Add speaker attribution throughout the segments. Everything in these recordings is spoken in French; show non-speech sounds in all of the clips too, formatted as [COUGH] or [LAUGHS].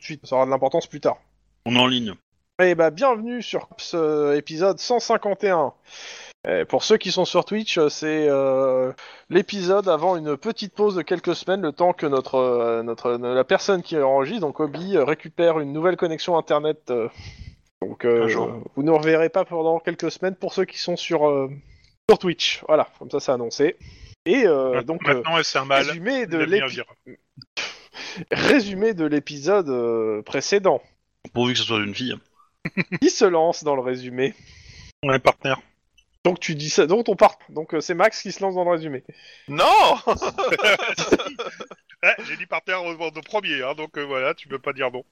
Speaker 1: suite, ça aura de l'importance plus tard.
Speaker 2: On est en ligne.
Speaker 1: Eh bah, bienvenue sur Cops, euh, épisode 151. Euh, pour ceux qui sont sur Twitch, euh, c'est euh, l'épisode avant une petite pause de quelques semaines, le temps que notre, euh, notre la personne qui enregistre, donc Obi, euh, récupère une nouvelle connexion internet. euh. donc euh,
Speaker 2: Un jour.
Speaker 1: vous ne reverrez pas pendant quelques semaines pour ceux qui sont sur euh, sur Twitch. Voilà, comme ça c'est annoncé. Et euh, donc euh,
Speaker 3: maintenant, c'est un mal.
Speaker 1: résumé de
Speaker 3: l'avenir
Speaker 1: l'épi-
Speaker 3: vira.
Speaker 1: résumé de l'épisode euh, précédent.
Speaker 2: Pourvu que ce soit une fille.
Speaker 1: qui se lance dans le résumé
Speaker 3: On est partenaire.
Speaker 1: Donc tu dis ça, donc on part. Donc euh, c'est Max qui se lance dans le résumé.
Speaker 3: Non Eh, J'ai dit partenaire au, au premier, hein, donc euh, voilà, tu peux pas dire non.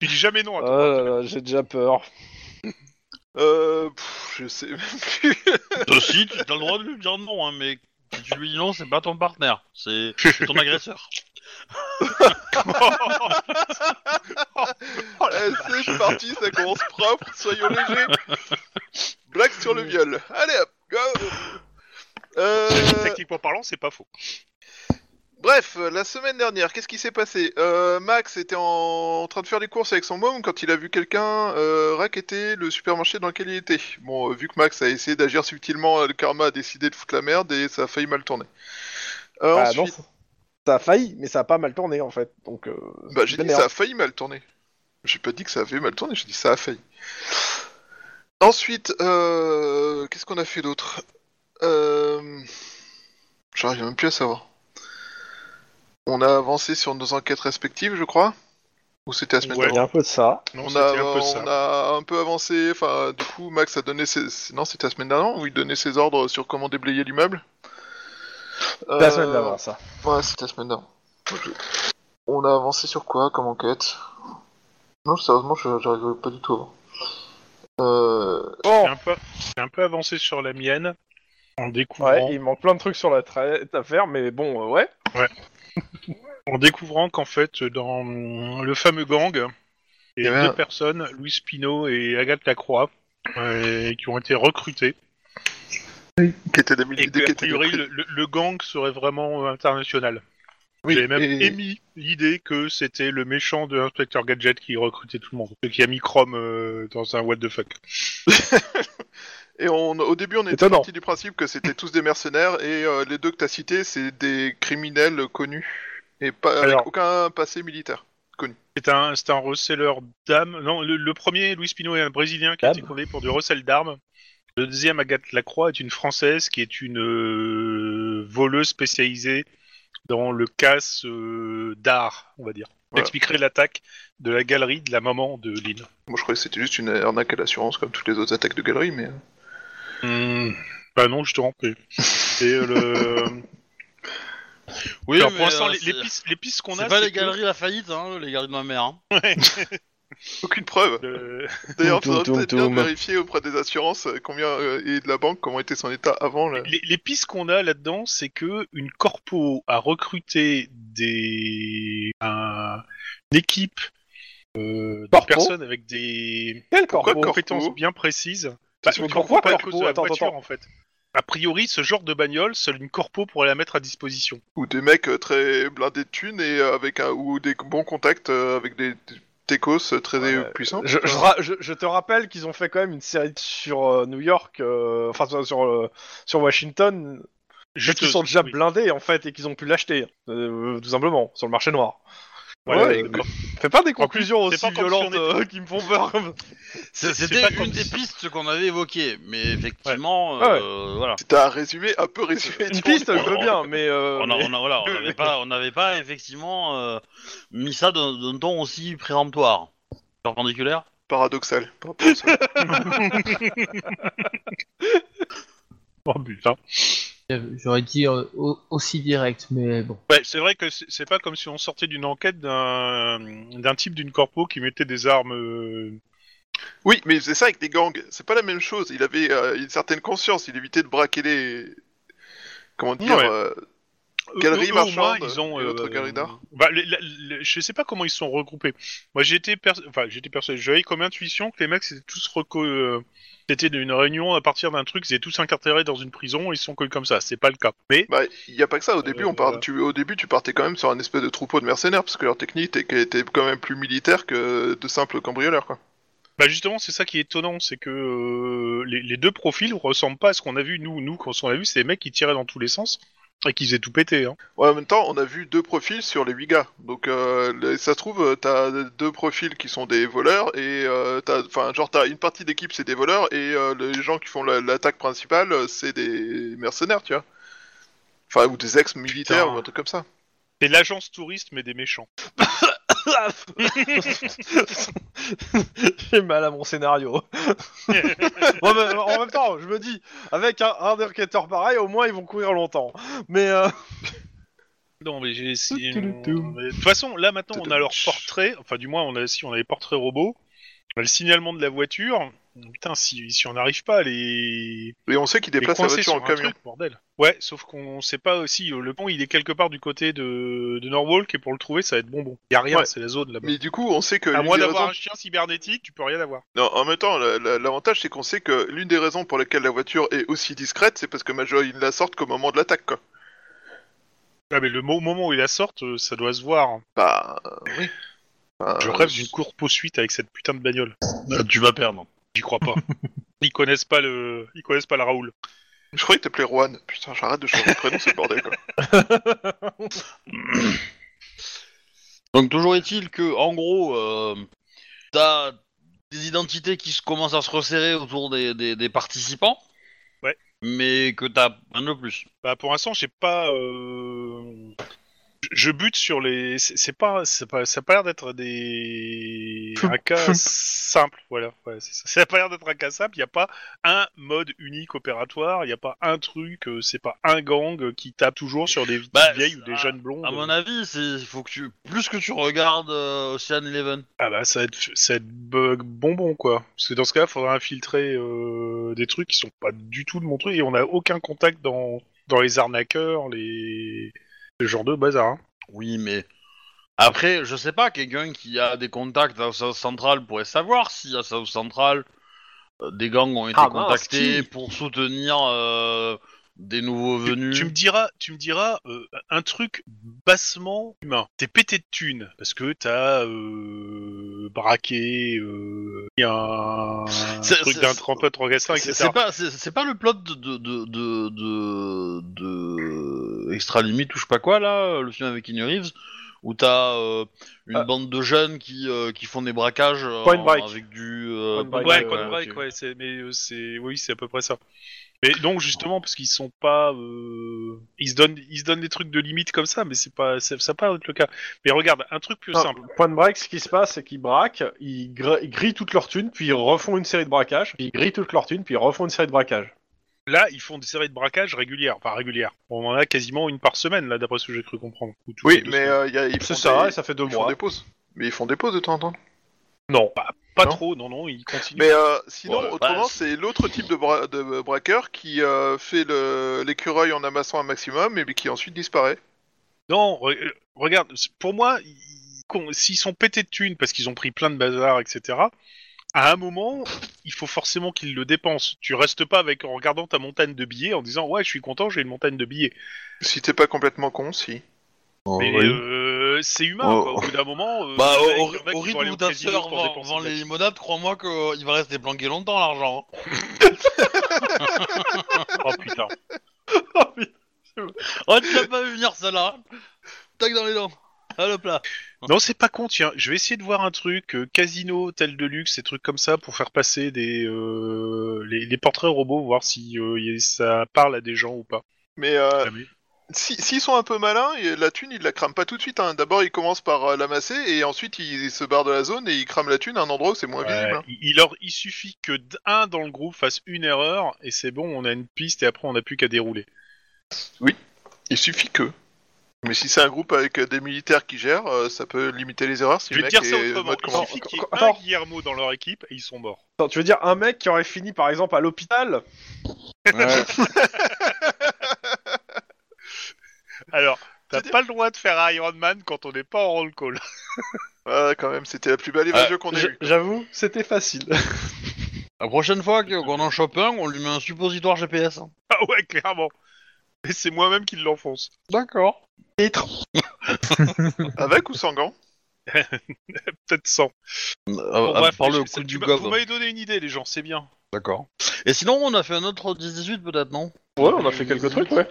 Speaker 3: Tu dis jamais non. hein. à ton-
Speaker 1: Oh là là, j'ai déjà peur.
Speaker 4: Euh, pff, je sais même [LAUGHS] plus.
Speaker 3: Ah.
Speaker 2: Ceci, Euh, tu as le droit de lui dire non, hein, mais si tu lui dis non, c'est pas ton partenaire, c'est c'est ton
Speaker 3: [LAUGHS]
Speaker 2: agresseur.
Speaker 4: Eh, c'est parti, ça commence propre, soyons légers. Blague sur le viol. Allez hop, go Euh,
Speaker 3: Techniquement parlant, c'est pas faux.
Speaker 4: bref, la semaine dernière, qu'est-ce qui s'est passé Euh, Max était en... en train de faire les courses avec son môme quand il a vu quelqu'un euh, racketter le supermarché dans lequel il était. Bon, euh, vu que Max a essayé d'agir subtilement, euh, le karma a décidé de foutre la merde et ça a failli mal tourner. Euh,
Speaker 1: Ah, non,
Speaker 4: ensuite,
Speaker 1: ça ça a failli, mais ça a pas mal tourné en fait. Donc euh,
Speaker 4: Bah, j'ai
Speaker 1: de
Speaker 4: dit
Speaker 1: merde.
Speaker 4: ça a failli mal tourner. J'ai pas dit que ça avait mal tourné, j'ai dit ça a failli. Ensuite, euh, qu'est-ce qu'on a fait d'autre euh... J'arrive même plus à savoir. On a avancé sur nos enquêtes respectives, je crois. Ou c'était la semaine
Speaker 3: Ouais.
Speaker 1: il y a un peu de ça.
Speaker 3: Non,
Speaker 4: on
Speaker 3: c'était
Speaker 4: a,
Speaker 3: un peu ça.
Speaker 4: on a un peu avancé, enfin, du coup, Max a donné ses... Non, c'était la semaine dernière où il donnait ses ordres sur comment déblayer l'immeuble
Speaker 1: La semaine
Speaker 4: Euh,
Speaker 1: d'avant ça.
Speaker 4: Ouais, c'était la semaine dernière. Ok. On a avancé sur quoi comme enquête Non, sérieusement, je- j'arrive pas du tout avant. Euh...
Speaker 1: Bon,
Speaker 3: J'ai un, peu- j'ai un peu avancé sur la mienne en
Speaker 1: ouais,
Speaker 3: découvrant,
Speaker 1: il manque plein de trucs sur la traite à faire, mais bon, euh, ouais.
Speaker 3: en découvrant qu'en fait, dans mm, le fameux gang, il y
Speaker 4: avait
Speaker 3: a deux
Speaker 4: un-
Speaker 3: personnes, Louis Pinault et Agathe Lacroix, euh, qui ont été recrutées.
Speaker 4: Qui était des mille
Speaker 3: Et
Speaker 4: idées
Speaker 3: que,
Speaker 4: qui
Speaker 3: a
Speaker 4: étaient
Speaker 3: priori,
Speaker 4: décrites.
Speaker 3: le, le- le gang serait vraiment euh, international.
Speaker 4: Oui,
Speaker 3: J'avais même
Speaker 4: et-
Speaker 3: émis l'idée que c'était le méchant de l'inspecteur Gadget qui recrutait tout le monde, qui a mis Chrome euh, dans un what the fuck.
Speaker 4: Et on... au début, on était
Speaker 1: Étonnant.
Speaker 4: parti du principe que c'était tous des mercenaires et euh, les deux que t'as cités, c'est des criminels connus et pas avec
Speaker 3: Alors-
Speaker 4: aucun passé militaire.
Speaker 3: C'est un, c'est un reseller d'armes. Non, le, le premier, Louis Pino, est un Brésilien qui a été
Speaker 1: D'âme.
Speaker 3: condamné pour du recel d'armes. Le deuxième, Agathe Lacroix, est une Française qui est une euh, voleuse spécialisée dans le casse euh, d'art, on va dire.
Speaker 4: Voilà.
Speaker 3: J'expliquerai l'attaque de la galerie de la maman de Lynn.
Speaker 4: Moi, je croyais que c'était juste une arnaque à l'assurance comme toutes les autres attaques de galerie, mais. euh,
Speaker 3: Hmm, Bah non, je
Speaker 1: [LAUGHS]
Speaker 3: te remplis. Et euh, le...
Speaker 2: Oui,
Speaker 3: Alors,
Speaker 2: mais,
Speaker 3: pour l'instant,
Speaker 2: euh,
Speaker 3: les,
Speaker 2: c'est-
Speaker 3: les pistes, les pistes qu'on a,
Speaker 2: C'est pas les
Speaker 3: que
Speaker 2: galeries la faillite, hein, les galeries de ma mère. hein.
Speaker 4: Aucune preuve
Speaker 3: le-
Speaker 4: D'ailleurs,
Speaker 1: Toum,
Speaker 4: faudrait
Speaker 1: toum,
Speaker 4: peut-être bien
Speaker 1: toum.
Speaker 4: vérifier auprès des assurances euh, combien euh, et de la banque comment était son état avant. là.
Speaker 3: les, les pistes qu'on a là-dedans, c'est que une corpo a recruté des un- une équipe euh, de
Speaker 1: Corpo
Speaker 3: personnes avec des
Speaker 1: Quel corps
Speaker 4: Pourquoi
Speaker 3: compétences
Speaker 4: corpo
Speaker 3: bien précises.
Speaker 1: Parce
Speaker 3: Bah,
Speaker 1: que
Speaker 3: une
Speaker 1: pourquoi
Speaker 3: pas à
Speaker 1: corpo
Speaker 3: cause de la
Speaker 1: Attends,
Speaker 3: voiture,
Speaker 1: attends.
Speaker 3: en fait. A priori, ce genre de bagnole, seule une corpo pourrait la mettre à disposition.
Speaker 4: ou des mecs euh, très blindés de thunes et euh, avec un, ou des bons contacts euh, avec des des techos euh, très
Speaker 1: Ouais,
Speaker 4: puissants.
Speaker 1: Je, je ra- je- je te rappelle qu'ils ont fait quand même une série sur euh, New York, euh, enfin sur, sur, euh, sur Washington,
Speaker 3: Je
Speaker 1: parce qu'ils sont déjà
Speaker 3: oui.
Speaker 1: blindés en fait et qu'ils ont pu l'acheter, euh, tout simplement, sur le marché noir.
Speaker 3: Voilà,
Speaker 1: Ouais, euh,
Speaker 3: et-
Speaker 1: Fais pas des
Speaker 3: plus,
Speaker 1: conclusions
Speaker 3: c'est
Speaker 1: aussi
Speaker 3: pas comme
Speaker 1: violentes
Speaker 3: si on
Speaker 1: euh, qui me font peur. [LAUGHS] Comme...
Speaker 2: C'est-
Speaker 3: c'est
Speaker 2: C'était
Speaker 3: pas
Speaker 2: une
Speaker 3: comme
Speaker 2: des
Speaker 3: si-
Speaker 2: pistes qu'on avait évoquées, mais effectivement,
Speaker 1: Ah ouais.
Speaker 2: euh, voilà.
Speaker 4: C'était un résumé un peu résumé.
Speaker 1: [LAUGHS] Une
Speaker 4: du
Speaker 1: piste,
Speaker 4: monde.
Speaker 1: je veux bien, mais, euh,
Speaker 2: On a,
Speaker 1: mais-
Speaker 2: on a- voilà, on n'avait pas, on n'avait pas effectivement euh, mis ça d'un d'un ton aussi péremptoire, perpendiculaire.
Speaker 4: Paradoxal. par rapport à ça.
Speaker 3: Oh, putain.
Speaker 5: J'aurais dit euh, au- aussi direct, mais bon.
Speaker 3: Ouais, c'est vrai que c'est c'est pas comme si on sortait d'une enquête d'un d'un type d'une corpo qui mettait des armes. euh,
Speaker 4: [LAUGHS] oui, mais c'est ça avec des gangs. C'est pas la même chose. Il avait euh, une certaine conscience. Il évitait de braquer les. Comment dire
Speaker 3: Ouais.
Speaker 4: euh, Galerie
Speaker 3: Eux, eux, au
Speaker 4: marchande
Speaker 3: moins, ils ont,
Speaker 4: et l'autre
Speaker 3: euh,
Speaker 4: galerie d'art.
Speaker 3: bah, le- la- le- je sais pas comment ils se sont regroupés. Moi, j'étais pers- enfin, j'étais persuadé, j'avais comme intuition que les mecs c'était tous reco- euh, c'était une réunion à partir d'un truc, ils étaient tous incarcérés dans une prison, ils se sont collés comme ça. C'est pas le cas. Mais
Speaker 4: Bah, il n'y a pas que ça. Au début, on part...
Speaker 3: voilà.
Speaker 4: tu... au début, tu partais quand même sur un espèce de troupeau de mercenaires, parce que leur technique était était quand même plus militaire que de simples cambrioleurs, quoi.
Speaker 3: Bah justement, c'est ça qui est étonnant, c'est que euh, les, les deux profils ressemblent pas à ce qu'on a vu nous. Nous, quand ce qu'on a vu, c'est des mecs qui tiraient dans tous les sens et qui faisaient tout péter. Hein.
Speaker 4: Ouais, en même temps, on a vu deux profils sur les huit gars. Donc, euh, les- ça se trouve, euh, t'as deux profils qui sont des voleurs et euh, t'as, enfin, genre t'as une partie d'équipe c'est des voleurs et euh, les gens qui font la- l'attaque principale euh, c'est des mercenaires, tu vois. Enfin, ou des ex-militaires
Speaker 3: Putain.
Speaker 4: ou un truc comme ça.
Speaker 3: C'est l'agence touriste mais des méchants.
Speaker 1: [LAUGHS] J'ai mal à mon scénario. [LAUGHS] Ouais, mais en même temps, je me dis, avec un, un enquêteur pareil, au moins ils vont courir longtemps. Mais euh,
Speaker 3: Non mais j'ai essayé.
Speaker 5: Tout, tout, tout.
Speaker 3: Mais De toute façon, là maintenant, on a leur portrait. Enfin, du moins, on a si on a les portraits robots, on a le signalement de la voiture. Putain, si, si on n'arrive pas à les,
Speaker 4: Et on sait qu'ils
Speaker 3: les
Speaker 4: déplacent la
Speaker 3: coincer
Speaker 4: voiture
Speaker 3: sur
Speaker 4: en
Speaker 3: un
Speaker 4: camion.
Speaker 3: truc, bordel. Ouais, sauf qu'on sait pas aussi. euh, Le pont, il est quelque part du côté de, de Norwalk et pour le trouver, ça va être bonbon. Y a rien,
Speaker 4: Ouais.
Speaker 3: c'est la zone là-bas.
Speaker 4: Mais du coup, on sait que
Speaker 3: À
Speaker 4: l'une
Speaker 3: moins
Speaker 4: des
Speaker 3: d'avoir
Speaker 4: raisons-
Speaker 3: un chien cybernétique, tu peux rien avoir.
Speaker 4: Non, en même temps, la- la- l'avantage c'est qu'on sait que l'une des raisons pour laquelle la voiture est aussi discrète, c'est parce que Major ils la sortent qu'au moment de l'attaque, quoi.
Speaker 3: Ah mais le mo- au moment où il la sorte, euh, ça doit se voir.
Speaker 4: Bah, euh, oui. Ah,
Speaker 3: Je rêve d'une courte poursuite avec cette putain de bagnole.
Speaker 2: Ah, Tu vas perdre.
Speaker 3: J'y
Speaker 2: [LAUGHS]
Speaker 3: crois pas. Ils connaissent pas le, ils connaissent pas la Raoul.
Speaker 4: Je croyais que t'appelais Juan. Putain, j'arrête de changer de prénom, c'est le bordel, quoi.
Speaker 2: Donc toujours est-il que, en gros, euh, t'as des identités qui se commencent à se resserrer autour des, des- des participants.
Speaker 3: Ouais.
Speaker 2: Mais que t'as un de plus.
Speaker 3: Bah pour l'instant j'ai pas. euh, je- Je bute sur les. C'est c'est pas, c'est pas, ça a pas l'air d'être des un cas simple, voilà. Ouais, c'est ça. [LAUGHS] ça a pas l'air d'être un cas simple. Il y a pas un mode unique opératoire. Il y a pas un truc. euh, C'est pas un gang euh, qui tape toujours sur des
Speaker 2: Bah,
Speaker 3: vieilles ou des
Speaker 2: à-
Speaker 3: jeunes blondes.
Speaker 2: À mon avis, c'est il faut que tu plus que tu regardes euh, Ocean Eleven.
Speaker 3: Ah bah ça va être, ça va être bug bonbon quoi. Parce que dans ce cas-là, faudra infiltrer euh, des trucs qui sont pas du tout de mon truc et on n'a aucun contact dans, dans les arnaqueurs, les ce genre de bazar. hein.
Speaker 2: Oui, mais après, je sais pas, quelqu'un qui a des contacts à South Central pourrait savoir si à South Central euh, des gangs ont été
Speaker 5: Ah, mince,
Speaker 2: contactés
Speaker 5: qui
Speaker 2: pour soutenir euh, des nouveaux
Speaker 3: Tu,
Speaker 2: venus.
Speaker 3: tu me diras, tu me diras euh, un truc bassement humain. T'es pété de thunes parce que t'as euh, braqué euh, un, [LAUGHS] un
Speaker 2: C'est-
Speaker 3: truc
Speaker 2: c'est-
Speaker 3: d'un
Speaker 2: c'est-
Speaker 3: tremplin de progressin,
Speaker 2: C'est-
Speaker 3: etc.
Speaker 2: C'est pas, c'est c'est pas le plot de de de de, de, de Extra Limit ou je sais pas quoi là, le film avec Keanu Reeves, où t'as euh, une
Speaker 1: Ah.
Speaker 2: bande de jeunes qui euh, qui font des braquages euh,
Speaker 1: Point Break.
Speaker 2: avec du euh,
Speaker 1: Point Break,
Speaker 3: Ouais,
Speaker 1: ouais,
Speaker 3: Point Break,
Speaker 2: ok.
Speaker 3: ouais, c'est, mais euh, c'est, oui, c'est à peu près ça. Mais donc justement, parce qu'ils sont pas, euh, ils se donnent, ils se donnent des trucs de limite comme ça, mais c'est pas, ça, ça peut être le cas. Mais regarde, un truc plus
Speaker 1: Non,
Speaker 3: simple.
Speaker 1: Point break, ce qui se passe, c'est qu'ils braquent, ils, gr- ils grillent toute leur thune, puis ils refont une série de braquages, puis ils grillent toute leur thune, puis ils refont une série de braquages.
Speaker 3: Là, ils font des séries de braquages régulières, enfin régulières. On en a quasiment une par semaine là, d'après ce que j'ai cru comprendre. Ou toutes
Speaker 4: [LAUGHS]
Speaker 3: les
Speaker 4: Oui,
Speaker 3: deux
Speaker 4: mais
Speaker 3: semaines.
Speaker 4: euh, y a, ils
Speaker 1: C'est
Speaker 4: font
Speaker 1: ça,
Speaker 4: des-
Speaker 1: et ça fait deux
Speaker 4: ils font
Speaker 1: mois.
Speaker 4: des pauses. Mais ils font des pauses de temps en temps.
Speaker 3: non, pas, pas
Speaker 4: non.
Speaker 3: trop, non, non, ils continuent.
Speaker 4: Mais euh, sinon,
Speaker 2: Ouais,
Speaker 4: autrement,
Speaker 2: bah,
Speaker 4: c'est l'autre type de, bra- de braqueur qui euh, fait le- l'écureuil en amassant un maximum et qui ensuite disparaît.
Speaker 3: Non, re- euh, regarde, c'est- pour moi, ils- qu'on- s'ils sont pétés de thunes parce qu'ils ont pris plein de bazar, etc., à un moment, il faut forcément qu'ils le dépensent. Tu restes pas avec en regardant ta montagne de billets en disant ouais, je suis content, j'ai une montagne de billets.
Speaker 4: Si t'es pas complètement con, si.
Speaker 3: Mais euh, c'est humain,
Speaker 2: Oh.
Speaker 3: quoi. au bout d'un moment. euh,
Speaker 2: Bah,
Speaker 3: les mecs,
Speaker 2: au,
Speaker 3: il y en a qui
Speaker 2: au
Speaker 3: vont
Speaker 2: rythme
Speaker 3: aller
Speaker 2: où
Speaker 3: au
Speaker 2: ta
Speaker 3: casino
Speaker 2: sœur
Speaker 3: pour
Speaker 2: vend,
Speaker 3: dépenser
Speaker 2: vend
Speaker 3: de la-
Speaker 2: les [LAUGHS] limonades, crois-moi
Speaker 6: euh,
Speaker 2: qu'il va rester planqué longtemps l'argent. hein.
Speaker 3: Oh putain.
Speaker 2: Oh, tu l'as pas vu venir celle-là Tac dans les dents Ah, le plat
Speaker 3: Non, c'est pas con, tiens. Je vais essayer de voir un truc, euh, casino, tel de luxe, des trucs comme ça, pour faire passer des euh, les, les portraits robots, voir si euh, y- ça parle à des gens ou pas.
Speaker 4: Mais euh,
Speaker 3: Jamais.
Speaker 4: si- s'ils sont un peu malins, et la thune, ils la crament pas tout de suite. Hein. D'abord, ils commencent par euh, l'amasser et ensuite, ils se barrent de la zone et ils crament la thune à un endroit où c'est moins
Speaker 3: Ouais,
Speaker 4: visible. hein.
Speaker 3: il, il leur, il suffit que d'un dans le groupe fasse une erreur et c'est bon, on a une piste et après on n'a plus qu'à dérouler.
Speaker 4: Il suffit que. Mais si c'est un groupe avec euh, des militaires qui gèrent, euh, ça peut limiter les erreurs. Si
Speaker 3: Je vais
Speaker 4: le
Speaker 3: te dire
Speaker 4: mec
Speaker 3: ça
Speaker 4: est
Speaker 3: autrement.
Speaker 4: mode
Speaker 3: Il
Speaker 4: commando.
Speaker 3: suffit qu'il y ait un
Speaker 1: Attends.
Speaker 3: Guillermo dans leur équipe et ils sont morts.
Speaker 1: Attends, tu veux dire un mec qui aurait fini par exemple à
Speaker 3: [LAUGHS]
Speaker 1: l'hôpital
Speaker 3: Alors, t'as
Speaker 4: C'est-
Speaker 3: pas le droit de faire un Iron Man quand on n'est pas en roll call. [LAUGHS]
Speaker 4: Ah, quand même, c'était la plus belle
Speaker 6: Ah,
Speaker 4: évasion
Speaker 3: Euh,
Speaker 4: qu'on ait
Speaker 1: J-
Speaker 4: eue.
Speaker 1: J'avoue, c'était facile.
Speaker 6: La prochaine fois que- qu'on en chope un, on lui met un suppositoire GPS.
Speaker 3: Ah ouais, clairement. Et c'est moi-même qui l'enfonce.
Speaker 6: D'accord.
Speaker 4: Avec ou sans gants
Speaker 3: Peut-être 100. Bon, bref,
Speaker 6: Ah, par Euh, le
Speaker 3: c'est-
Speaker 6: coup
Speaker 3: tu
Speaker 6: du hein.
Speaker 3: m'as-
Speaker 6: gobe.
Speaker 3: Vous m'avez donné une idée, les gens, c'est bien.
Speaker 6: D'accord. Et sinon, on a fait un autre 10-18 peut-être, non
Speaker 1: Ouais, on a fait quelques trucs, ouais.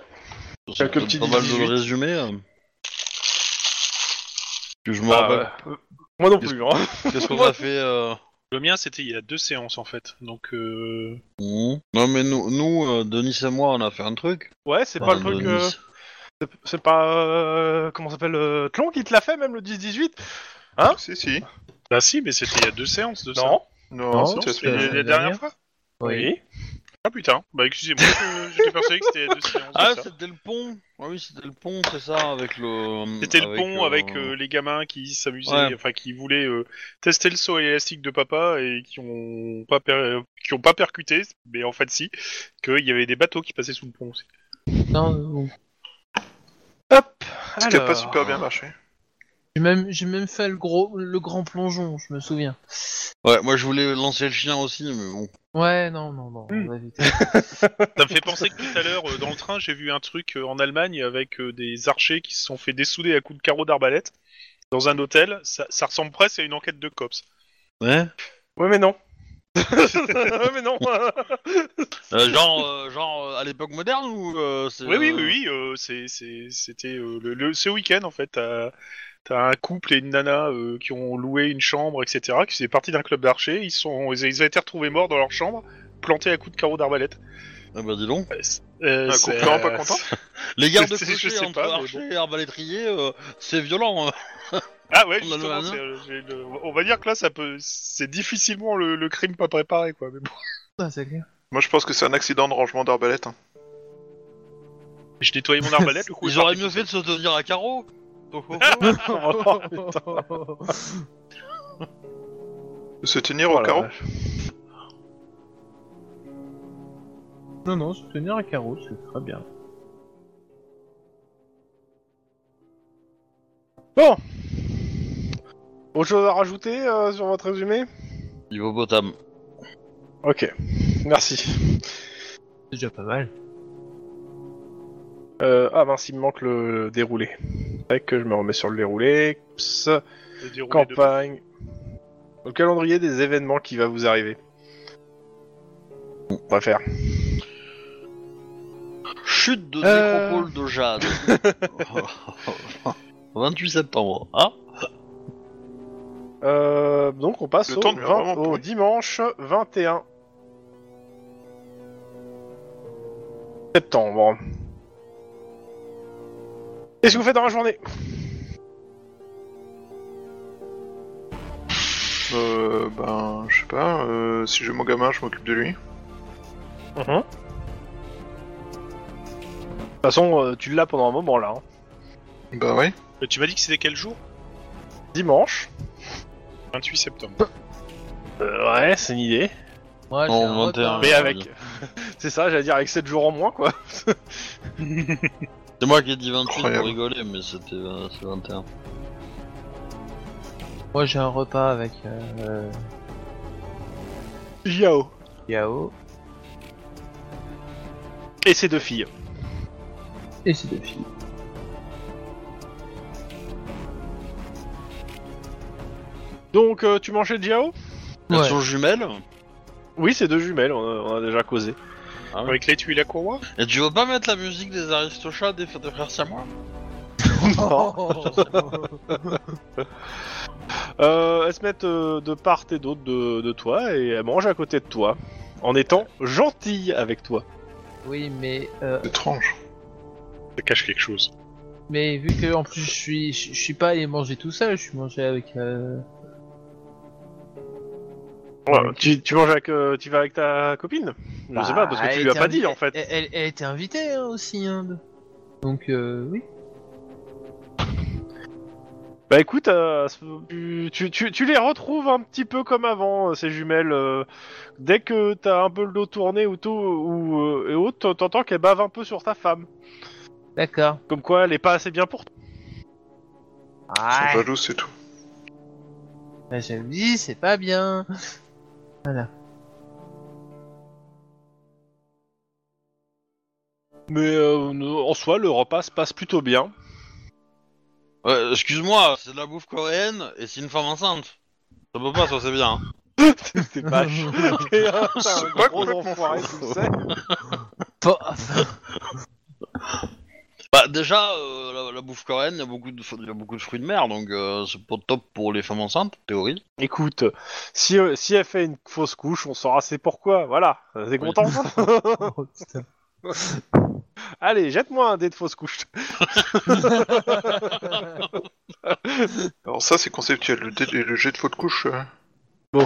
Speaker 1: Quelques
Speaker 6: C'est
Speaker 1: petits
Speaker 6: Pas mal de
Speaker 1: 10-18.
Speaker 6: le résumer. euh. Que je me
Speaker 1: Ah,
Speaker 3: Bah,
Speaker 6: rappelle.
Speaker 1: ouais. Moi non plus, hein.
Speaker 6: Qu'est-ce qu'on a fait euh,
Speaker 3: Le mien, c'était il y a deux séances en fait. Donc, euh...
Speaker 6: hmm. Non, mais nous, nous euh, Denis et moi, on a fait un truc.
Speaker 1: Ouais, c'est pas
Speaker 6: Enfin,
Speaker 1: le truc.
Speaker 6: Denis.
Speaker 1: euh, c'est- C'est pas. euh, comment s'appelle euh, Tlon qui te l'a fait, même le 10-18 Hein
Speaker 4: Si, si.
Speaker 3: bah si, mais c'était il y a deux séances de ça.
Speaker 1: Non.
Speaker 4: Non,
Speaker 5: Non,
Speaker 4: c'était la
Speaker 5: c'est-
Speaker 4: semaine
Speaker 3: La, la
Speaker 5: Euh,
Speaker 3: dernière,
Speaker 5: dernière
Speaker 3: fois
Speaker 5: Oui.
Speaker 3: Ah putain, bah excusez-moi, je- j'étais persuadé que c'était il y a deux séances. de
Speaker 6: Ah,
Speaker 3: ça.
Speaker 6: c'était le pont. Ah oui, c'était le pont, c'est ça, avec le.
Speaker 3: C'était le pont
Speaker 6: euh,
Speaker 3: avec euh, les gamins qui s'amusaient,
Speaker 6: ouais.
Speaker 3: enfin qui voulaient euh, tester le saut à l'élastique de papa et qui ont pas per- qui ont pas percuté, mais en fait si, qu'il y avait des bateaux qui passaient sous le pont aussi.
Speaker 5: Non, bon.
Speaker 1: Hop
Speaker 4: qui a pas
Speaker 1: alors.
Speaker 4: super bien marché.
Speaker 5: J'ai même, j'ai même fait le, gros, le grand plongeon, je me souviens.
Speaker 6: Ouais, moi je voulais lancer le chien aussi, mais bon.
Speaker 5: Ouais, non, non, non, on va éviter.
Speaker 3: Ça me fait penser que tout à l'heure euh, dans le train j'ai vu un truc euh, en Allemagne avec euh, des archers qui se sont fait dessouder à coups de carreaux d'arbalète dans un hôtel. Ça, ça ressemble presque à une enquête de cops.
Speaker 6: Ouais.
Speaker 1: Ouais, [LAUGHS] mais non. ouais, mais [LAUGHS] non.
Speaker 6: Euh, genre, euh, genre euh, à l'époque moderne ou euh, c'est,
Speaker 3: Oui, oui,
Speaker 6: euh,
Speaker 3: oui, oui, euh, c'est- c'est- c'était euh, le, le- ce week-end en fait. T'as t'as un couple et une nana euh, qui ont loué une chambre, etc., qui faisaient partie d'un club d'archers. Ils, sont- ils, ils ont été retrouvés morts dans leur chambre, plantés à coups de carreaux d'arbalète.
Speaker 6: Ah bah dis donc.
Speaker 3: Euh, c'est- euh,
Speaker 4: Un
Speaker 3: c'est-
Speaker 4: couple non,
Speaker 3: euh,
Speaker 4: pas content
Speaker 6: Les
Speaker 3: [LAUGHS]
Speaker 6: gardes de
Speaker 3: Je sais- je
Speaker 6: cocher
Speaker 3: sais
Speaker 6: entre
Speaker 3: pas, mais
Speaker 6: archers et arbalétriers, euh, c'est violent. hein.
Speaker 3: Ah ouais,
Speaker 6: On a le
Speaker 3: justement,
Speaker 6: nana.
Speaker 3: c'est, euh, j'ai le- on va dire que là, ça peut, c'est difficilement le, le crime pas préparé, quoi. Mais bon.
Speaker 5: Ah, c'est clair.
Speaker 4: Moi, je pense que c'est un accident de rangement d'arbalète. hein.
Speaker 3: Je nettoyais mon arbalète, le coup.
Speaker 6: Ils auraient mieux fait de se tenir à carreau. Oh, oh, oh.
Speaker 1: Oh, putain.
Speaker 4: Se tenir
Speaker 1: Oh
Speaker 4: au
Speaker 1: la
Speaker 4: carreau.
Speaker 1: vache.
Speaker 5: non, non, se tenir à carreau, c'est très bien.
Speaker 1: Bon. Autre chose à rajouter euh, sur votre résumé
Speaker 6: Hippopotame.
Speaker 1: Ok. Merci.
Speaker 5: C'est déjà pas mal.
Speaker 1: Euh, ah mince, il me manque le, le déroulé. Fait que je me remets sur le déroulé. Psst. campagne, au calendrier des événements qui va vous arriver. On va faire.
Speaker 6: Chute de
Speaker 1: Euh.
Speaker 6: nécropole de [LAUGHS] jade. 28 septembre. Ah
Speaker 1: Euh, donc on passe
Speaker 4: Le
Speaker 1: au,
Speaker 4: temps devient
Speaker 1: 20
Speaker 4: vraiment
Speaker 1: au
Speaker 4: pourri.
Speaker 1: dimanche 21 septembre. Qu'est-ce que vous faites dans la journée
Speaker 4: Euh, ben, je sais pas. euh, si j'ai mon gamin, je m'occupe de lui.
Speaker 1: De toute façon, euh, tu l'as pendant un moment là. hein.
Speaker 4: Bah oui.
Speaker 3: Mais tu m'as dit que c'était quel jour
Speaker 1: Dimanche.
Speaker 3: 28 septembre.
Speaker 1: Euh, ouais, c'est une idée.
Speaker 5: Ouais,
Speaker 6: Non,
Speaker 5: j'ai un
Speaker 6: 21.
Speaker 5: retard.
Speaker 1: Mais
Speaker 6: Ah,
Speaker 1: avec.
Speaker 6: bien.
Speaker 1: [LAUGHS] c'est ça, j'allais dire avec 7 jours en moins quoi.
Speaker 6: C'est moi qui ai dit 28
Speaker 4: Incroyable.
Speaker 6: pour rigoler, mais c'était euh, c'est 21.
Speaker 5: Moi, j'ai un repas avec euh,
Speaker 1: Yao.
Speaker 5: Yao
Speaker 1: Et ses deux filles.
Speaker 5: et ses deux filles.
Speaker 1: Donc euh, tu mangeais de Yao
Speaker 6: Elles
Speaker 5: Ouais.
Speaker 6: sont jumelles
Speaker 1: Oui, c'est deux jumelles, on a, on a déjà causé.
Speaker 3: Avec l'étui et la courroie
Speaker 6: Et tu veux pas mettre la musique des Aristochats des des frères Siamois
Speaker 1: Euh, elles se mettent euh, de part et d'autre de, de toi et elles mangent à côté de toi, en étant gentilles avec toi.
Speaker 5: [LAUGHS] oui, mais euh,
Speaker 4: Étrange.
Speaker 3: Ça cache quelque chose.
Speaker 5: mais vu que en plus je suis je je suis pas allé manger tout seul, je suis mangé avec euh,
Speaker 1: Ouais, tu, tu manges avec, euh, tu vas avec ta copine Je sais pas, parce
Speaker 5: Bah,
Speaker 1: que tu
Speaker 5: elle
Speaker 1: lui as
Speaker 5: était
Speaker 1: pas dit
Speaker 5: invitée-
Speaker 1: en fait.
Speaker 5: Elle, elle- elle était invitée hein, aussi, hein, de- donc euh, oui.
Speaker 1: Bah écoute, euh, tu, tu- tu- tu les retrouves un petit peu comme avant, euh, ces jumelles. euh, dès que t'as un peu le dos tourné ou tout, ou, euh, et autres, t'entends qu'elles bavent un peu sur ta femme.
Speaker 5: D'accord.
Speaker 1: Comme quoi, elle est pas assez bien pour toi.
Speaker 4: Ils sont
Speaker 5: Ouais.
Speaker 4: jaloux, c'est tout.
Speaker 5: Bah, je me dis, c'est pas bien. Voilà.
Speaker 1: Mais euh, en soi, le repas se passe plutôt bien. [LAUGHS]
Speaker 6: Ouais, excuse-moi, c'est de la bouffe coréenne et c'est une femme enceinte. Ça peut pas, ça c'est bien. hein.
Speaker 1: T'es [LAUGHS] pas chaud. T'es un, t'es un
Speaker 4: C'est pas
Speaker 1: gros
Speaker 4: complètement
Speaker 1: enfoiré,
Speaker 4: faux.
Speaker 1: tu le sais.
Speaker 5: Bon, [LAUGHS] oh,
Speaker 6: Bah déjà, euh, la, la bouffe coréenne, il y, a beaucoup de il y a beaucoup de fruits de mer, donc euh, c'est pas top pour les femmes enceintes, en théorie.
Speaker 1: Écoute, si, euh, si elle fait une fausse couche, on saura c'est pourquoi. Voilà, Euh, t'es [LAUGHS] content
Speaker 5: oh, putain.
Speaker 1: Allez, jette-moi un dé de fausse couche.
Speaker 4: Alors ça, c'est conceptuel. Le, dé- le jet de faute couche. euh.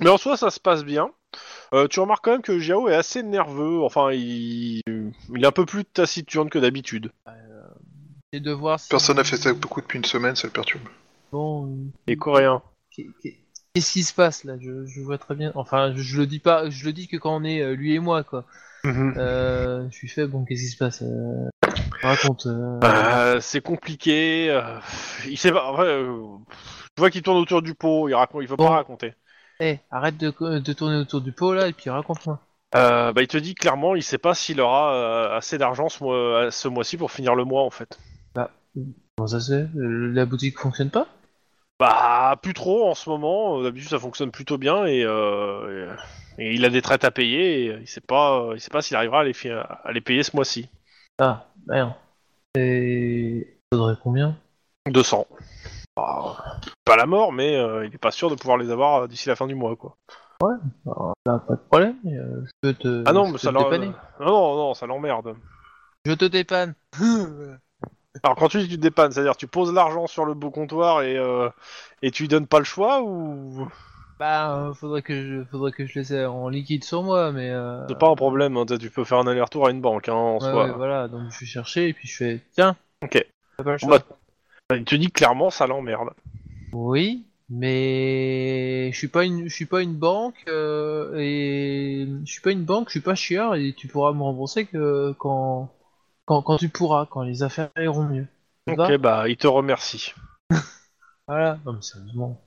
Speaker 1: Mais en soi, ça se passe bien. Euh, tu remarques quand même que Jiao est assez nerveux. Enfin, il, il est un peu plus taciturne que d'habitude.
Speaker 5: C'est de voir si-
Speaker 4: Personne n'a fait ça beaucoup depuis une semaine, ça le perturbe.
Speaker 5: Bon, euh,
Speaker 1: Les Coréens.
Speaker 5: qu'est- qu'est- Qu'est-ce qui se passe là je, je vois très bien. Enfin, je, je le dis pas, je le dis que quand on est euh, lui et moi, quoi.
Speaker 4: Mhm.
Speaker 5: Euh, je suis fait, bon, qu'est-ce qui se passe euh, Raconte. euh,
Speaker 1: Euh, c'est compliqué. euh, il sait pas. en vrai, euh, tu vois qu'il tourne autour du pot. Il raconte. Il veut
Speaker 5: Bon.
Speaker 1: pas raconter.
Speaker 5: Eh, arrête de, co- de tourner autour du pot là et puis raconte-moi.
Speaker 1: Euh, bah, il te dit clairement, il sait pas s'il aura euh, assez d'argent ce, mois, euh, ce mois-ci pour finir le mois en fait.
Speaker 5: Comment ça se fait Euh, La boutique fonctionne pas
Speaker 1: Bah, plus trop en ce moment. Euh, D'habitude, ça fonctionne plutôt bien et, euh, et- et il a des traites à payer. Et il sait pas. euh, Il sait pas s'il arrivera à les, fi- à les payer ce mois-ci.
Speaker 5: Ah, merde. Et. Faudrait combien
Speaker 1: 200. Bah, pas la mort, mais euh, il est pas sûr de pouvoir les avoir euh, d'ici la fin du mois quoi.
Speaker 5: Alors, là, Bah, pas de problème, mais, euh, je peux te.
Speaker 1: Ah non,
Speaker 5: je
Speaker 1: mais
Speaker 5: peux
Speaker 1: ça
Speaker 5: te
Speaker 1: l'emmerde.
Speaker 5: dépanner.
Speaker 1: Non, non, non, ça l'emmerde.
Speaker 5: Je te dépanne.
Speaker 1: Alors quand tu dis que tu te dépannes, c'est-à-dire tu poses l'argent sur le beau comptoir et, euh, et tu lui donnes pas le choix ou
Speaker 5: bah, euh, faudrait que je, faudrait que je laisse en liquide sur moi, mais. Euh...
Speaker 1: c'est pas un problème, hein, tu peux faire un aller-retour à une banque hein, en
Speaker 5: ouais,
Speaker 1: soi.
Speaker 5: ouais, voilà, donc je vais chercher et puis je fais. Tiens.
Speaker 1: Ok.
Speaker 5: T'as pas le
Speaker 1: Bon,
Speaker 5: choix.
Speaker 1: bah, il te dit clairement ça l'emmerde.
Speaker 5: Oui, mais je suis pas une, je suis pas une banque euh, et je suis pas une banque, je suis pas chieur et tu pourras me rembourser que quand, quand, quand tu pourras, quand les affaires iront mieux. Ça te va
Speaker 1: Ok bah il te remercie.
Speaker 5: Voilà. Non mais sérieusement.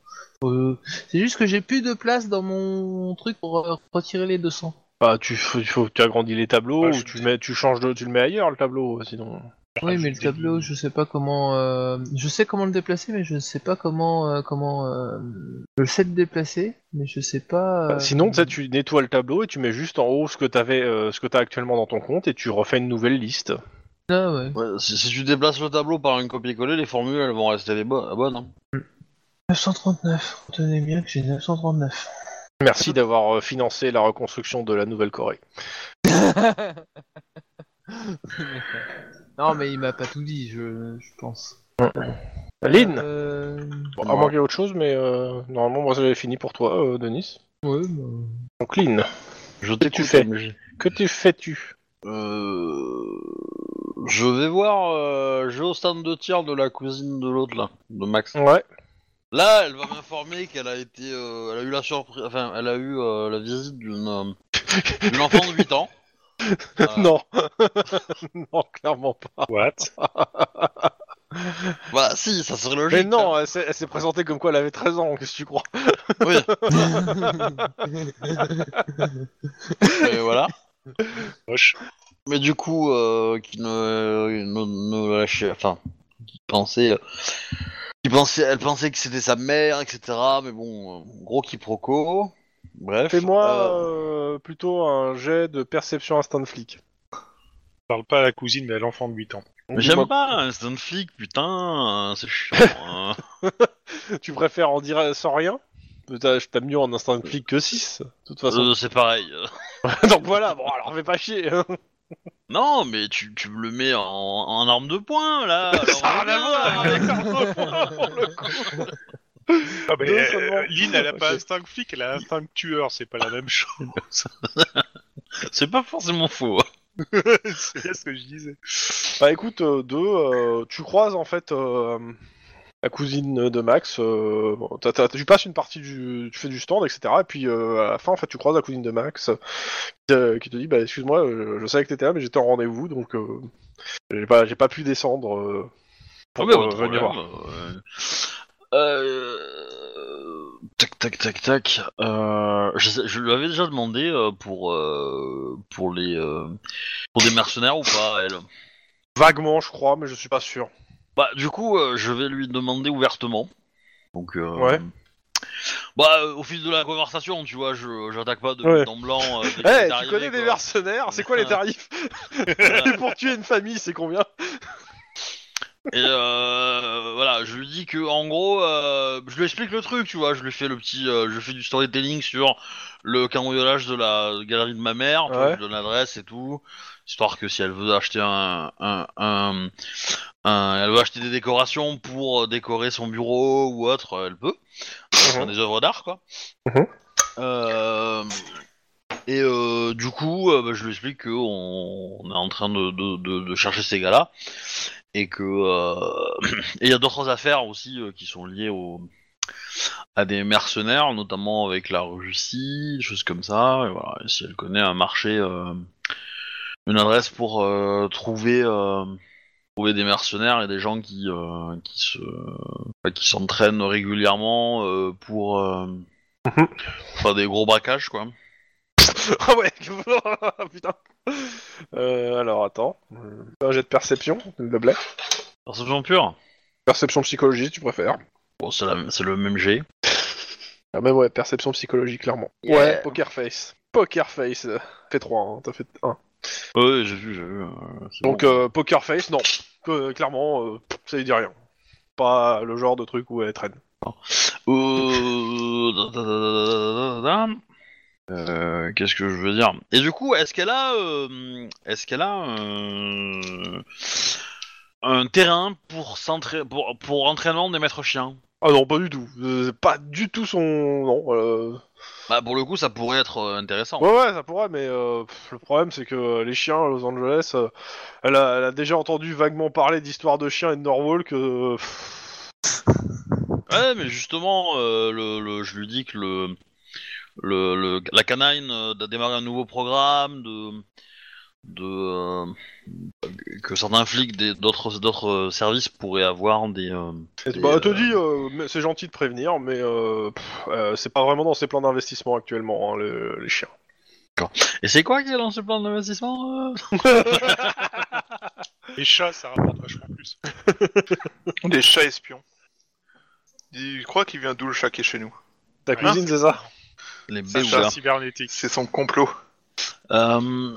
Speaker 5: Faut- C'est juste que j'ai plus de place dans mon truc pour euh, retirer les 200.
Speaker 1: Bah tu, f- faut, tu agrandis les tableaux
Speaker 3: Bah,
Speaker 1: ou
Speaker 3: je-
Speaker 1: tu, le mets, tu changes de, tu le mets ailleurs le tableau euh, sinon.
Speaker 5: Oui, mais le
Speaker 3: Rajouter
Speaker 5: tableau,
Speaker 3: des-
Speaker 5: je sais pas comment. euh, Je sais comment le déplacer, mais je sais pas comment euh, comment euh, je le sais le déplacer, mais je sais pas.
Speaker 1: Bah,
Speaker 5: euh,
Speaker 1: sinon tu sais, tu nettoies le tableau et tu mets juste en haut ce que t'avais, euh, ce que t'as actuellement dans ton compte et tu refais une nouvelle liste.
Speaker 5: Ah, ouais.
Speaker 6: Ouais, si, si tu déplaces le tableau par un copier-coller, les formules elles vont rester les bo- bonnes. hein.
Speaker 5: 939, retenez bien que j'ai 939.
Speaker 1: Merci d'avoir euh, financé la reconstruction de la Nouvelle-Corée.
Speaker 5: non, mais il m'a pas tout dit, je, je pense.
Speaker 1: Lynn.
Speaker 5: Euh...
Speaker 1: Bon, à
Speaker 6: Voilà.
Speaker 1: moins qu'il y ait autre chose, mais euh, normalement, moi, j'avais fini pour toi, euh, Denis.
Speaker 5: Ouais, bah...
Speaker 1: Donc, Lynn,
Speaker 6: Je t'écoute,
Speaker 1: tu fais
Speaker 6: MJ.
Speaker 1: que t'es fais-tu
Speaker 6: Euh, Je vais voir. euh, Je vais au stand de tir de la cousine de l'autre là, de Max.
Speaker 1: Ouais.
Speaker 6: Là, elle va m'informer qu'elle a été, euh, elle a eu la surprise, enfin, elle a eu euh, la visite d'une euh, d'une enfant de 8 ans.
Speaker 1: [LAUGHS]
Speaker 6: Euh,
Speaker 1: [LAUGHS] Non. [LAUGHS] non, clairement pas.
Speaker 3: What
Speaker 6: Bah si, ça serait logique.
Speaker 1: Mais non, elle s'est elle s'est présentée comme quoi elle avait 13 ans, qu'est-ce que tu crois
Speaker 6: hein. Oui. hein, Mais voilà.
Speaker 3: Moche.
Speaker 6: Mais du coup, euh, qui ne, euh, ne, ne lâchait, enfin, qui pensait, euh, qui pensait, elle pensait que c'était sa mère, etc. Mais bon, euh, gros quiproquo. Bref.
Speaker 1: Fais-moi
Speaker 6: euh,
Speaker 1: euh, plutôt un jet de perception instinct de flic.
Speaker 3: Je parle pas à la cousine, mais à l'enfant de 8 ans.
Speaker 6: mais J'aime pas un stand flic, putain, euh, c'est chiant.
Speaker 1: [LAUGHS]
Speaker 6: hein.
Speaker 1: Tu préfères en dire sans rien T'as t'as mieux en instinct de flic que 6, de toute façon.
Speaker 6: Euh, c'est pareil.
Speaker 1: [LAUGHS] Donc voilà, bon, alors fais pas chier. hein.
Speaker 6: Non, mais tu, tu me le mets en, en arme de
Speaker 1: [LAUGHS]
Speaker 6: poing, là. alors, hein,
Speaker 1: Ça a rien à
Speaker 6: voilà.
Speaker 1: voir avec l'arbre pour le coup.
Speaker 3: Ah, mais
Speaker 1: Deux
Speaker 3: euh,
Speaker 1: seulement.
Speaker 3: Lynn, elle a pas
Speaker 1: Ok.
Speaker 3: instinct flic, elle a instinct tueur, c'est pas la [LAUGHS] même chose.
Speaker 6: C'est pas forcément faux. hein.
Speaker 3: c'est bien ce que je disais.
Speaker 1: Bah écoute, euh, deux, euh, tu croises en fait euh, la cousine de Max. euh, bon, t'as- t'as- tu passes une partie du, tu fais du stand, etc. Et puis euh, à la fin, en fait, tu croises la cousine de Max euh, qui, te- qui te dit, bah excuse-moi, euh, je savais que t'étais là, mais j'étais en rendez-vous, donc euh, j'ai pas, j'ai pas pu descendre euh, pour
Speaker 3: Ah,
Speaker 6: Ouais,
Speaker 1: euh,
Speaker 6: bah, pas de
Speaker 1: venir voir.
Speaker 6: problème, euh, euh, Tac, tac, tac, tac. Euh, je, sais- je lui avais déjà demandé euh, pour euh, pour les euh, pour des mercenaires ou pas elle.
Speaker 1: Vaguement, je crois, mais je suis pas sûr.
Speaker 6: Bah du coup, euh, je vais lui demander ouvertement. Donc. euh,
Speaker 1: Ouais.
Speaker 6: Bah euh, au fil de la conversation, tu vois, je j'attaque pas de
Speaker 1: Ouais.
Speaker 6: en blanc. euh,
Speaker 1: [LAUGHS]
Speaker 6: dès
Speaker 1: Eh,
Speaker 6: qu'elle est
Speaker 1: tu
Speaker 6: arrivée,
Speaker 1: connais des
Speaker 6: quoi.
Speaker 1: mercenaires C'est quoi
Speaker 3: [LAUGHS]
Speaker 1: les tarifs Pour tuer une famille, c'est combien
Speaker 6: Et euh, voilà, je lui dis que en gros, euh, je lui explique le truc, tu vois, je lui fais le petit, euh, je fais du storytelling sur le cambriolage de la galerie de ma mère, tu vois,
Speaker 1: Ouais.
Speaker 6: je lui donne l'adresse et tout, histoire que si elle veut acheter un, un, un, un- elle veut acheter des décorations pour euh, décorer son bureau ou autre, euh, elle peut, Enfin, des œuvres d'art quoi.
Speaker 1: Mhm.
Speaker 6: Euh, et euh, du coup, euh, bah, je lui explique qu'on on est en train de, de, de- de chercher ces gars-là et que euh, [CLEARS THROAT] et il y a d'autres affaires aussi euh, qui sont liées au à des mercenaires, notamment avec la Russie, des choses comme ça. Et voilà, et si elle connaît un marché, euh, une adresse pour euh, trouver euh, trouver des mercenaires et des gens qui euh, qui se enfin, qui s'entraînent régulièrement euh, pour euh, faire des gros braquages quoi.
Speaker 1: [LAUGHS] Ah ouais, putain. Euh, alors attends, Euh, un jet de perception, le blé.
Speaker 6: Perception pure.
Speaker 1: Perception psychologie, si tu préfères.
Speaker 6: Bon, c'est la- c'est le même G.
Speaker 1: Ah même ouais, perception psychologie, clairement.
Speaker 6: Yeah.
Speaker 1: Ouais, poker face. Poker face. euh, Fait 3, t'as fait 1.
Speaker 6: Ouais, j'ai vu, j'ai vu. euh, c'est
Speaker 1: Donc
Speaker 6: bon.
Speaker 1: euh, poker face, non. Euh, clairement, euh, ça lui dit rien. Pas le genre de truc où elle traîne.
Speaker 6: Euh, da, da, da, da, da, da, da. Euh, Qu'est-ce que je veux dire Et du coup, est-ce qu'elle a, euh, est-ce qu'elle a euh, un terrain pour s'entra- pour, pour entraînement des maîtres chiens
Speaker 1: Ah non, pas du tout. Euh, c'est pas du tout son... Non. euh,
Speaker 6: Bah pour le coup, ça pourrait être euh, intéressant.
Speaker 1: Ouais, ouais, ça pourrait, mais euh, pff, le problème c'est que euh, les chiens à Los Angeles, euh, elle, a, elle a déjà entendu vaguement parler d'histoire de chiens et de Norwalk. euh, pff,
Speaker 6: Ouais, mais justement, euh, le, le- je lui dis que le, le, le- la canine euh, a démarré un nouveau programme de, de euh, que certains flics des- d'autres d'autres euh, services pourraient avoir des. euh,
Speaker 1: Et
Speaker 6: des,
Speaker 1: bah, elle te
Speaker 6: euh,
Speaker 1: dit, euh, mais c'est gentil de prévenir, mais euh, pff, euh, c'est pas vraiment dans ses plans d'investissement actuellement, hein, le- les chiens.
Speaker 6: Et c'est quoi qui est dans ce plan d'investissement euh
Speaker 3: Les chats, ça rapporte vachement plus.
Speaker 4: Des chats espions. Il croit qu'il vient d'où le chat qui est chez nous
Speaker 1: Ta cuisine, c'est ça
Speaker 6: Les
Speaker 3: C'est un
Speaker 6: Béoulas.
Speaker 3: chat cybernétique.
Speaker 4: C'est son complot.
Speaker 6: Euh...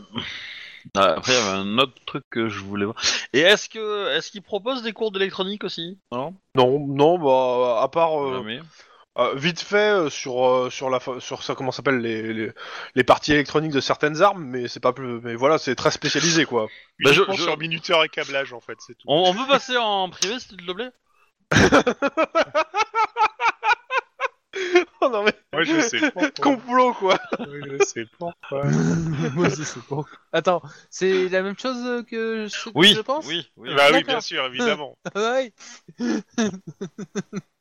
Speaker 6: ah, Après, il y avait un autre truc que je voulais voir. Et est-ce que est-ce qu'ils proposent des cours d'électronique aussi Non.
Speaker 1: Non, non, bah, à part euh,
Speaker 6: Jamais.
Speaker 1: euh, vite fait euh, sur euh, sur la fa- sur ça comment ça s'appelle les, les les parties électroniques de certaines armes, mais c'est pas plus, mais voilà, c'est très spécialisé quoi.
Speaker 6: Bah, je-
Speaker 3: Uniquement
Speaker 6: je-
Speaker 3: sur minuteur et câblage, en fait, c'est tout.
Speaker 6: On, on peut passer en privé, s'il te plaît
Speaker 1: [LAUGHS] oh non mais
Speaker 3: Moi, je [LAUGHS] sais pas.
Speaker 1: [LAUGHS] complot quoi.
Speaker 3: Je sais pas.
Speaker 5: [LAUGHS] Moi, je sais pas. Attends, c'est la même chose que je, que
Speaker 6: Oui.
Speaker 5: je pense
Speaker 6: Oui. oui.
Speaker 3: [LAUGHS] Bah oui,
Speaker 5: D'accord.
Speaker 3: bien sûr, évidemment.
Speaker 5: [LAUGHS] Ouais.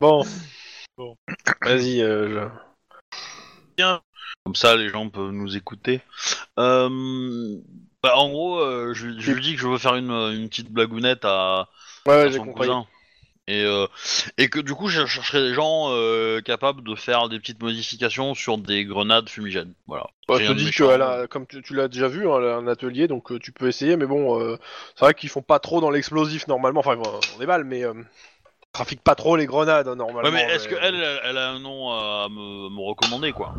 Speaker 1: Bon,
Speaker 3: Bon.
Speaker 1: vas-y. euh,
Speaker 6: Comme ça, les gens peuvent nous écouter. Euh, bah, en gros, euh, je, je lui dis que je veux faire une, une petite blagounette à,
Speaker 1: je... Ouais, ouais,
Speaker 6: à
Speaker 1: j'ai
Speaker 6: son
Speaker 1: compris.
Speaker 6: cousin. Et, euh, et que du coup, je chercherai des gens euh, capables de faire des petites modifications sur des grenades fumigènes. Voilà.
Speaker 1: Bah, je
Speaker 6: Rien
Speaker 1: te
Speaker 6: de
Speaker 1: dis
Speaker 6: méchant.
Speaker 1: que elle a- comme tu, tu l'as déjà vu, hein, elle a un atelier, donc euh, tu peux essayer, mais bon, euh, c'est vrai qu'ils font pas trop dans l'explosif normalement. Enfin, bon, on est mal, mais euh, trafiquent pas trop les grenades hein, normalement.
Speaker 6: Ouais, mais est-ce
Speaker 1: mais-
Speaker 6: qu'elle, elle a un nom à me, me recommander, quoi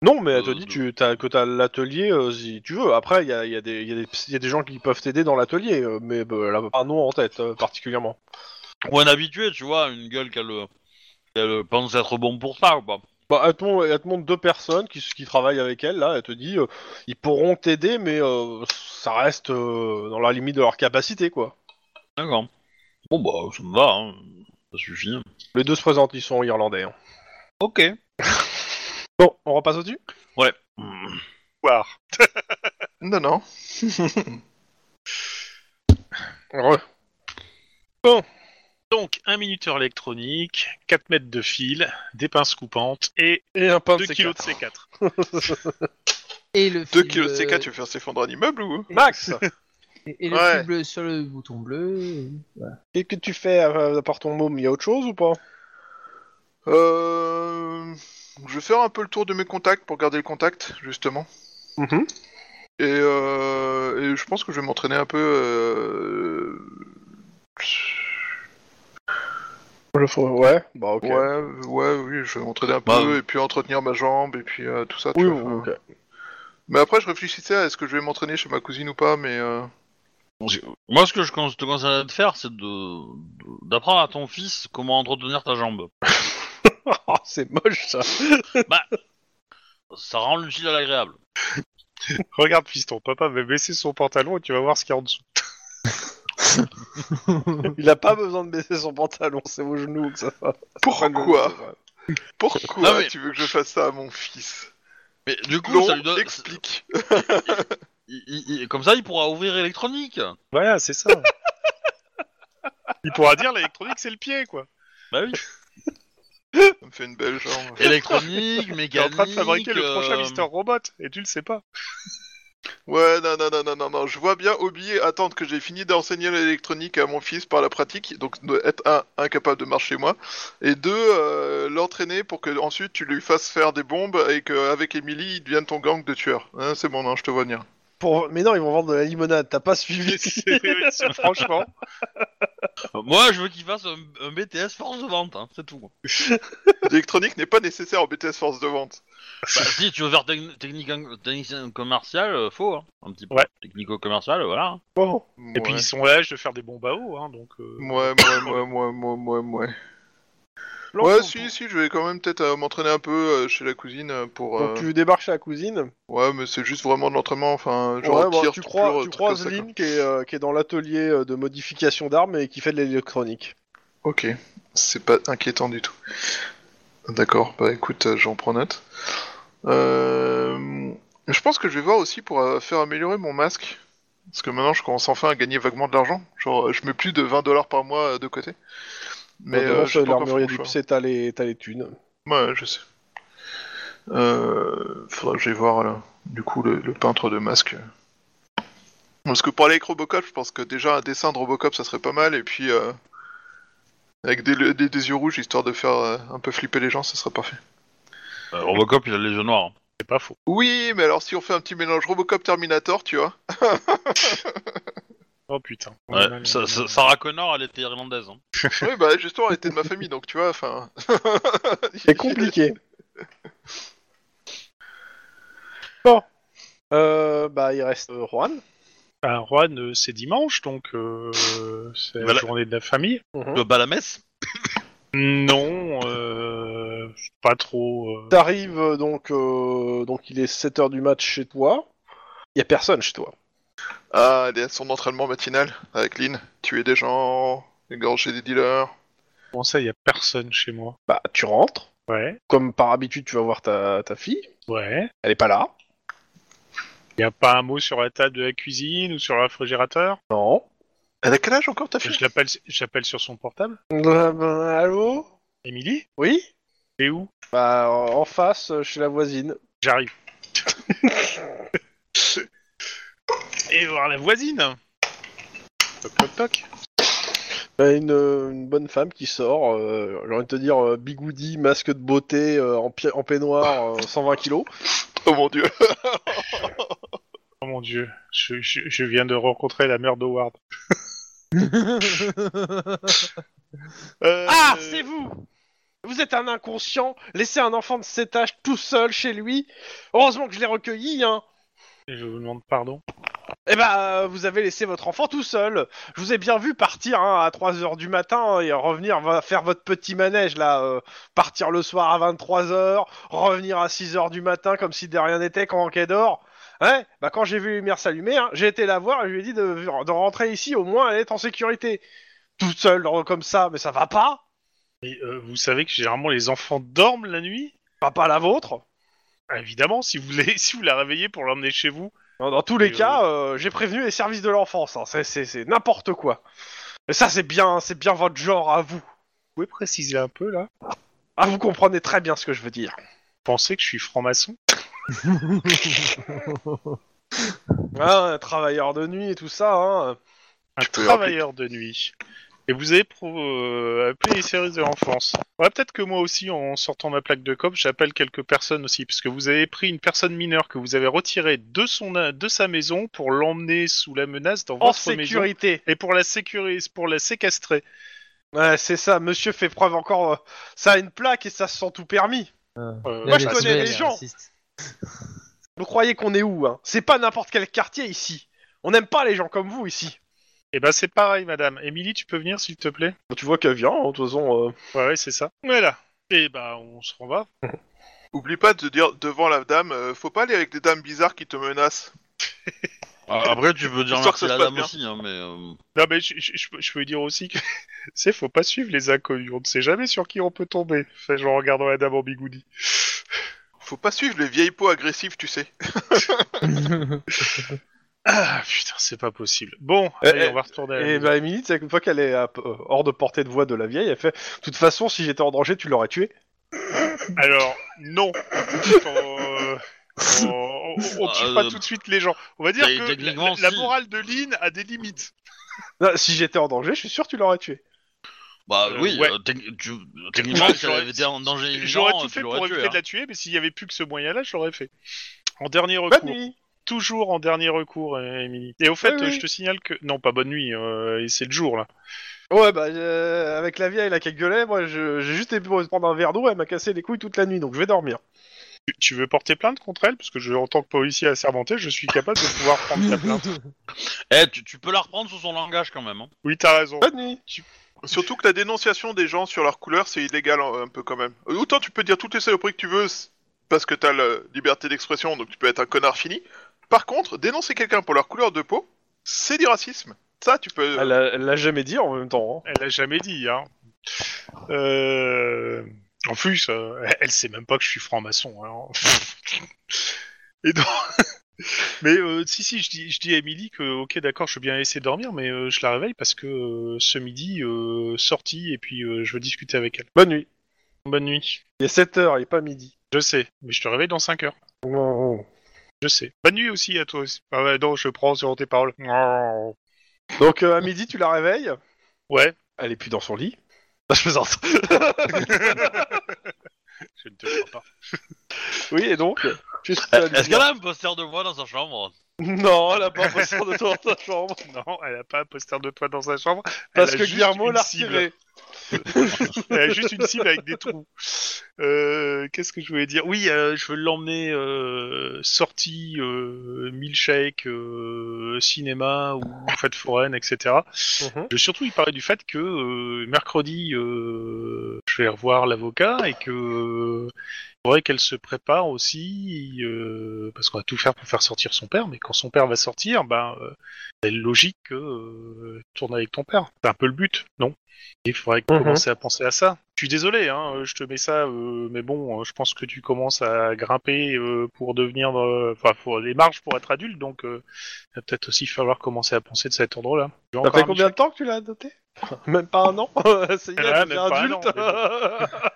Speaker 1: Non, mais elle te
Speaker 6: Euh,
Speaker 1: dit tu, t'as- que t'as l'atelier euh, si tu veux. Après, il y a, il y a des- il y a des il y a des gens qui peuvent t'aider dans l'atelier, euh, mais bah, elle a pas un nom en tête euh, particulièrement.
Speaker 6: Ou un habitué, tu vois, une gueule qu'elle euh, qu'elle pense être bon pour ça, ou pas
Speaker 1: Bah, elle te, mon- elle te montre deux personnes qui, qui travaillent avec elle, là, elle te dit euh, ils pourront t'aider, mais euh, ça reste euh, dans la limite de leur capacité, quoi.
Speaker 6: D'accord. Bon, bah, ça me va, hein. ça suffit. hein.
Speaker 1: Les deux se présentent, ils sont irlandais. hein.
Speaker 6: Ok.
Speaker 1: Bon, on repasse au-dessus
Speaker 6: Hmm.
Speaker 3: Voir.
Speaker 4: Non, non.
Speaker 1: Re.
Speaker 3: [LAUGHS] Donc, un minuteur électronique, 4 mètres de fil, des pinces coupantes et
Speaker 1: Et un pain
Speaker 3: 2
Speaker 1: de
Speaker 3: kilos de C4.
Speaker 5: Et le
Speaker 4: 2
Speaker 5: fil,
Speaker 4: kilos de C4,
Speaker 5: euh,
Speaker 4: tu veux faire s'effondrer un immeuble ou
Speaker 1: [LAUGHS] Max
Speaker 5: Et, et le
Speaker 4: Ouais.
Speaker 5: fil bleu sur le bouton bleu.
Speaker 1: Qu'est-ce que tu fais euh, à part ton môme Il y a autre chose ou pas
Speaker 4: Euh... Je vais faire un peu le tour de mes contacts pour garder le contact, justement.
Speaker 1: Mhm.
Speaker 4: Et, euh, et je pense que je vais m'entraîner un peu. euh,
Speaker 1: Je ferai- Ouais, bah ok.
Speaker 4: Ouais, ouais, oui, je vais m'entraîner un
Speaker 2: Bah,
Speaker 4: peu, et puis entretenir ma jambe, et puis euh, tout ça. tu
Speaker 1: Oui,
Speaker 4: vois,
Speaker 1: bon,
Speaker 4: enfin.
Speaker 1: ok.
Speaker 4: Mais après, je réfléchissais à est-ce que je vais m'entraîner chez ma cousine ou pas, mais... euh,
Speaker 2: Moi, ce que je con- te conseille de faire, c'est de de- d'apprendre à ton fils comment entretenir ta jambe.
Speaker 1: [LAUGHS] Oh, c'est moche [LAUGHS] ça.
Speaker 2: Ça rend l'utile à l'agréable.
Speaker 3: Regarde, fiston, papa va baisser son pantalon et tu vas voir ce qu'il y a en dessous.
Speaker 1: Il a pas besoin de baisser son pantalon, c'est aux genoux que ça va.
Speaker 4: Pourquoi
Speaker 2: Non,
Speaker 4: Pourquoi
Speaker 2: mais-
Speaker 4: tu veux que je fasse ça à mon fils
Speaker 2: Mais du coup,
Speaker 4: Non,
Speaker 2: ça lui donne.
Speaker 4: explique
Speaker 2: il- il- il- comme ça, il pourra ouvrir électronique.
Speaker 3: Voilà, c'est ça. [LAUGHS] Il pourra dire l'électronique, c'est le pied, quoi.
Speaker 2: Bah [LAUGHS] oui.
Speaker 4: Ça me fait une belle jambe.
Speaker 3: [LAUGHS]
Speaker 2: Électronique, mécanique.
Speaker 3: T'es en train de fabriquer le prochain
Speaker 2: euh,
Speaker 3: Mister Robot et tu le sais pas.
Speaker 4: Ouais, non, non, non, non, non, non, je vois bien Obi attendre que j'ai fini d'enseigner l'électronique à mon fils par la pratique, donc de- être un, incapable de marcher moi, et deux, euh, l'entraîner pour que ensuite tu lui fasses faire des bombes et qu'avec Emily, il devienne ton gang de tueurs. Hein, c'est bon, non, je te vois venir.
Speaker 1: Pour- Mais non, ils vont vendre de la limonade, t'as pas
Speaker 4: [LAUGHS]
Speaker 1: suivi.
Speaker 3: Franchement,
Speaker 2: euh, Moi, je veux qu'il fasse un, un BTS force de vente, hein, c'est
Speaker 3: [LAUGHS]
Speaker 2: tout.
Speaker 4: L'électronique n'est pas nécessaire en BTS force de vente.
Speaker 2: Bah, si tu veux faire techn- technique en- technicien commercial, euh, faut, hein, un petit peu.
Speaker 3: Ouais.
Speaker 2: Technico-commercial, voilà. hein.
Speaker 1: Bon.
Speaker 3: Et puis ils sont à l'âge de faire des bombes à eau, hein, donc. euh,
Speaker 4: Ouais, ouais, ouais, ouais, ouais, ouais, ouais.
Speaker 1: Donc,
Speaker 4: Ouais, si, si, je vais quand même peut-être euh, m'entraîner un peu euh, chez la cousine euh, pour. euh,
Speaker 1: Donc tu débarques chez la cousine.
Speaker 4: Ouais, mais c'est juste vraiment de l'entraînement, enfin,
Speaker 1: Ouais,
Speaker 4: genre
Speaker 1: bah,
Speaker 4: tir,
Speaker 1: tu
Speaker 4: tout
Speaker 1: crois,
Speaker 4: pur,
Speaker 1: tu
Speaker 4: truc
Speaker 1: croises
Speaker 4: comme ça, quoi.
Speaker 1: Lynn qui est, euh, qui est dans l'atelier euh, de modification d'armes et qui fait de l'électronique.
Speaker 4: Ok, c'est pas inquiétant du tout. D'accord, bah écoute, euh, j'en prends note. Euh, Je pense que je vais voir aussi pour euh, faire améliorer mon masque. Parce que maintenant, je commence enfin à gagner vaguement de l'argent. Genre, euh, je mets plus de 20 dollars par mois euh, de côté. Mais
Speaker 1: Bah,
Speaker 4: euh,
Speaker 1: devant,
Speaker 4: je sais pas encore
Speaker 1: l'armurier
Speaker 4: faire
Speaker 1: du
Speaker 4: mon choix.
Speaker 1: psy, t'as les, t'as les thunes.
Speaker 4: Ouais, je sais. Euh, faudra que j'aille voir, là, du coup, le, le peintre de masque. Parce que pour aller avec Robocop, je pense que déjà un dessin de Robocop, ça serait pas mal, et puis euh, avec des, des- des yeux rouges, histoire de faire euh, un peu flipper les gens, ça serait parfait.
Speaker 2: Euh, Robocop, il a les yeux noirs. hein.
Speaker 3: c'est pas faux.
Speaker 4: Oui, mais alors si on fait un petit mélange Robocop-Terminator, tu [LAUGHS] vois
Speaker 3: Oh putain.
Speaker 2: Ouais, Sa- Sa- Sarah Connor, elle était irlandaise. hein.
Speaker 4: Oui, bah justement, elle était de ma famille, donc tu vois, [LAUGHS] enfin...
Speaker 1: C'est compliqué. bon. Euh, bah, il reste euh, Juan.
Speaker 3: Bah, Juan, euh, c'est dimanche, donc euh, c'est la
Speaker 2: Voilà.
Speaker 3: journée de la famille.
Speaker 2: Tu vas pas à la messe
Speaker 3: Non, euh, pas trop. euh.
Speaker 1: T'arrives euh, donc, euh, donc il est 7h du match chez toi. Il y a personne chez toi.
Speaker 4: Ah, elle est à son entraînement matinal, avec Lynn, tuer des gens, égorger des dealers...
Speaker 3: Comment ça, il y a personne chez moi
Speaker 1: Bah, tu rentres.
Speaker 3: Ouais,
Speaker 1: Comme par habitude, tu vas voir ta, ta fille.
Speaker 3: ouais.
Speaker 1: Elle est pas là.
Speaker 3: Il y a pas un mot sur la table de la cuisine ou sur le réfrigérateur
Speaker 1: Non.
Speaker 4: Elle a quel âge encore, ta fille
Speaker 3: Je l'appelle, j'appelle sur son portable.
Speaker 1: Bah, allô
Speaker 3: Émilie
Speaker 1: Oui
Speaker 3: Et où
Speaker 1: Bah, en en face, euh, chez la voisine.
Speaker 3: J'arrive. [LAUGHS] Et voir la voisine. Toc toc toc.
Speaker 1: T'as Une, euh, une bonne femme qui sort, euh, j'ai envie de te dire, euh, bigoudi, masque de beauté, euh, en, pi- en peignoir, euh, 120 kilos.
Speaker 4: Oh mon dieu
Speaker 3: Oh mon dieu, je, je- je viens de rencontrer la mère d'Howard.
Speaker 4: Euh,
Speaker 1: Ah, c'est vous Vous êtes un inconscient, laissez un enfant de cet âge tout seul chez lui. Heureusement que je l'ai recueilli, hein.
Speaker 3: Et Je vous demande pardon.
Speaker 1: Eh bah, vous avez laissé votre enfant tout seul. Je vous ai bien vu partir hein, à 3h du matin et revenir va- faire votre petit manège, là. euh, partir le soir à 23h, revenir à 6h du matin comme si de rien n'était quand on quai d'or. Ouais, bah quand j'ai vu les lumières s'allumer, hein, j'ai été la voir et je lui ai dit de, de rentrer ici, au moins elle est en sécurité. Tout seul, dans- comme ça, mais ça va pas
Speaker 3: Mais, euh, vous savez que généralement les enfants dorment la nuit
Speaker 1: Pas pas la vôtre
Speaker 3: Ah, Évidemment, si vous, les- [LAUGHS] si vous la réveillez pour l'emmener chez vous.
Speaker 1: Non, Dans tous les
Speaker 3: Et, euh,
Speaker 1: cas, euh, j'ai prévenu les services de l'enfance, hein, c'est- c'est c'est n'importe quoi. Et ça, c'est bien, c'est bien votre genre à vous.
Speaker 3: Vous pouvez préciser un peu là
Speaker 1: Ah, vous comprenez très bien ce que je veux dire.
Speaker 3: Vous Pensez que je suis franc-maçon
Speaker 1: Hein, travailleur de nuit et tout ça, hein.
Speaker 3: Un
Speaker 4: peux
Speaker 3: travailleur de nuit. Et vous avez pro- euh, appelé les services de l'enfance. Ouais, peut-être que moi aussi, en sortant ma plaque de cop, j'appelle quelques personnes aussi, parce que vous avez pris une personne mineure que vous avez retirée de son de sa maison pour l'emmener sous la menace dans
Speaker 1: En
Speaker 3: votre maison
Speaker 1: sécurité.
Speaker 3: et pour la sécuriser, pour la séquestrer.
Speaker 1: Ouais, c'est ça, monsieur fait preuve encore. euh, ça a une plaque et ça se sent tout permis.
Speaker 3: Euh,
Speaker 1: Moi, je
Speaker 5: La
Speaker 1: connais
Speaker 5: Venezuela,
Speaker 1: les gens.
Speaker 5: raciste.
Speaker 1: Vous croyez qu'on est où, hein C'est pas n'importe quel quartier ici. On n'aime pas les gens comme vous ici.
Speaker 3: Et ben c'est pareil, madame. Émilie, tu peux venir, s'il te plaît
Speaker 1: Tu vois qu'elle vient, hein, de toute façon. euh.
Speaker 3: Ouais, ouais, c'est ça. Voilà. Et bah, on se rend va.
Speaker 4: Oublie pas de dire devant la dame, euh, faut pas aller avec des dames bizarres qui te menacent.
Speaker 6: Ah, Après, tu peux dire
Speaker 4: Histoire
Speaker 6: merci
Speaker 4: que ça
Speaker 6: à
Speaker 4: se
Speaker 6: la
Speaker 4: passe
Speaker 6: dame
Speaker 4: bien.
Speaker 6: aussi, hein, mais. euh,
Speaker 3: Non, mais je, je- je peux- je peux dire aussi que, [LAUGHS] c'est faut pas suivre les inconnus. On ne sait jamais sur qui on peut tomber. Enfin, je regardant la dame en bigoudi.
Speaker 4: Faut pas suivre les vieilles peaux agressives, tu sais.
Speaker 3: Ah, putain, c'est pas possible. Bon,
Speaker 6: Euh,
Speaker 1: Eh,
Speaker 3: allez,
Speaker 1: eh,
Speaker 3: on va retourner à la
Speaker 1: Et
Speaker 3: maison.
Speaker 1: bah, Emily, c'est qu'une fois qu'elle est à- euh, hors de portée de voix de la vieille, elle fait De toute façon, si j'étais en danger, tu l'aurais tué.
Speaker 6: ben-
Speaker 3: Alors, non. Euh, on, on tue
Speaker 6: Euh,
Speaker 3: pas tout de suite les gens. On va dire
Speaker 6: bah,
Speaker 3: que la,
Speaker 6: techniquement,
Speaker 3: la
Speaker 6: si.
Speaker 3: morale de Lynn a des limites.
Speaker 1: Non, si j'étais en danger, je suis sûr que tu l'aurais tué.
Speaker 6: Bah
Speaker 3: Euh,
Speaker 6: oui,
Speaker 3: ouais.
Speaker 6: euh, tec- tu- techniquement, si elle
Speaker 3: j'aurais-
Speaker 6: avait été en danger
Speaker 3: J'aurais
Speaker 6: imminent,
Speaker 3: tout
Speaker 6: tu
Speaker 3: fait pour
Speaker 6: l'aurais
Speaker 3: éviter
Speaker 6: tué.
Speaker 2: hein.
Speaker 6: hein.
Speaker 3: de la tuer, mais s'il y avait plus que ce moyen-là, je l'aurais fait. En dernier
Speaker 1: Bonne
Speaker 3: recours.
Speaker 1: nuit
Speaker 3: toujours en dernier recours, euh, Émilie. Et au fait,
Speaker 1: Oui,
Speaker 3: euh,
Speaker 1: oui.
Speaker 3: je te signale que... Non, pas bonne nuit, euh, et c'est le jour, là.
Speaker 1: Ouais, bah, euh, avec la vieille, la qui gueulait, moi, je- j'ai juste été pour prendre un verre d'eau, elle m'a cassé les couilles toute la nuit, donc je vais dormir.
Speaker 3: Tu, tu veux porter plainte contre elle Parce que, je, en tant que policier assermenté, je suis capable de pouvoir prendre ta plainte.
Speaker 6: hein. Eh, tu, tu peux la reprendre sous son langage quand même. hein.
Speaker 3: Oui, t'as raison.
Speaker 1: Bonne nuit
Speaker 4: Surtout que la dénonciation des gens sur leur couleur, c'est illégal euh, un peu quand même. Euh, Autant tu peux dire toutes les saloperies que tu veux, c- parce que t'as la liberté d'expression, donc tu peux être un connard fini. Par contre, dénoncer quelqu'un pour leur couleur de peau, c'est du racisme. Ça, tu peux...
Speaker 1: Elle a- elle l'a jamais dit en même temps. hein.
Speaker 3: Elle l'a jamais dit, hein. Euh, En plus, euh, elle- elle sait même pas que je suis franc-maçon. alors. [LAUGHS] Et donc... [LAUGHS] Mais euh, si, si, je dis, je dis à Émilie que, ok, d'accord, je veux bien la laisser dormir, mais euh, je la réveille parce que euh, ce midi, euh, sortie, et puis euh, je veux discuter avec elle.
Speaker 1: Bonne nuit.
Speaker 3: Bonne nuit.
Speaker 1: Il est 7h, il est pas midi.
Speaker 3: Je sais, mais je te réveille dans 5 heures.
Speaker 1: Oh, oh.
Speaker 3: Je sais. Bonne nuit aussi à toi aussi. Ah ouais, non, je prends sur tes paroles.
Speaker 1: Donc, euh, à midi, tu la réveilles.
Speaker 3: Ouais.
Speaker 1: Elle est plus dans son lit. Je plaisante.
Speaker 3: Je ne te crois pas. [LAUGHS]
Speaker 1: Oui, et [LAUGHS] donc Juste, euh,
Speaker 6: Est-ce qu'elle a un poster de moi dans sa chambre
Speaker 1: Non, elle a pas besoin [LAUGHS] de toi dans ta chambre.
Speaker 3: Non, elle a pas un poster de toi dans sa chambre. Elle
Speaker 1: Parce
Speaker 3: a
Speaker 1: que
Speaker 3: juste
Speaker 1: Guillermo
Speaker 3: une
Speaker 1: l'a
Speaker 3: cible.
Speaker 1: retiré.
Speaker 3: [LAUGHS] Elle a juste une cible avec des trous. Euh, Qu'est-ce que je voulais dire Oui, euh, je veux l'emmener euh, sortie, euh, milkshake, euh, cinéma ou fête foraine, etc.
Speaker 1: Hein
Speaker 3: Je veux Euh, surtout y parler du fait que euh, mercredi, euh, je vais revoir l'avocat et que euh, il faudrait qu'elle se prépare aussi, euh, parce qu'on va tout faire pour faire sortir son père, mais quand son père va sortir, ben, euh, c'est logique que euh, tourne avec ton père. C'est un peu le but, non Et Il faudrait
Speaker 1: Mhm.
Speaker 3: commencer à penser à ça. Je suis désolé, hein, euh, je te mets ça, euh, mais bon, euh, je pense que tu commences à grimper euh, pour devenir, euh, enfin, pour les marges pour être adulte, donc euh, il va peut-être aussi falloir commencer à penser de cet ordre-là. Tu veux
Speaker 1: Ça
Speaker 3: encore
Speaker 1: fait
Speaker 3: un
Speaker 1: combien de temps que tu l'as adopté Même pas un an [LAUGHS] C'est hier,
Speaker 3: Ah,
Speaker 1: elle
Speaker 3: même
Speaker 1: devient
Speaker 3: pas un
Speaker 1: adulte.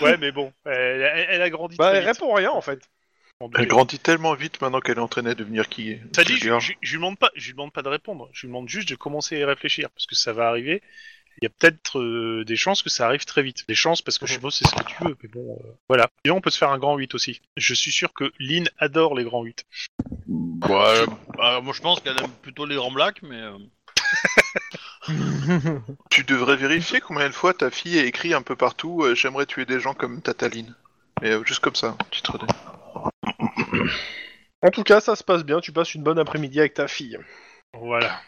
Speaker 3: Ouais, mais bon, elle, elle- elle a grandi.
Speaker 1: bah,
Speaker 3: très
Speaker 1: elle
Speaker 3: vite.
Speaker 1: répond rien en fait.
Speaker 4: Elle grandit tellement vite maintenant qu'elle est entraînée à devenir qui
Speaker 3: Ça dit, je, je- je lui demande pas, je lui demande pas de répondre. Je lui demande juste de commencer à y réfléchir parce que ça va arriver. Il y a peut-être euh, des chances que ça arrive très vite. Des chances parce que je suppose c'est ce que tu veux, mais bon, euh, voilà. Sinon, on peut se faire un grand 8 aussi. Je suis sûr que Lynn adore les grands 8.
Speaker 6: Ouais, euh, moi je pense qu'elle aime plutôt les grands blacks, mais. euh,
Speaker 4: Tu devrais vérifier combien de fois ta fille a écrit un peu partout euh, J'aimerais tuer des gens comme Tataline. Mais euh, juste comme ça, titre de...
Speaker 1: En tout cas, ça se passe bien. Tu passes une bonne après-midi avec ta fille. [LAUGHS]
Speaker 3: Voilà.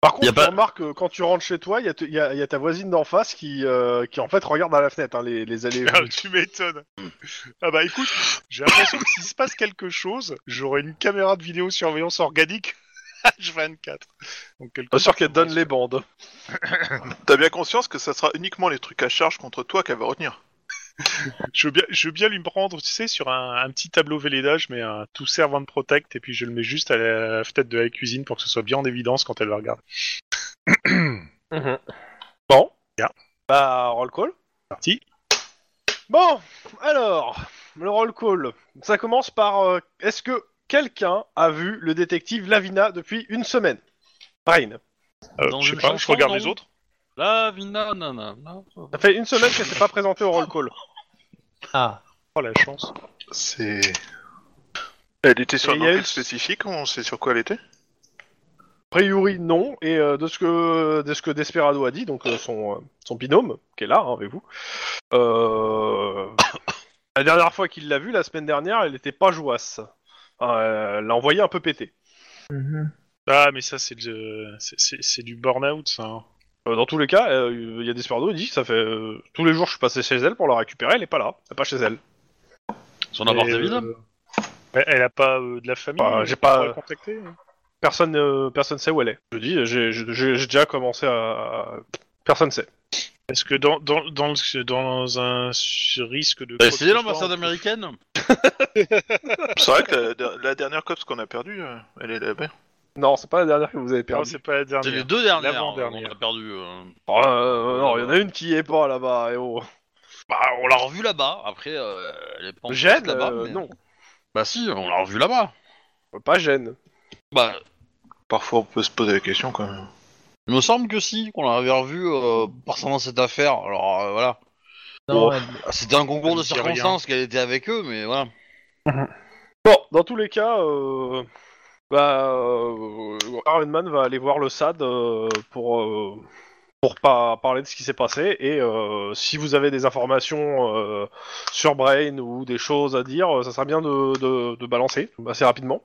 Speaker 1: Par contre,
Speaker 6: Y a
Speaker 1: tu
Speaker 6: pas-
Speaker 1: remarques que quand tu rentres chez toi, il y, a te- il y a- il y a ta voisine d'en face qui, euh, qui en fait regarde à la fenêtre hein, les, les allées. et
Speaker 3: Ah,
Speaker 1: venues.
Speaker 3: tu m'étonnes.
Speaker 1: Mm.
Speaker 3: Ah bah écoute, j'ai l'impression que s'il se passe quelque chose, j'aurai une caméra de vidéosurveillance organique [LAUGHS] H24. Donc quelque
Speaker 1: Pas sûr
Speaker 3: part,
Speaker 1: qu'elle
Speaker 3: ça
Speaker 1: te donne les bandes.
Speaker 4: T'as bien conscience que ça sera uniquement les trucs à charge contre toi qu'elle va retenir.
Speaker 3: Je veux, bien, je veux bien lui prendre, tu sais, sur un, un petit tableau E Velleda, je mets un tout serve and protect et puis je le mets juste à la fenêtre de la cuisine pour que ce soit bien en évidence quand elle le regarde.
Speaker 1: Bon.
Speaker 3: Bien.
Speaker 1: Bah, roll call.
Speaker 3: Parti.
Speaker 1: Bon, alors, le roll call. Ça commence par euh, est-ce que quelqu'un a vu le détective Lavina depuis une semaine Brain.
Speaker 3: Euh,
Speaker 7: Dans
Speaker 3: je sais
Speaker 7: une
Speaker 3: pas, je
Speaker 7: chanson,
Speaker 3: regarde
Speaker 7: non
Speaker 3: les autres.
Speaker 7: Là, Vina, nanana.
Speaker 1: Ça fait une semaine qu'elle s'est pas présentée au roll call.
Speaker 5: Ah,
Speaker 3: Oh la chance.
Speaker 4: C'est. Elle était sur
Speaker 1: Et
Speaker 4: une
Speaker 1: il y a
Speaker 4: enquête
Speaker 1: eu-
Speaker 4: spécifique, on sait sur quoi elle était
Speaker 1: A priori, non. Et euh, de ce que de ce que Desperado a dit, donc euh, son, euh, son binôme, qui est là hein, avec vous, euh, [COUGHS] la dernière fois qu'il l'a vue, la semaine dernière, elle n'était pas jouasse. Euh, elle l'a envoyé un peu pété.
Speaker 5: Mhm.
Speaker 3: Ah, mais ça, c'est de- c'est- c'est- c'est du burn-out, ça. hein.
Speaker 1: Euh, dans tous les cas, euh, il y a Desperado, il dit que ça fait euh, tous les jours je suis passé chez elle pour la récupérer, elle est pas là, elle est pas chez elle.
Speaker 7: Son
Speaker 3: Et,
Speaker 7: appart à Vina.
Speaker 3: euh, Elle elle a pas euh, de la famille
Speaker 1: Bah,
Speaker 3: euh,
Speaker 1: j'ai
Speaker 3: qu'on
Speaker 1: pas-
Speaker 3: pourrait contacter hein
Speaker 1: Personne, euh, personne sait où elle est. Je dis, j'ai- j'ai j'ai déjà commencé à, à- personne sait.
Speaker 3: Est-ce que dans, dans, dans, le- dans un su- risque
Speaker 7: Bah,
Speaker 3: de.
Speaker 6: T'as
Speaker 3: quoi que
Speaker 6: essayé
Speaker 3: ce
Speaker 6: l'ambassade
Speaker 3: soit, on peut-
Speaker 6: américaine
Speaker 4: C'est vrai que la, [LAUGHS] la dernière copse qu'on a perdue, euh, elle est là-bas.
Speaker 1: Non, c'est pas la dernière que vous avez
Speaker 3: Non,
Speaker 1: perdue.
Speaker 3: c'est pas la
Speaker 7: C'est les
Speaker 3: dernière.
Speaker 7: deux dernières.
Speaker 3: L'avant-dernière.
Speaker 7: On a perdu. euh.
Speaker 1: Oh, euh, non, il y en a une qui est pas là-bas. eh oh.
Speaker 7: Bah, on l'a revue là-bas. Après, euh, elle est pas en
Speaker 1: Gêne,
Speaker 7: France, là-bas.
Speaker 1: euh,
Speaker 7: mais-
Speaker 1: non,
Speaker 7: Bah si, on l'a revue là-bas.
Speaker 1: pas gêne.
Speaker 7: Bah,
Speaker 4: Parfois, on peut se poser la question quand même.
Speaker 6: Il me semble que si, qu'on l'avait revu euh, concernant cette affaire. Alors euh, voilà.
Speaker 5: non,
Speaker 6: Oh.
Speaker 5: elle-
Speaker 6: C'était un concours
Speaker 3: Ça me
Speaker 6: de
Speaker 3: dit rien.
Speaker 6: circonstances qu'elle était avec eux, mais voilà.
Speaker 1: Bon, dans tous les cas, euh, bah, euh, Iron Man va aller voir le SAD euh, pour euh, pour pas parler de ce qui s'est passé et euh, si vous avez des informations euh, sur Brain ou des choses à dire, euh, ça serait bien de, de, de balancer assez rapidement.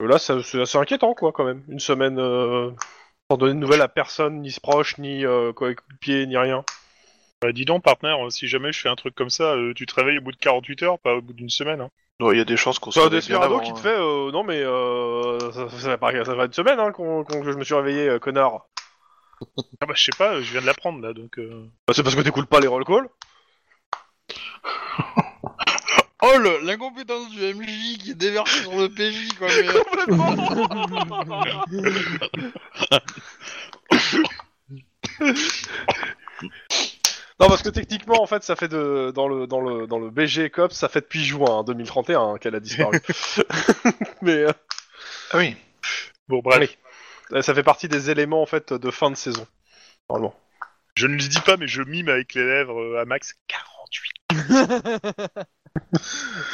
Speaker 1: Euh, Là, ça- c'est assez inquiétant, quoi, quand même. Une semaine euh, sans donner de nouvelles à personne, ni proche, ni euh, coéquipier, ni rien.
Speaker 3: Bah, dis donc, partenaire, euh, si jamais je fais un truc comme ça, euh, tu te réveilles au bout de 48 heures, pas au bout d'une semaine. hein.
Speaker 4: Non, il y a des chances qu'on se
Speaker 1: C'est
Speaker 4: remette bien
Speaker 1: Desperado
Speaker 4: avant,
Speaker 1: qui te
Speaker 4: hein.
Speaker 1: fait euh, non mais euh, ça, ça, va pas- ça va une semaine hein, qu'on- qu'on- que je me suis réveillé euh, connard.
Speaker 3: Ah bah, je sais pas, euh, je viens de l'apprendre là, donc. euh,
Speaker 1: Bah, c'est parce que t'écoutes pas les roll calls.
Speaker 6: Oh, le- l'incompétence du MJ qui est déversée sur le PJ, quoi. mais,
Speaker 1: [LAUGHS]
Speaker 6: euh,
Speaker 1: Non parce que techniquement en fait ça fait de dans le dans le dans le BG Cops ça fait depuis juin hein, 2031 hein, qu'elle a [LAUGHS] disparu. mais euh,
Speaker 4: Ah oui.
Speaker 3: Bon, bref.
Speaker 1: Oui. ça fait partie des éléments en fait de fin de saison. Normalement.
Speaker 3: Je ne le dis pas, mais je mime avec les lèvres euh, à max 48.
Speaker 5: non, mais, euh,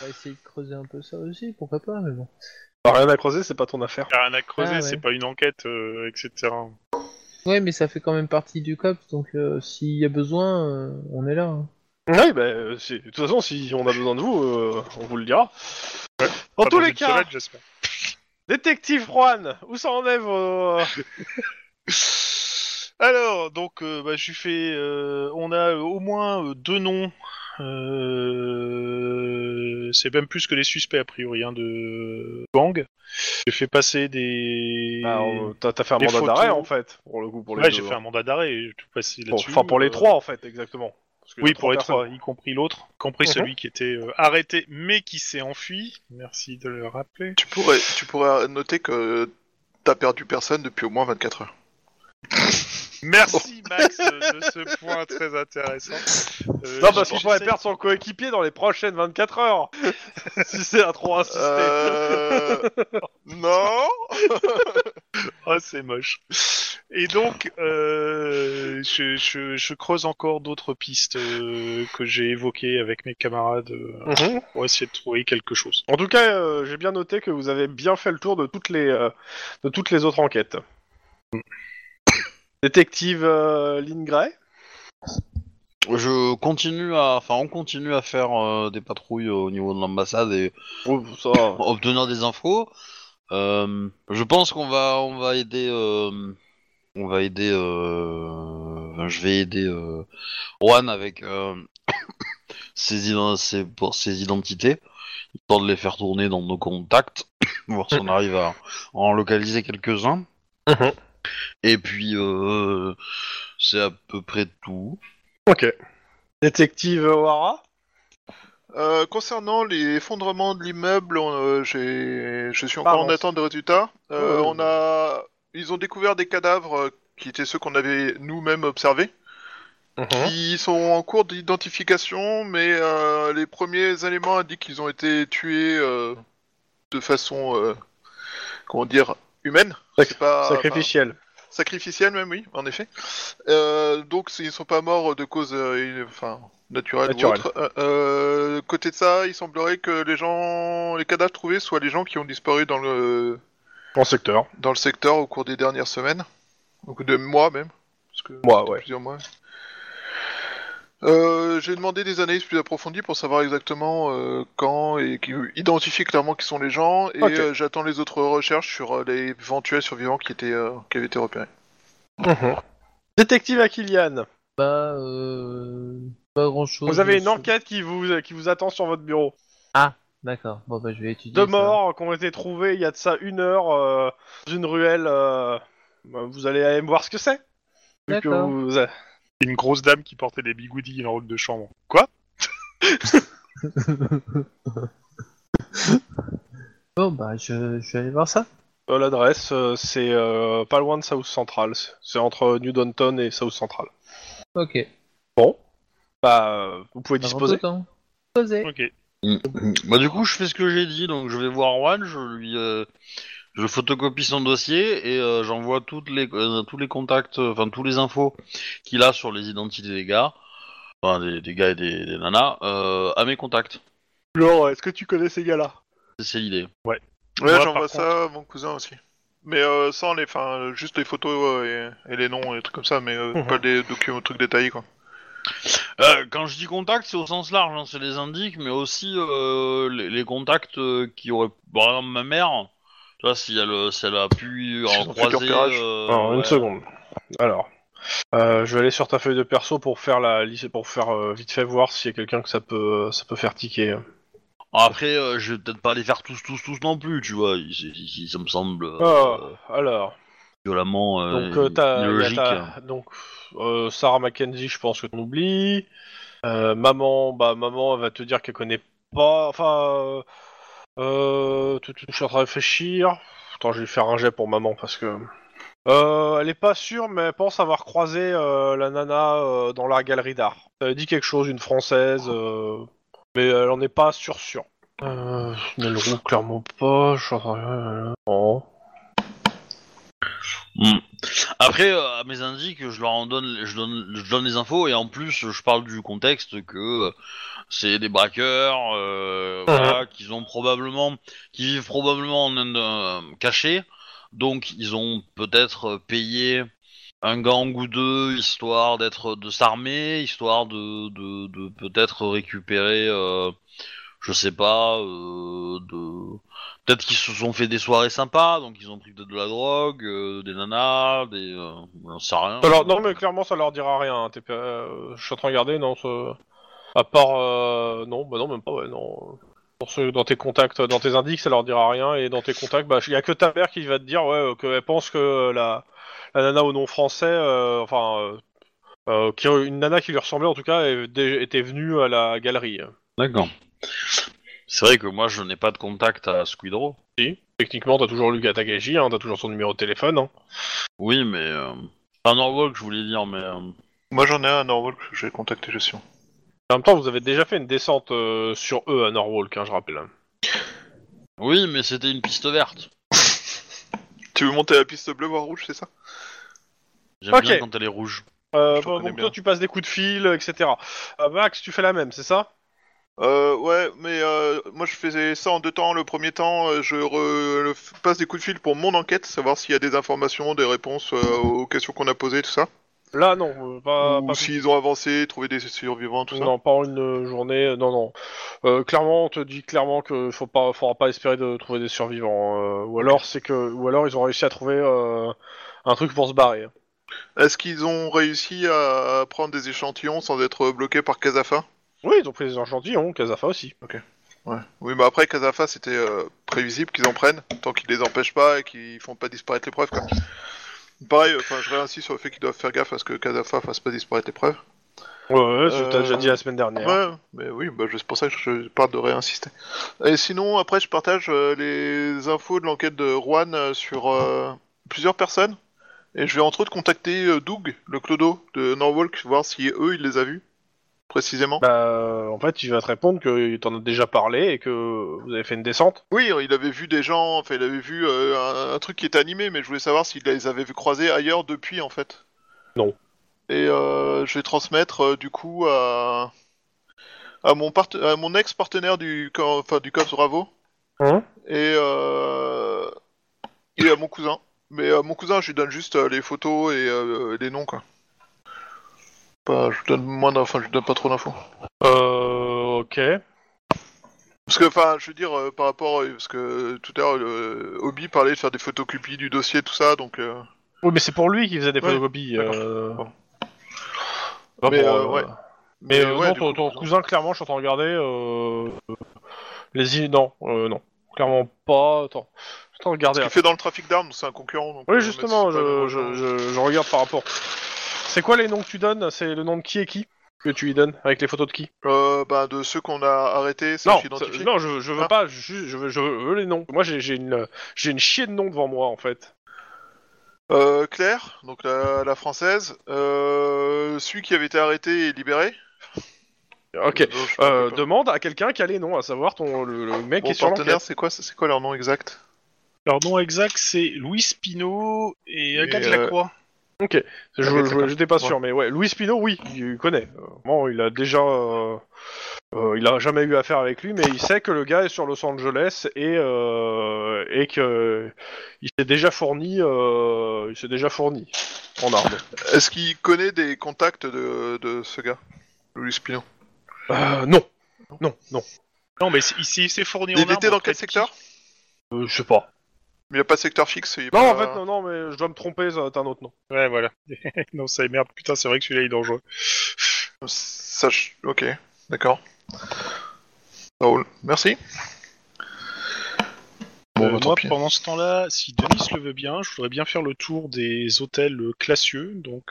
Speaker 5: on va essayer de creuser un peu ça aussi, pourquoi pas, mais bon.
Speaker 1: Bah, rien à creuser c'est pas ton affaire.
Speaker 3: Il y a rien à creuser,
Speaker 5: Ah, ouais.
Speaker 3: c'est pas une enquête, euh, etc.
Speaker 5: Ouais, mais ça fait quand même partie du COPS, donc euh, s'il y a besoin, euh, on est là. hein.
Speaker 1: Oui bah euh, c'est- de toute façon si on a besoin de vous euh, on vous le dira. Dans
Speaker 3: Pas
Speaker 1: tous les
Speaker 3: une
Speaker 1: cas.
Speaker 3: semaine, j'espère.
Speaker 1: Détective Juan, où ça en est vos...
Speaker 3: Alors, donc, euh, bah, je lui fais. euh, on a euh, au moins euh, deux noms. Euh, c'est même plus que les suspects, a priori, hein, de gang. J'ai fait passer des.
Speaker 1: Ah, on- t'as t'as fait un
Speaker 3: les
Speaker 1: mandat
Speaker 3: photos-
Speaker 1: d'arrêt en fait pour le coup pour les
Speaker 3: ouais,
Speaker 1: deux,
Speaker 3: j'ai fait
Speaker 1: hein.
Speaker 3: un mandat d'arrêt. et j'ai tout passé
Speaker 1: Pour-
Speaker 3: là-dessus.
Speaker 1: Enfin pour les
Speaker 3: Euh,
Speaker 1: trois en fait exactement. Parce que y
Speaker 3: Oui,
Speaker 1: a
Speaker 3: pour les
Speaker 1: personnes.
Speaker 3: trois, y compris l'autre, y compris
Speaker 1: Mhm.
Speaker 3: celui qui était euh, arrêté mais qui s'est enfui. Merci de le rappeler.
Speaker 4: Tu pourrais, tu pourrais noter que t'as perdu personne depuis au moins 24 heures.
Speaker 3: Merci Max euh, de [LAUGHS] ce point très intéressant. Euh,
Speaker 1: Non parce
Speaker 3: je-
Speaker 1: qu'il pourrait
Speaker 3: j'essaie-
Speaker 1: perdre son coéquipier dans les prochaines 24 heures. [LAUGHS] si c'est à trop insister.
Speaker 4: Euh... [LAUGHS] non
Speaker 3: Oh, c'est moche. Et donc, euh, je, je- je creuse encore d'autres pistes euh, que j'ai évoquées avec mes camarades euh,
Speaker 1: Mhm.
Speaker 3: pour essayer de trouver quelque chose.
Speaker 1: En tout cas, euh, j'ai bien noté que vous avez bien fait le tour de toutes les euh, de toutes les autres enquêtes. Détective euh, Lynn Gray
Speaker 6: je continue à. Enfin, on continue à faire euh, des patrouilles euh, au niveau de l'ambassade et
Speaker 1: Oh, ça.
Speaker 6: obtenir des infos. Euh, je pense qu'on va, on va aider, euh, on va aider. euh, enfin, je vais aider euh, Juan avec euh, [COUGHS] ses, iden- ses- pour ses identités, histoire de les faire tourner dans nos contacts, [COUGHS] voir si on arrive à en localiser quelques-uns.
Speaker 1: Mhm.
Speaker 6: Et puis, euh, c'est à peu près tout.
Speaker 1: [COUGHS] Ok. Détective O'Hara
Speaker 4: Euh, concernant l'effondrement de l'immeuble, on, euh, j'ai- je suis encore
Speaker 1: Pardon.
Speaker 4: en attente de résultats. Euh,
Speaker 1: Ouais.
Speaker 4: On a ils ont découvert des cadavres euh, qui étaient ceux qu'on avait nous-mêmes observés,
Speaker 1: Mmh.
Speaker 3: Mhm.
Speaker 4: qui sont en cours d'identification, mais euh, les premiers éléments indiquent qu'ils ont été tués euh, de façon, euh, comment dire, humaine.
Speaker 1: Sac-
Speaker 4: C'est pas-
Speaker 3: Ah,
Speaker 1: Sacrificiel.
Speaker 3: bah.
Speaker 4: enfin, sacrificielle même, oui, en effet. Euh, donc ils ne sont pas morts de cause, euh, enfin, naturelle
Speaker 1: Naturelle.
Speaker 4: ou autre. Euh, euh, côté de ça, il semblerait que les gens, les cadavres trouvés soient les gens qui ont disparu dans le
Speaker 1: En secteur.
Speaker 4: dans le secteur au cours des dernières semaines, au cours de mois même, parce que
Speaker 1: Moi,
Speaker 4: c'était
Speaker 1: ouais.
Speaker 4: plusieurs mois. Euh, J'ai demandé des analyses plus approfondies pour savoir exactement euh, quand et qui identifie clairement qui sont les gens et
Speaker 1: Ok.
Speaker 4: euh, j'attends les autres recherches sur euh, les éventuels survivants qui étaient euh, qui avaient été repérés.
Speaker 1: Détective Aquilian,
Speaker 5: Bah, euh, pas grand chose.
Speaker 1: vous avez une enquête qui vous, qui vous attend sur votre bureau.
Speaker 5: D'accord, bon bah je vais étudier.
Speaker 1: Deux
Speaker 5: ça.
Speaker 1: morts qui ont été trouvés il y a de ça une heure euh, dans une ruelle. euh, bah, vous allez aller voir ce que c'est. Vu que
Speaker 5: D'accord.
Speaker 1: vous- vous-
Speaker 3: Une grosse dame qui portait des bigoudis et une robe de chambre. Quoi
Speaker 5: Bon bah je, je vais aller voir ça.
Speaker 1: euh, L'adresse, euh, c'est euh, pas loin de South Central. C'est- C'est entre New Downton et South Central.
Speaker 5: Ok.
Speaker 1: Bah, euh, vous pouvez disposer.
Speaker 5: Avant tout temps.
Speaker 3: Ok.
Speaker 6: Bah du coup, je fais ce que j'ai dit, donc je vais voir Juan, je lui, euh, je photocopie son dossier et euh, j'envoie toutes les, euh, tous les contacts, euh, enfin tous les infos qu'il a sur les identités des gars, enfin des, des gars et des, des nanas, euh, à mes contacts.
Speaker 1: Genre, est-ce que tu connais ces gars-là
Speaker 6: C'est l'idée.
Speaker 4: Ouais,
Speaker 3: Moi,
Speaker 4: j'envoie
Speaker 3: par
Speaker 4: ça à mon cousin aussi. Mais euh, sans les, enfin, juste les photos euh, et, et les noms et des trucs comme ça, mais euh,
Speaker 1: Mhm.
Speaker 4: pas des documents, trucs détaillés quoi.
Speaker 6: Euh, quand je dis contacts, c'est au sens large, hein, c'est les indiques, mais aussi euh, les, les contacts euh, qui auraient, par exemple ma mère, tu vois, si elle, euh, si elle a pu
Speaker 4: S'ils
Speaker 6: en
Speaker 4: ont fait du
Speaker 6: croiser.
Speaker 4: repérage.
Speaker 6: euh,
Speaker 1: Alors, une
Speaker 6: ouais.
Speaker 1: seconde. Alors, euh, je vais aller sur ta feuille de perso pour faire la liste- pour faire euh, vite fait voir s'il y a quelqu'un que ça peut, ça peut faire tiquer.
Speaker 6: Après, euh, je vais peut-être pas les faire tous, tous, tous non plus, tu vois. il- il- il- ça me semble euh,
Speaker 1: Ah, alors,
Speaker 6: violemment euh,
Speaker 1: donc euh, t'as,
Speaker 6: illogique.
Speaker 1: y a ta- donc euh, Sarah Mackenzie, je pense que t'en oublies. Euh, maman, bah maman, elle va te dire qu'elle connaît pas. Enfin, euh, euh, tout- tout- je suis en train de réfléchir. Attends, je vais faire un jet pour maman parce que. Euh, elle est pas sûre, mais elle pense avoir croisé euh, la nana euh, dans la galerie d'art. Elle dit quelque chose, une française, euh, mais elle en est pas sûre sûre. Euh, Nel Roux, clairement pas. Je suis en train de- Non.
Speaker 6: Mm. Après, euh, à mes indices, je leur en donne, je donne, je donne les infos et en plus, je parle du contexte que euh, c'est des braqueurs, euh,
Speaker 1: Ah.
Speaker 6: voilà, qu'ils ont probablement, qui vivent probablement en Inde, euh, caché, donc ils ont peut-être euh, payé un gang ou deux histoire d'être de s'armer, histoire de, de, de peut-être récupérer, euh, je sais pas, euh, de Peut-être qu'ils se sont fait des soirées sympas, donc ils ont pris peut-être de la drogue, euh, des nanas, des. Euh, on sait rien.
Speaker 1: Alors, non, mais clairement, ça leur dira rien. hein, t'es pas- euh, je suis en train de regarder, non, ça- à part. euh, Non, bah non, même pas, ouais, non. Dans, ce- dans tes contacts, dans tes indices, ça leur dira rien, et dans tes contacts, bah, il y a que ta mère qui va te dire, ouais, euh, qu'elle pense que la, la nana au nom français, euh, enfin. euh, euh, qui- une nana qui lui ressemblait en tout cas est- dé- était venue à la galerie.
Speaker 6: D'accord. C'est vrai que moi je n'ai pas de contact à Squidro.
Speaker 1: Techniquement, t'as toujours Lucas Takagi, hein, t'as toujours son numéro de téléphone. hein.
Speaker 6: Oui, mais. Euh... Enfin, Norwalk, je voulais dire, mais. euh,
Speaker 4: Moi j'en ai un à Norwalk que j'ai contacté gestion.
Speaker 1: En même temps, vous avez déjà fait une descente euh, sur eux à Norwalk, hein, je rappelle.
Speaker 6: Oui, mais c'était une piste verte.
Speaker 4: Tu veux monter à la piste bleue voire rouge, c'est ça
Speaker 6: J'aime
Speaker 1: Ok.
Speaker 6: bien quand elle est rouge.
Speaker 1: Euh,
Speaker 4: Je t'en
Speaker 1: bon,
Speaker 4: connais
Speaker 1: donc
Speaker 4: bien.
Speaker 1: toi, tu passes des coups de fil, euh, etc. Euh, Max, tu fais la même, c'est ça
Speaker 4: Euh, ouais, mais euh, moi je faisais ça en deux temps. Le premier temps, euh, je re- le f- passe des coups de fil pour mon enquête, savoir s'il y a des informations, des réponses euh, aux questions qu'on a posées, tout ça.
Speaker 1: Là, non, euh, pas,
Speaker 4: Ou
Speaker 1: pas-
Speaker 4: s'ils ont avancé, trouvé des survivants, tout ça.
Speaker 1: non, pas en une euh, journée. euh, Non, non. Euh, clairement, on te dit clairement que faut pas, faudra pas espérer de trouver des survivants. euh, ou alors, c'est que, ou alors, ils ont réussi à trouver euh, un truc pour se barrer.
Speaker 4: Est-ce qu'ils ont réussi à prendre des échantillons sans être bloqués par Kazafa
Speaker 1: Oui, ils ont pris des échantillons, Casafa aussi.
Speaker 4: Ouais. Oui, mais après, Kazafa, c'était euh, prévisible qu'ils en prennent, tant qu'ils les empêchent pas et qu'ils font pas disparaître les preuves. Quoi. Pareil, enfin, je réinsiste sur le fait qu'ils doivent faire gaffe à ce que Kazafa fasse pas disparaître les preuves.
Speaker 1: Ouais, ouais, ce que t'as
Speaker 4: Euh,
Speaker 1: déjà dit la semaine dernière.
Speaker 4: Ouais, mais oui, bah, je- c'est pour ça que je parle de réinsister. Et sinon, après, je partage euh, les infos de l'enquête de Juan euh, sur euh, plusieurs personnes. Et je vais entre autres contacter euh, Doug, le clodo de Norwalk, voir si eux, ils les a vus. Précisément.
Speaker 1: Bah, en fait, il va te répondre que t'en as déjà parlé et que vous avez fait une descente.
Speaker 4: Oui, hein, il avait vu des gens, enfin, il avait vu euh, un, un truc qui était animé, mais je voulais savoir s'il les avait vus croiser ailleurs depuis, en fait.
Speaker 1: Non.
Speaker 4: Et euh, je vais transmettre, euh, du coup, à, à mon, part- à mon ex-partenaire du, co- enfin, du COPS Bravo.
Speaker 1: Hein
Speaker 4: et, euh, et à mon cousin. Mais à mon cousin, je lui donne juste euh, les photos et euh, les noms, quoi. Pas, je lui donne moins d'infos, enfin, je lui donne pas trop d'infos.
Speaker 1: Euh, ok.
Speaker 4: Parce que, enfin, je veux dire, euh, par rapport, euh, parce que euh, tout à l'heure, euh, Obi parlait de faire des photocopies du dossier, tout ça, donc. euh,
Speaker 1: Oui, mais c'est pour lui qui faisait des
Speaker 4: Ouais,
Speaker 1: photocopies.
Speaker 4: d'accord.
Speaker 1: euh,
Speaker 4: Bon.
Speaker 1: pas
Speaker 4: Mais,
Speaker 1: pour,
Speaker 4: euh,
Speaker 1: euh,
Speaker 4: ouais.
Speaker 1: Mais, euh,
Speaker 4: ouais,
Speaker 1: non,
Speaker 4: du
Speaker 1: ton,
Speaker 4: coup,
Speaker 1: ton cousin, clairement, je suis en train de regarder. Euh... euh, Les îles, non, euh, non, clairement pas. Attends, je suis en train de regarder.
Speaker 4: Ce qu'il fait dans le trafic d'armes, donc c'est un concurrent. donc, euh,
Speaker 1: Oui,
Speaker 4: même
Speaker 1: justement,
Speaker 4: si c'est pas
Speaker 1: je, je,
Speaker 4: le-
Speaker 1: je- je regarde par rapport. C'est quoi les noms que tu donnes C'est le nom de qui et qui que tu lui donnes avec les photos de qui
Speaker 4: Euh, bah, de ceux qu'on a arrêtés, ceux
Speaker 1: Non,
Speaker 4: qui identifient.
Speaker 1: ça- non, je, je veux
Speaker 4: Ah.
Speaker 1: pas. Je, je, veux, je veux les noms. Moi, j'ai j'ai une j'ai une chier de noms devant moi en fait.
Speaker 4: Euh, Claire, donc la, la française. Euh, celui qui avait été arrêté et libéré.
Speaker 1: Ok.
Speaker 4: Euh, je sais pas,
Speaker 1: Euh,
Speaker 4: je sais pas.
Speaker 1: demande à quelqu'un qui a les noms, à savoir ton le, le mec qui
Speaker 4: Mon
Speaker 1: est sur
Speaker 4: partenaire,
Speaker 1: l'enquête.
Speaker 4: c'est quoi, c'est quoi leur nom exact
Speaker 3: Leur nom exact, c'est Louis Spino et Agathe
Speaker 4: euh,
Speaker 3: Lacroix.
Speaker 1: Je-
Speaker 4: D'accord,
Speaker 1: je-
Speaker 4: d'accord.
Speaker 1: J'étais pas sûr, mais ouais, Louis Spino, oui, il connaît. Euh, bon, il a déjà, euh, euh, il a jamais eu affaire avec lui, mais il sait que le gars est sur Los Angeles et euh, et que il s'est déjà fourni, euh, il s'est déjà fourni en armes.
Speaker 4: Est-ce qu'il connaît des contacts de, de ce gars, Louis Spino
Speaker 1: Euh, non, non, non,
Speaker 3: Non, mais c'est- il s'est il s'est fourni en
Speaker 4: Il était
Speaker 3: armes
Speaker 4: dans
Speaker 3: auprès
Speaker 4: quel
Speaker 3: de qui
Speaker 4: secteur
Speaker 1: Euh, je sais pas.
Speaker 4: Il n'y a pas de secteur fixe. il y a
Speaker 1: Non, en
Speaker 4: pas-
Speaker 1: fait, non, non, mais je dois me tromper, ça, t'as un autre nom.
Speaker 3: Ouais, voilà. [LAUGHS] non, ça merde. Putain, c'est vrai que celui-là il est dangereux.
Speaker 4: Ça, je- ok, d'accord. Ça roule. Merci. Bon,
Speaker 3: Euh,
Speaker 4: bah, tant
Speaker 3: moi,
Speaker 4: pis.
Speaker 3: pendant ce temps-là, si Denis le veut bien, je voudrais bien faire le tour des hôtels euh, classieux, donc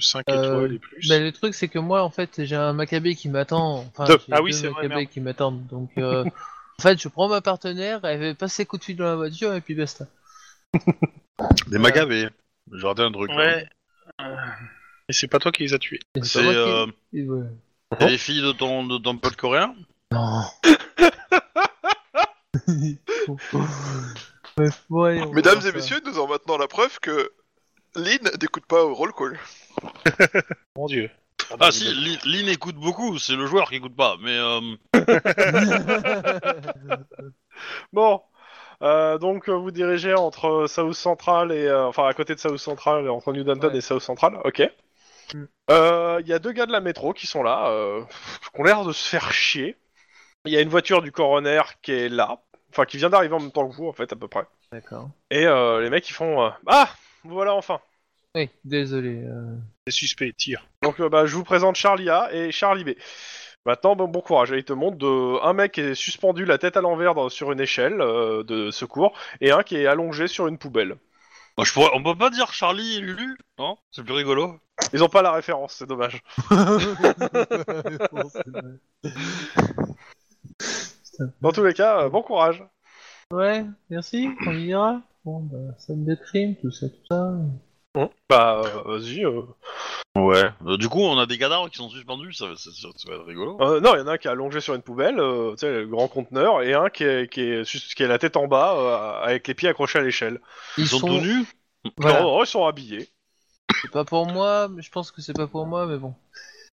Speaker 3: 5
Speaker 5: Euh,
Speaker 3: étoiles et plus.
Speaker 5: Mais le truc, c'est que moi, en fait, j'ai un Maccabée qui m'attend. Enfin,
Speaker 3: Deux.
Speaker 5: j'ai
Speaker 3: Ah oui,
Speaker 5: deux
Speaker 3: c'est vrai,
Speaker 5: Maccabées
Speaker 3: merde.
Speaker 5: qui m'attendent. Donc, euh, [LAUGHS] en fait, je prends ma partenaire, elle fait passer coup de fil dans la voiture, et puis basta.
Speaker 6: Des magavés. J'ai raté un truc. là.
Speaker 3: Ouais. Euh, Et c'est pas toi qui les as tués.
Speaker 5: Et
Speaker 6: C'est
Speaker 5: pas moi qui-
Speaker 6: euh, Oh.
Speaker 5: et voilà.
Speaker 6: c'est les filles de ton, de ton pote coréen
Speaker 5: Non. Bref, bon, allez, on va
Speaker 4: [LAUGHS] Mesdames
Speaker 5: voir
Speaker 4: et
Speaker 5: ça.
Speaker 4: messieurs, nous avons maintenant la preuve que Lynn n'écoute pas au roll call.
Speaker 3: Mon dieu.
Speaker 4: bah,
Speaker 6: Ah si, Lin, Lin écoute beaucoup, c'est le joueur qui écoute pas, mais... euh,
Speaker 1: Bon, Euh, donc euh, vous dirigez entre euh, South Central et euh, enfin à côté de South Central, entre New Danton
Speaker 5: Ouais. Mm.
Speaker 1: et South Central. Ok. Euh, Il y a deux gars de la métro qui sont là, euh, qui ont l'air de se faire chier. Il y a une voiture du coroner qui est là, enfin qui vient d'arriver en même temps que vous en fait à peu près.
Speaker 5: D'accord.
Speaker 1: Et euh, les mecs ils font euh, ah vous voilà enfin.
Speaker 5: Oui, désolé. euh,
Speaker 3: C'est suspect, tire.
Speaker 1: Donc euh, bah, je vous présente Charlie A et Charlie B. Maintenant, bon, bon courage. Et Il te montre de... un mec qui est suspendu la tête à l'envers dans- sur une échelle euh, de secours et un qui est allongé sur une poubelle.
Speaker 6: moi, bah, je pourrais... On peut pas dire Charlie et Lulu Non C'est plus rigolo.
Speaker 1: Ils ont pas la référence, c'est dommage.
Speaker 5: euh,
Speaker 1: Dans tous les cas, euh, bon courage.
Speaker 5: ouais, merci, on y ira. Bon, bah, scène de crime, tout ça, tout ça.
Speaker 1: Bah, euh, vas-y. euh.
Speaker 6: Ouais. Euh, du coup, on a des cadavres qui sont suspendus, ça, ça- ça- ça va être
Speaker 5: Ah,
Speaker 6: rigolo.
Speaker 1: Euh, non, il y en a un qui est allongé sur une poubelle, euh, tu sais, le grand conteneur, et un qui est, qui est, sus- qui est la tête en bas, euh, avec les pieds accrochés à l'échelle.
Speaker 5: Ils,
Speaker 6: sont tous nus
Speaker 5: Voilà.
Speaker 1: Non, non, ils sont habillés.
Speaker 5: C'est pas pour moi, mais je pense que c'est pas pour moi, mais bon.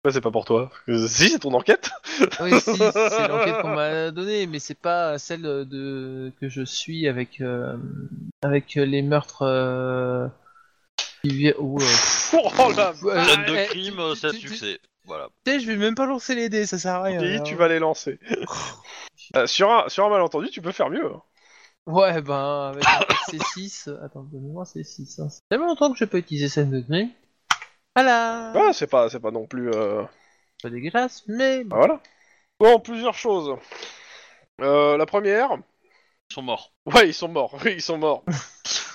Speaker 1: Bah, c'est pas pour toi. Euh, Si, c'est ton enquête. [LAUGHS]
Speaker 5: Oui,
Speaker 4: [LAUGHS]
Speaker 5: si, c'est l'enquête qu'on m'a donnée, mais c'est pas celle de que je suis avec euh, avec les meurtres euh, qui viennent. Oh, euh,
Speaker 1: oh la
Speaker 5: Ouais.
Speaker 6: Scène
Speaker 5: eh,
Speaker 6: de crime,
Speaker 5: tu-
Speaker 6: euh,
Speaker 5: tu-
Speaker 6: sept
Speaker 5: tu- tu-
Speaker 6: succès. Voilà.
Speaker 5: putain, je vais même pas lancer les dés, ça sert à rien.
Speaker 1: vie,
Speaker 5: alors.
Speaker 1: tu vas les lancer. Euh, sur, un, sur un malentendu, tu peux faire mieux. hein.
Speaker 5: Ouais, ben avec [COUGHS] un C6. euh, Attends, donne-moi C6. Hein. Ça fait longtemps que j'ai pas utilisé scène de crime. Voilà.
Speaker 1: Ouais, c'est pas, c'est pas non plus. euh,
Speaker 5: Pas dégueulasse, mais
Speaker 1: bah, voilà. Bon, plusieurs choses. Euh, la première,
Speaker 6: Ils sont morts.
Speaker 1: ouais, ils sont morts. [LAUGHS] Oui, ils sont morts.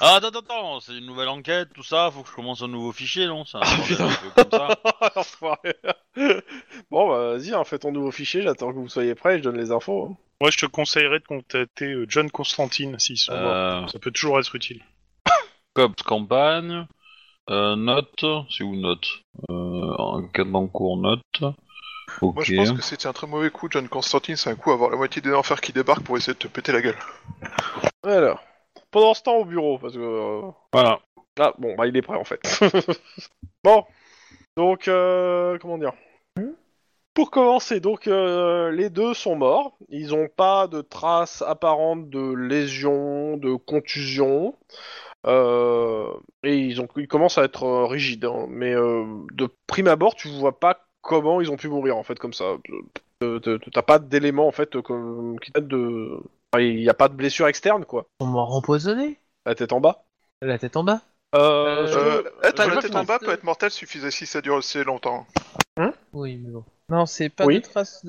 Speaker 6: Ah, attends, attends, attends, c'est une nouvelle enquête, tout ça, faut que je commence un nouveau fichier, non C'est un bordel
Speaker 1: putain.
Speaker 6: un peu comme ça.
Speaker 1: L'enfoiré. bon, bah, vas-y, hein, fais ton nouveau fichier, j'attends que vous soyez prêts, je donne les infos. hein.
Speaker 3: Moi, je te conseillerais de contacter euh, John Constantine s'ils sont morts.
Speaker 6: Euh,
Speaker 3: Ça peut toujours être utile.
Speaker 6: COPS campagne, euh, note, c'est où note euh, Enquête en cours, note. Ok.
Speaker 4: Moi, je pense que c'était un très mauvais coup, John Constantine. C'est un coup à avoir la moitié des enfers qui débarquent pour essayer de te péter la gueule.
Speaker 1: Alors. Pendant ce temps au bureau, parce que. euh,
Speaker 6: Voilà.
Speaker 1: Ah, bon, bah il est prêt en fait. [LAUGHS] bon. Donc, euh, comment dire Pour commencer, donc, euh, les deux sont morts. Ils n'ont pas de traces apparentes de lésions, de contusions. Euh, et ils, ont, ils commencent à être euh, rigides. hein. Mais euh, de prime abord, tu vois pas comment ils ont pu mourir en fait, comme ça. Euh, t- t- T'as pas d'éléments en fait euh, comme- qui datent de. enfin, Il n'y a pas de blessure externe quoi.
Speaker 5: On m'a empoisonné
Speaker 1: La tête en bas.
Speaker 5: La tête en bas
Speaker 8: Euh, je-
Speaker 4: Euh, attends,
Speaker 8: j'ai
Speaker 4: la
Speaker 8: pas
Speaker 4: tête
Speaker 8: fini.
Speaker 4: en bas peut être mortelle suffisait si ça dure aussi longtemps.
Speaker 5: Oui, mais bon. Non, c'est pas
Speaker 1: Oui.
Speaker 5: de traces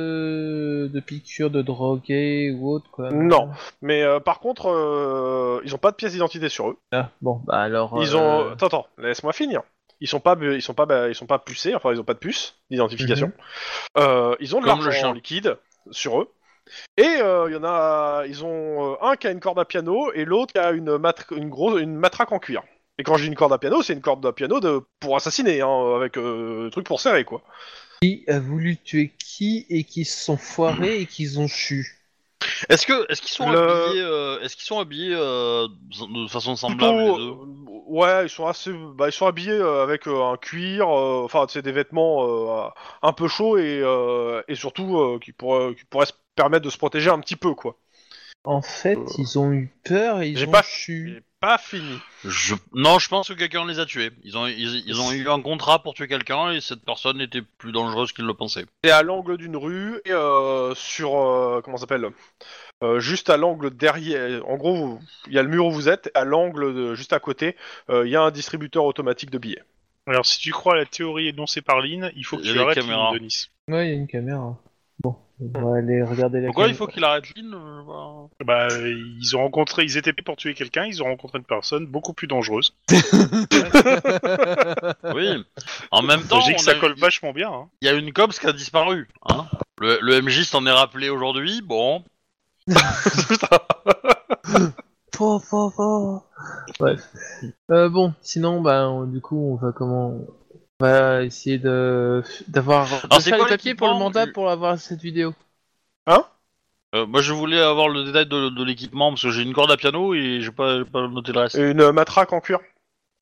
Speaker 5: de... de piqûres de drogués ou autre, quoi.
Speaker 1: Non. Mais euh, par contre, euh, ils ont pas de pièce d'identité sur eux.
Speaker 5: Ah, bon, bah alors...
Speaker 1: Ils
Speaker 5: euh,
Speaker 1: ont. Attends, attends, laisse-moi finir. Ils sont pas, bu- ils sont pas, bah, ils sont pas pucés. Enfin, ils ont pas de puce d'identification. Euh, ils ont de
Speaker 6: Mhm. Comme le
Speaker 1: l'argent
Speaker 6: chien.
Speaker 1: en liquide sur eux. Et euh, il y en a, ils ont euh, un qui a une corde à piano et l'autre qui a une matr- une grosse, une matraque en cuir. Et quand je dis une corde à piano, c'est une corde à piano de pour assassiner, hein, avec euh, truc pour serrer quoi.
Speaker 5: Qui a voulu tuer qui et qui se sont foirés et qu'ils ont chu
Speaker 6: Est-ce que est-ce qu'ils sont,
Speaker 1: Le-
Speaker 6: habillés euh, Est-ce qu'ils sont habillés euh, de façon semblable
Speaker 1: Plutôt,
Speaker 6: les deux
Speaker 1: euh, ouais, ils sont assez, bah, ils sont habillés euh, avec euh, un cuir, euh, enfin c'est des vêtements euh, un peu chauds et, euh, et surtout euh, qui, pourraient, qui pourraient se permettre de se protéger un petit peu quoi.
Speaker 5: En fait,
Speaker 1: Euh,
Speaker 5: ils ont eu peur et ils
Speaker 1: j'ai
Speaker 5: ont
Speaker 1: pas-
Speaker 5: chu.
Speaker 1: J'ai pas fini.
Speaker 6: Je- Non, je pense que quelqu'un les a tués. Ils ont, ils, ils ont eu un contrat pour tuer quelqu'un et cette personne était plus dangereuse qu'ils le pensaient.
Speaker 1: C'est à l'angle d'une rue et euh, sur euh, comment ça s'appelle Euh, Juste à l'angle derrière. En gros, vous- il y a le mur où vous êtes. À l'angle de- juste à côté, euh, il y a un distributeur automatique de billets.
Speaker 3: Alors, si tu crois à la théorie énoncée par Lynn, il faut que
Speaker 6: Il y a
Speaker 3: tu
Speaker 6: des
Speaker 3: arrêtes
Speaker 6: caméras.
Speaker 3: Lynn Denis.
Speaker 5: Ouais, il y a une caméra. Bon, on va aller regarder la
Speaker 6: Pourquoi il
Speaker 5: caméra.
Speaker 6: faut qu'il arrête Lynn euh, bah,
Speaker 3: Bah, euh, ils ont rencontré, ils étaient payés pour tuer quelqu'un, ils ont rencontré une personne beaucoup plus dangereuse.
Speaker 6: Oui. En [LAUGHS] même temps,
Speaker 3: J'ai que
Speaker 6: on
Speaker 3: ça
Speaker 6: a-
Speaker 3: colle vachement bien. hein.
Speaker 6: il y a une copse qui a disparu. Hein le, le MJ s'en est rappelé aujourd'hui. Bon,
Speaker 5: Faux, faux, faux. Bref. Euh, bon, sinon, bah, on- du coup, on va comment On va essayer de d'avoir de
Speaker 6: Alors, c'est
Speaker 5: faire
Speaker 6: quoi
Speaker 5: les papiers pour le
Speaker 6: l'équipement
Speaker 5: mandat
Speaker 6: du-
Speaker 5: pour avoir cette vidéo.
Speaker 6: Euh, moi je voulais avoir le détail de, de l'équipement parce que j'ai une corde à piano et j'ai pas, j'ai pas noté le
Speaker 2: Euh,
Speaker 6: reste.
Speaker 1: Une matraque en cuir.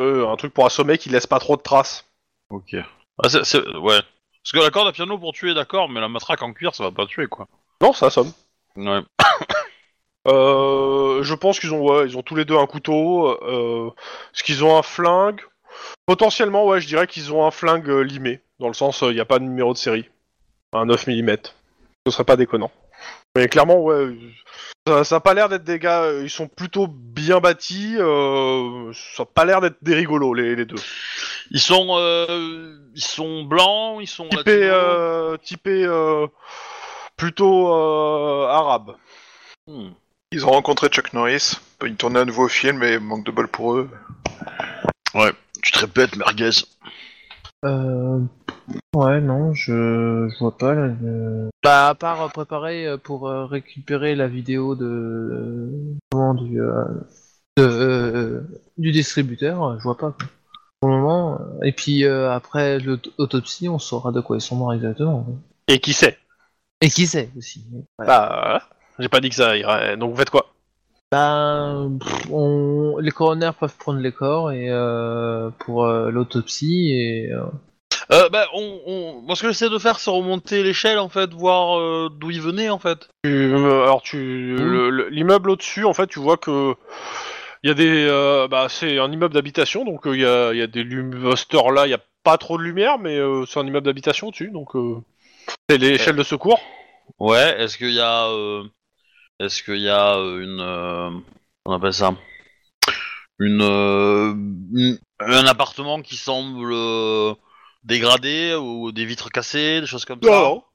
Speaker 1: Euh, un truc pour assommer qui laisse pas trop de traces.
Speaker 6: Ok. Ah, c'est- c'est- ouais. Parce que la corde à piano pour tuer, d'accord, mais la matraque en cuir, ça va pas tuer quoi.
Speaker 1: Non, ça assomme.
Speaker 6: Ouais.
Speaker 1: Euh, je pense qu'ils ont, ouais, ils ont tous les deux un couteau. Euh, Est-ce qu'ils ont un flingue Potentiellement, ouais, je dirais qu'ils ont un flingue euh, limé. Dans le sens, il n'y a pas de numéro de série. Un 9 mm. Ce serait pas déconnant. Mais clairement, ouais, euh, ça, ça a pas l'air d'être des gars. euh, Ils sont plutôt bien bâtis. euh, ça a pas l'air d'être des rigolos, les, les deux.
Speaker 6: Ils sont, euh, ils sont blancs, ils sont
Speaker 1: Typés,
Speaker 6: latinos.
Speaker 1: euh, typés, euh, plutôt euh, arabes.
Speaker 6: Hmm.
Speaker 4: Ils ont rencontré Chuck Norris. Ils tournaient un nouveau film et manque de bol pour eux.
Speaker 2: Tu te répètes, merguez.
Speaker 5: Euh... Ouais, non, je, je vois pas. là, je- Bah, à part euh, préparer euh, pour euh, récupérer la vidéo de comment du euh, de, euh, du distributeur, euh, je vois pas. quoi. Pour le moment, euh, et puis euh, après l'aut- l'autopsie, on saura de quoi ils sont morts exactement. quoi.
Speaker 1: Et qui sait
Speaker 5: Et qui sait aussi. Voilà.
Speaker 1: Bah, j'ai pas dit que ça irait. Donc, vous faites quoi
Speaker 5: Ben, pff, on... les coroners peuvent prendre les corps et euh, pour euh, l'autopsie et euh,
Speaker 6: Euh, bah, on, on... Moi, ce que j'essaie de faire, c'est remonter l'échelle, en fait, voir euh, d'où ils venaient, en fait.
Speaker 1: Tu- euh, alors tu le- le- l'immeuble au-dessus, en fait, tu vois que il y a des, euh, bah, c'est un immeuble d'habitation, donc euh, il y, a, il y a des lumusters là, il y a pas trop de lumière, mais euh, c'est un immeuble d'habitation dessus, donc euh, c'est l'échelle de secours.
Speaker 6: Ouais, est-ce qu'il y a... euh, Est-ce qu'il y a euh, une... euh, On appelle ça une, euh, une- Un appartement qui semble euh, dégradé, ou des vitres cassées, des choses comme ça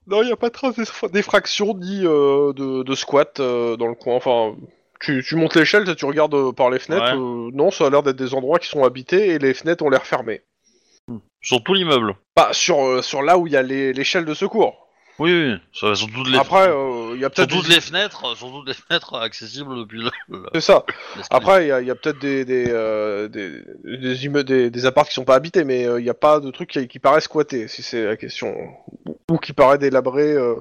Speaker 1: non, il y a pas de trace d'eff- d'effraction ni euh, de, de squat euh, dans le coin. Enfin, tu, tu montes l'échelle, tu regardes euh, par les fenêtres.
Speaker 6: Ouais.
Speaker 1: euh, non, ça a l'air d'être des endroits qui sont habités et les fenêtres ont l'air fermées.
Speaker 6: Sur tout l'immeuble.
Speaker 1: Bah sur euh, sur là où il y a les- l'échelle de secours.
Speaker 6: Oui, oui, sur, sur toutes les,
Speaker 1: Après, euh, il y a
Speaker 6: sur
Speaker 1: peut-être
Speaker 6: toutes
Speaker 1: des-
Speaker 6: les fenêtres, euh, sur toutes les fenêtres accessibles depuis le. le-
Speaker 1: c'est ça.
Speaker 6: l'escalier.
Speaker 1: Après, il y a, il y a peut-être des des, euh, des, des, immeu- des, des apparts qui sont pas habités, mais euh, il n'y a pas de truc qui, qui paraît squatté, si c'est la question, ou, ou qui paraît délabré. euh.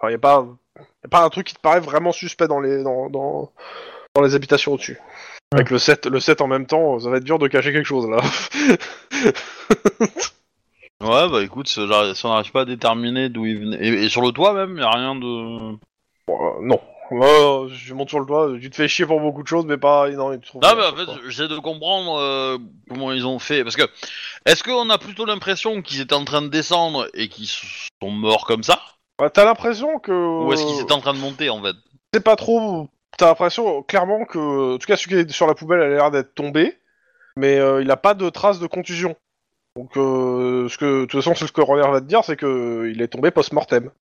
Speaker 1: Enfin, il n'y a pas il y a pas un truc qui te paraît vraiment suspect dans les dans, dans, dans les habitations au-dessus. Avec le 7, le 7 en même temps, ça va être dur de cacher quelque chose là. [LAUGHS]
Speaker 6: Ouais, bah écoute, si on n'arrive si on n'arrive pas à déterminer d'où il venait. Et, et sur le toit même, il a rien de.
Speaker 1: Bon, euh, non. Moi, euh, je monte sur le doigt, tu te fais chier pour beaucoup de choses, mais pas. Non, tu trouves-
Speaker 6: Non, mais en fait, j'essaie de comprendre euh, comment ils ont fait. Parce que, est-ce qu'on a plutôt l'impression qu'ils étaient en train de descendre et qu'ils s- sont morts comme ça
Speaker 1: Bah, T'as l'impression que.
Speaker 6: Ou est-ce
Speaker 1: Euh.
Speaker 6: qu'ils étaient en train de monter en fait
Speaker 1: sais pas trop. T'as l'impression, clairement, que. En tout cas, celui qui est sur la poubelle a l'air d'être tombé, mais euh, il a pas de trace de contusion. Donc, euh, ce que, de toute façon, ce que Renner va te dire, c'est que euh, il est tombé post-mortem.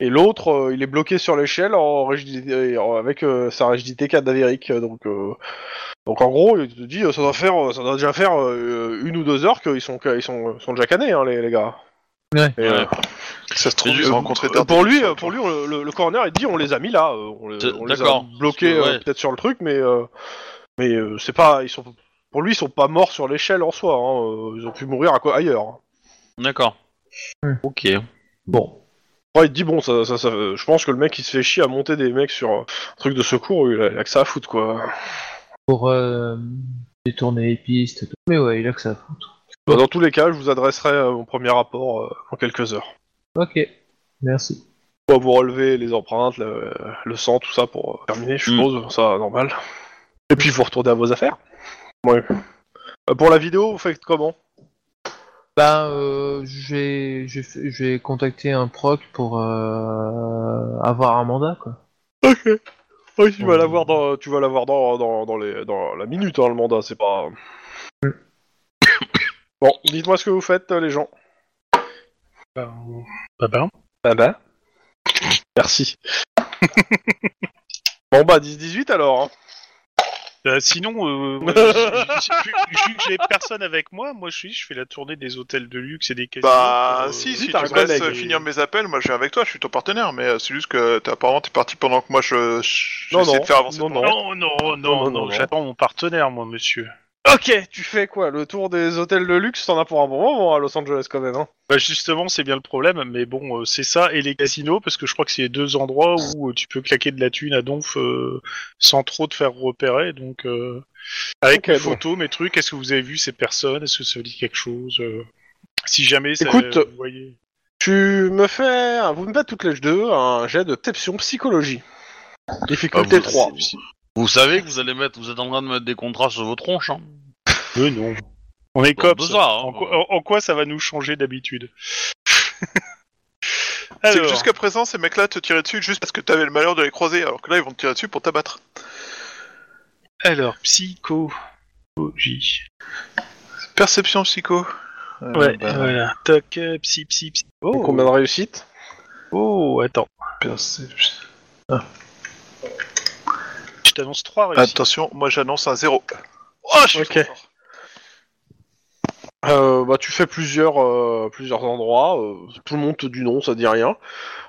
Speaker 1: Et l'autre, euh, il est bloqué sur l'échelle en rigidité- en- avec euh, sa rigidité cadavérique. Donc, euh, donc en gros, il te dit, euh, ça doit faire, euh, ça doit déjà faire euh, une ou deux heures qu'ils sont, qu'ils sont, ils sont déjà canés, hein, les, les gars.
Speaker 5: Ouais.
Speaker 1: Et, euh,
Speaker 4: Ça se trouve,
Speaker 6: Et
Speaker 4: ils
Speaker 6: je-
Speaker 4: ont rencontré
Speaker 1: euh, pour lui, euh, pour lui, on- le, le coroner il dit on les a mis là, euh, on, les-
Speaker 6: D-
Speaker 1: on les a
Speaker 6: d'accord.
Speaker 1: bloqués
Speaker 6: Parce que,
Speaker 1: euh,
Speaker 6: ouais.
Speaker 1: peut-être sur le truc, mais euh, mais euh, c'est pas, ils sont pour lui ils sont pas morts sur l'échelle en soi, hein, euh, ils ont pu mourir à quoi ailleurs. hein.
Speaker 6: D'accord.
Speaker 5: Hmm.
Speaker 6: Ok.
Speaker 5: Bon.
Speaker 1: Après il te dit bon ça, ça, ça- euh, je pense que le mec il se fait chier à monter des mecs sur euh, un truc de secours, il a, il a que ça à foutre quoi.
Speaker 5: Pour euh, détourner les pistes. et tout. Mais ouais, il a que ça. à foutre.
Speaker 1: Bah, dans tous les cas, je vous adresserai euh, mon premier rapport euh, en quelques heures.
Speaker 5: Ok. Merci.
Speaker 1: On va vous relever les empreintes, le, le sang, tout ça pour euh, terminer, je
Speaker 6: Mm.
Speaker 1: suppose, ça normal. Et puis vous retournez à vos affaires. Ouais. Euh, pour la vidéo, vous faites comment
Speaker 5: Ben, euh, j'ai j'ai fait- j'ai contacté un proc pour euh, avoir un mandat,
Speaker 1: [LAUGHS]
Speaker 5: quoi.
Speaker 1: Ok. Oui, tu vas
Speaker 5: Euh.
Speaker 1: l'avoir dans, tu vas l'avoir dans, dans, dans les, dans la minute, hein, le mandat, c'est pas. [COUGHS] bon, dites-moi ce que vous faites, euh, les gens.
Speaker 3: Bah, bah, bah.
Speaker 1: Bah ben. Merci. bon bah 10-18 alors. hein.
Speaker 3: Euh, sinon, euh, ouais, je- je- je- vu que j'ai personne avec moi, moi je suis, je fais la tournée des hôtels de luxe et des casinos.
Speaker 4: Bah,
Speaker 3: pour, euh,
Speaker 4: si,
Speaker 1: oui,
Speaker 4: si tu
Speaker 1: t'as
Speaker 4: me
Speaker 1: raison,
Speaker 4: laisses
Speaker 1: mec.
Speaker 4: finir mes appels, moi je viens avec toi, je suis ton partenaire, mais euh, c'est juste que t'as- apparemment t'es parti pendant que moi je. je-
Speaker 1: Non,
Speaker 4: j'essaie
Speaker 1: non,
Speaker 4: de faire avancer
Speaker 1: non,
Speaker 4: ton-
Speaker 1: non.
Speaker 3: Non, non, non, non,
Speaker 1: non, non.
Speaker 3: j'attends mon partenaire, moi, monsieur.
Speaker 1: Ok, tu fais quoi Le tour des hôtels de luxe, t'en as pour un bon moment à Los Angeles quand même. Hein.
Speaker 3: Bah, justement, c'est bien le problème, mais bon, euh, c'est ça et les casinos, parce que je crois que c'est les deux endroits où euh, tu peux claquer de la thune à donf euh, sans trop te faire repérer, donc... euh, avec
Speaker 1: Ok,
Speaker 3: mes
Speaker 1: bon.
Speaker 3: photos, mes trucs, est-ce que vous avez vu ces personnes Est-ce que ça vous dit quelque chose Euh, Si jamais, ça- euh,
Speaker 1: Écoute.
Speaker 3: vous voyez...
Speaker 1: Tu me fais, vous me faites toutes les deux un jet de perception psychologie. Difficulté
Speaker 6: Ah, vous-
Speaker 1: 3.
Speaker 6: Vous savez que vous allez mettre, vous êtes en train de mettre des contrats sur vos tronches. Hein.
Speaker 3: Mais non. On est
Speaker 6: Bon,
Speaker 3: cops.
Speaker 6: deux heures, hein.
Speaker 3: en, quoi, en- en quoi ça va nous changer d'habitude
Speaker 4: C'est que
Speaker 3: Alors,
Speaker 4: jusqu'à présent, ces mecs-là te tiraient dessus juste parce que t'avais le malheur de les croiser, alors que là ils vont te tirer dessus pour t'abattre.
Speaker 3: alors, psychologie.
Speaker 4: Perception psycho. Euh,
Speaker 3: Ouais,
Speaker 4: bah,
Speaker 3: voilà. Toc, euh, psy, psy, psy.
Speaker 1: Et
Speaker 3: Oh,
Speaker 1: Combien de réussites
Speaker 3: oh, attends.
Speaker 4: perception.
Speaker 3: Ah. Je t'annonce trois réussites.
Speaker 4: Attention, moi j'annonce un zéro. Oh, je suis
Speaker 1: Ok.
Speaker 4: trop fort.
Speaker 1: Euh, bah, tu fais plusieurs, euh, plusieurs endroits, euh, tout le monde te dit non, ça dit rien.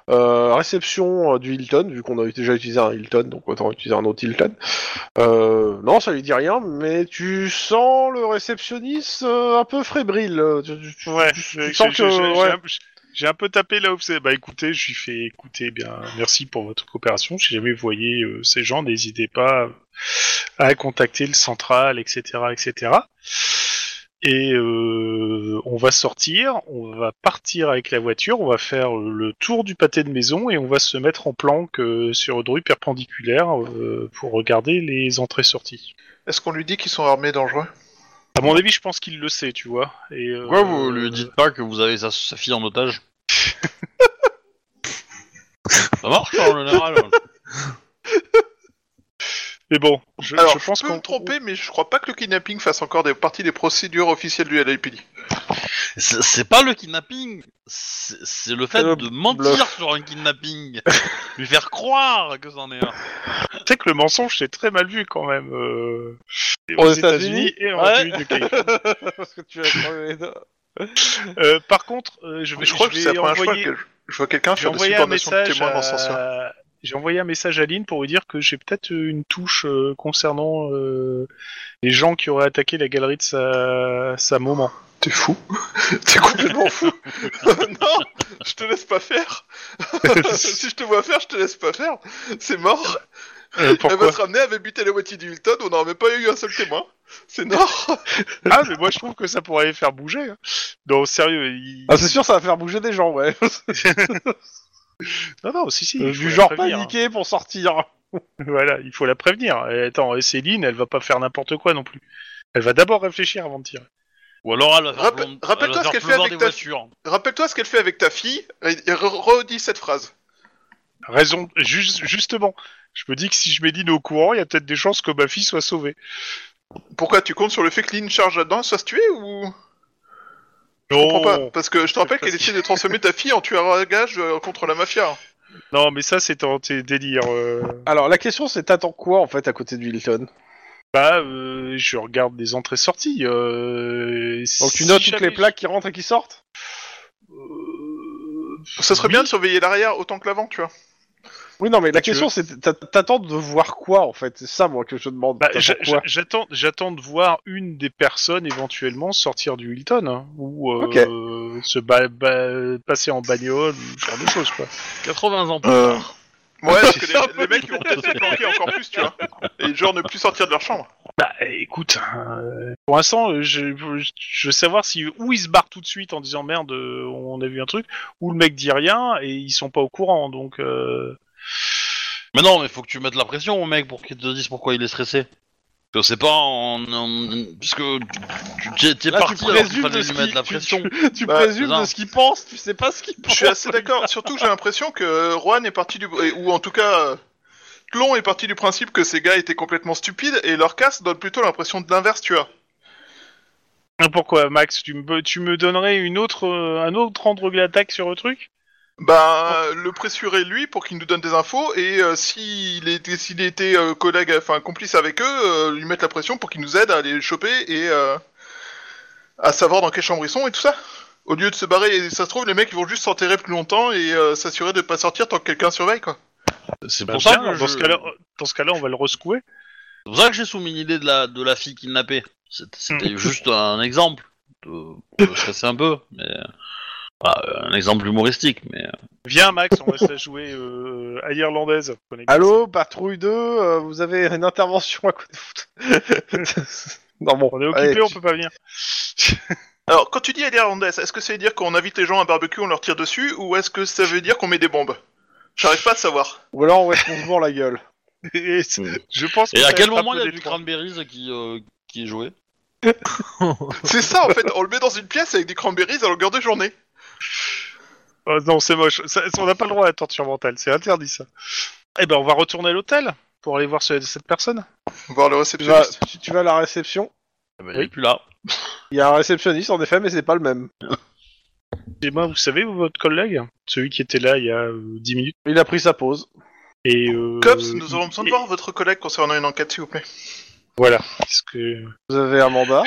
Speaker 1: Euh, réception euh, du Hilton, vu qu'on a déjà utilisé un Hilton, donc autant utiliser un autre Hilton. Euh, non, ça lui dit rien, mais tu sens le réceptionniste euh, un peu fébrile. euh, Tu, tu- tu-
Speaker 3: Ouais,
Speaker 1: tu- tu
Speaker 3: je-
Speaker 1: sens
Speaker 3: je-
Speaker 1: que.
Speaker 3: je- j'ai
Speaker 1: ouais.
Speaker 3: un- J'ai un peu tapé là où c'est. Bah écoutez, je lui fais écouter, eh bien, merci pour votre coopération. Si jamais vous voyez euh, ces gens, n'hésitez pas euh, à contacter le central, etc. etc. Et euh, on va sortir, on va partir avec la voiture, on va faire euh, le tour du pâté de maison et on va se mettre en planque euh, sur une rue perpendiculaire euh, pour regarder les entrées-sorties.
Speaker 4: Est-ce qu'on lui dit qu'ils sont armés dangereux
Speaker 3: À mon avis, je pense qu'il le sait, tu vois. Et, euh,
Speaker 6: Pourquoi vous lui dites pas que vous avez sa, sa fille en otage Ça marche hein, en général.
Speaker 3: Mais bon, je,
Speaker 4: Alors,
Speaker 3: je pense
Speaker 4: peux
Speaker 3: qu'on
Speaker 4: me tromper, mais je crois pas que le kidnapping fasse encore des parties des procédures officielles du LAPD.
Speaker 6: C'est c'est pas le kidnapping, c'est c'est le fait
Speaker 1: Le
Speaker 6: de mentir sur un kidnapping, [LAUGHS] lui faire croire que c'en est un.
Speaker 3: Tu sais que le mensonge c'est très mal vu quand même. euh,
Speaker 1: Aux
Speaker 3: aux
Speaker 1: États-Unis
Speaker 3: États-Unis et en
Speaker 1: Ouais.
Speaker 3: plus de Californie.
Speaker 1: Parce que tu as crevé les dents.
Speaker 3: Euh, Par contre, euh, je vais,
Speaker 4: Je crois que
Speaker 3: je
Speaker 4: c'est
Speaker 3: vais
Speaker 4: la première fois
Speaker 3: envoyer,
Speaker 4: que je- Je vois quelqu'un
Speaker 3: J'ai
Speaker 4: faire des
Speaker 3: envoyé un
Speaker 4: supportations de hein.
Speaker 3: message
Speaker 4: témoins dans ce sens-là.
Speaker 3: à... J'ai envoyé un message à Lynn pour lui dire que j'ai peut-être une touche euh, concernant euh, les gens qui auraient attaqué la galerie de sa,
Speaker 4: [LAUGHS]
Speaker 3: sa maman.
Speaker 4: T'es fou T'es complètement fou [LAUGHS] Non Je te laisse pas faire [LAUGHS] Si je te vois faire, je te laisse pas faire C'est mort
Speaker 3: Euh,
Speaker 4: Elle va
Speaker 3: pourquoi
Speaker 4: se ramener, elle va buter la moitié du Hilton, on n'aurait même pas eu un seul témoin C'est mort [LAUGHS]
Speaker 3: Ah, mais moi je trouve que ça pourrait les faire bouger. hein. Non, sérieux. il-
Speaker 1: Ah, c'est sûr, ça va faire bouger des gens, ouais.
Speaker 3: Non, non, si,
Speaker 4: Euh,
Speaker 3: si. il faut
Speaker 1: du
Speaker 3: la
Speaker 1: genre
Speaker 3: prévenir, hein.
Speaker 1: paniqué pour sortir.
Speaker 3: Voilà, il faut la prévenir. Et attends, et Céline, elle va pas faire n'importe quoi non plus. Elle va d'abord réfléchir avant de tirer.
Speaker 6: Ou alors elle va faire,
Speaker 4: Rappel-
Speaker 6: plom- elle va
Speaker 4: rappelle-toi
Speaker 6: faire
Speaker 4: ce qu'elle fait
Speaker 6: pleuvoir
Speaker 4: avec
Speaker 6: des
Speaker 4: ta-
Speaker 6: voitures.
Speaker 4: Rappelle-toi ce qu'elle fait avec ta fille, et et re- redis cette phrase.
Speaker 3: Raison, ju- justement. Je me dis que si je m'édine au courant, il y a peut-être des chances que ma fille soit sauvée.
Speaker 4: Pourquoi tu comptes sur le fait que Lynn charge là-dedans, soit se tuer ou Je
Speaker 3: Non,
Speaker 4: comprends pas, parce que je te rappelle
Speaker 3: Parce
Speaker 4: qu'elle essaie de transformer ta fille en tueur à gage euh, contre la mafia.
Speaker 3: non, mais ça c'est un tes délire. euh.
Speaker 1: Alors, la question, c'est t'attends quoi, en fait, à côté du Hilton
Speaker 3: Bah, euh, je regarde des entrées-sorties. Euh...
Speaker 1: Donc, tu notes
Speaker 3: si
Speaker 1: toutes
Speaker 3: jamais-
Speaker 1: les plaques qui rentrent et qui sortent
Speaker 3: Euh,
Speaker 4: Ça serait
Speaker 3: oui.
Speaker 4: bien de surveiller l'arrière autant que l'avant, tu vois.
Speaker 1: Oui, non, mais la
Speaker 3: Tu
Speaker 1: question, c'est t'a- t'attends de voir quoi, en fait C'est ça, moi, que je demande.
Speaker 3: Bah,
Speaker 1: T'attends
Speaker 3: j'a-
Speaker 1: quoi
Speaker 3: j'a- j'attends, j'attends de voir une des personnes éventuellement sortir du Hilton hein, ou euh, se ba- ba- passer en bagnole, ou ce genre de choses quoi.
Speaker 6: 80 ans.
Speaker 3: Euh.
Speaker 4: Ouais,
Speaker 3: [LAUGHS]
Speaker 4: parce que les, les mecs ils vont peut-être se planquer encore plus, tu vois. Et genre ne plus sortir de leur chambre.
Speaker 3: Bah écoute, euh, pour l'instant, euh, je, je- je veux savoir si ou ils se barrent tout de suite en disant merde, euh, on a vu un truc, ou le mec dit rien et ils sont pas au courant. Donc euh,
Speaker 6: Mais non, mais faut que tu mettes la pression au mec pour qu'il te dise pourquoi il est stressé. Parce que c'est pas en, en- parce que tu- tu t'es
Speaker 1: Là, tu
Speaker 6: parti alors qu'il
Speaker 1: présumes de
Speaker 6: fallait
Speaker 1: ce
Speaker 6: lui
Speaker 1: qui-
Speaker 6: mettre la
Speaker 1: tu-
Speaker 6: pression.
Speaker 1: Tu
Speaker 4: Bah,
Speaker 1: présumes
Speaker 6: c'est ça.
Speaker 1: de ce qu'il pense, tu sais pas ce qu'il
Speaker 4: Je
Speaker 1: pense.
Speaker 4: suis assez d'accord, surtout que j'ai l'impression que Juan est parti du. et- ou en tout cas. euh, Clon est parti du principe que ces gars étaient complètement stupides et leur casse donne plutôt l'impression de l'inverse, tu vois.
Speaker 3: Ah, pourquoi Max, tu me tu me donnerais une autre euh, un autre angle d'attaque sur le truc
Speaker 4: Ben, le pressurer lui pour qu'il nous donne des infos et euh, s'il était, s'il était euh, collègue, enfin complice avec eux, euh, lui mettre la pression pour qu'il nous aide à les choper et euh, à savoir dans quelle chambre ils sont et tout ça. Au lieu de se barrer, et ça se trouve, les mecs ils vont juste s'enterrer plus longtemps et euh, s'assurer de pas sortir tant que quelqu'un surveille quoi.
Speaker 6: C'est
Speaker 3: Bah,
Speaker 6: pour, ça
Speaker 3: bien,
Speaker 6: que je-
Speaker 3: dans ce cas-là, dans ce cas-là, on va le rescouer.
Speaker 6: c'est pour ça que j'ai soumis l'idée de la, de la fille kidnappée. C'était c'était juste un exemple. De, de stresser un peu, mais. bah, euh, un exemple humoristique, mais.
Speaker 3: Viens Max, on va se la jouer euh, à l'irlandaise.
Speaker 6: Ah
Speaker 1: Allô, patrouille 2, euh, vous avez une intervention à côté de vous. [LAUGHS] Non, bon,
Speaker 3: On est occupé,
Speaker 1: allez,
Speaker 3: on
Speaker 1: tu-
Speaker 3: peut pas venir.
Speaker 4: Alors, quand tu dis à l'irlandaise, est-ce que ça veut dire qu'on invite les gens à un barbecue, on leur tire dessus ou est-ce que ça veut dire qu'on met des bombes J'arrive pas à savoir.
Speaker 1: Ou alors, où est-ce qu'on se bourre la
Speaker 3: [LAUGHS]
Speaker 1: gueule
Speaker 3: Et c'est- je pense. que
Speaker 6: Et
Speaker 3: ça
Speaker 6: à
Speaker 3: va
Speaker 6: quel
Speaker 3: être
Speaker 6: moment
Speaker 3: un
Speaker 6: il
Speaker 3: peu
Speaker 6: y a
Speaker 3: des
Speaker 6: du
Speaker 3: trois.
Speaker 6: cranberries qui, euh, qui est joué
Speaker 4: [LAUGHS] C'est ça en fait, on le met dans une pièce avec des cranberries à longueur de journée.
Speaker 3: Oh, non, c'est moche. Ça- on n'a pas le droit à la torture mentale. C'est interdit, ça. Eh ben, on va retourner à l'hôtel pour aller voir ce- cette personne.
Speaker 4: Voir le
Speaker 1: tu vas,
Speaker 4: réceptionniste.
Speaker 1: tu- tu vas à la réception,
Speaker 6: Eh ben, Il est plus là.
Speaker 1: il y a un réceptionniste, en effet, mais c'est pas le même.
Speaker 3: Et ben, vous savez, votre collègue, celui qui était là il y a euh, 10 minutes.
Speaker 1: Il a pris sa pause.
Speaker 3: Et, euh,
Speaker 4: Cops, nous aurons besoin de
Speaker 3: et-
Speaker 4: voir votre collègue concernant une enquête, s'il vous [LAUGHS] plaît.
Speaker 3: Voilà. Parce que...
Speaker 1: Vous avez un mandat.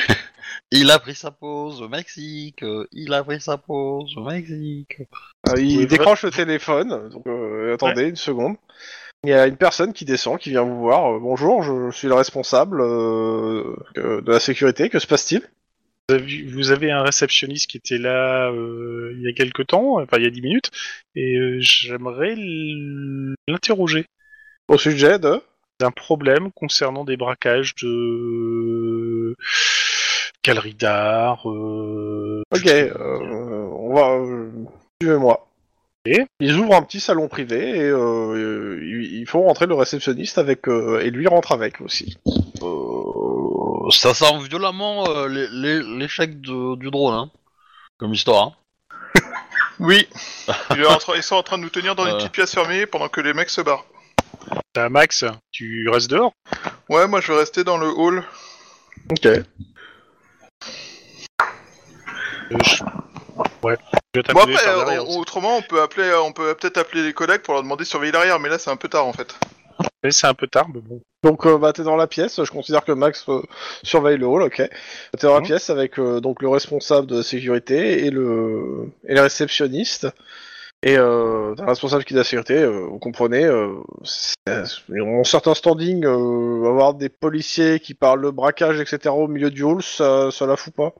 Speaker 6: Il a pris sa pause au Mexique. euh, Il a pris sa pause au Mexique.
Speaker 1: Euh, il
Speaker 3: Oui,
Speaker 1: décroche le téléphone. Donc, euh, attendez une seconde. Il y a une personne qui descend, qui vient vous voir. Euh, bonjour, je, suis le responsable euh, euh, de la sécurité. Que se passe-t-il
Speaker 3: Vous avez, vous avez un réceptionniste qui était là euh, il y a quelque temps, enfin il y a 10 minutes, et euh, j'aimerais l'interroger
Speaker 1: Au sujet de
Speaker 3: d'un problème concernant des braquages de galeries d'art, euh,
Speaker 1: Ok, euh, on va. euh, Suivez-moi.
Speaker 3: Et
Speaker 1: Ils ouvrent un petit salon privé et euh, ils ils font rentrer le réceptionniste avec euh, et lui rentre avec aussi.
Speaker 6: Euh, ça sent violemment euh, l'é- l'é- l'échec de- du drone, hein, comme histoire. hein.
Speaker 4: Oui. Ils sont en train- ils sont en train de nous tenir dans une
Speaker 6: Ouais.
Speaker 4: petite pièce fermée pendant que les mecs se barrent.
Speaker 3: Bah, Max, tu restes dehors
Speaker 4: Ouais, moi je vais rester dans le hall.
Speaker 1: Ok.
Speaker 3: Euh, je- Ouais. Je vais
Speaker 4: Bon
Speaker 3: t'appeler
Speaker 4: après,
Speaker 3: par
Speaker 4: euh,
Speaker 3: derrière.
Speaker 4: on- autrement, on peut appeler, euh, on peut peut-être appeler les collègues pour leur demander de surveiller l'arrière, mais là c'est un peu tard en fait.
Speaker 3: Mais Eh, C'est un peu tard, mais bon.
Speaker 1: Donc euh, bah, t'es dans la pièce, je considère que Max euh, surveille le hall, ok. T'es dans la
Speaker 3: Mhm.
Speaker 1: pièce avec euh, donc le responsable de sécurité et le et le réceptionniste. Et euh, t'as un responsable qui est de la sécurité, euh, vous comprenez, euh, c'est- en certain standing, euh, avoir des policiers qui parlent de braquage, etc. au milieu du hall, ça, ça la fout pas.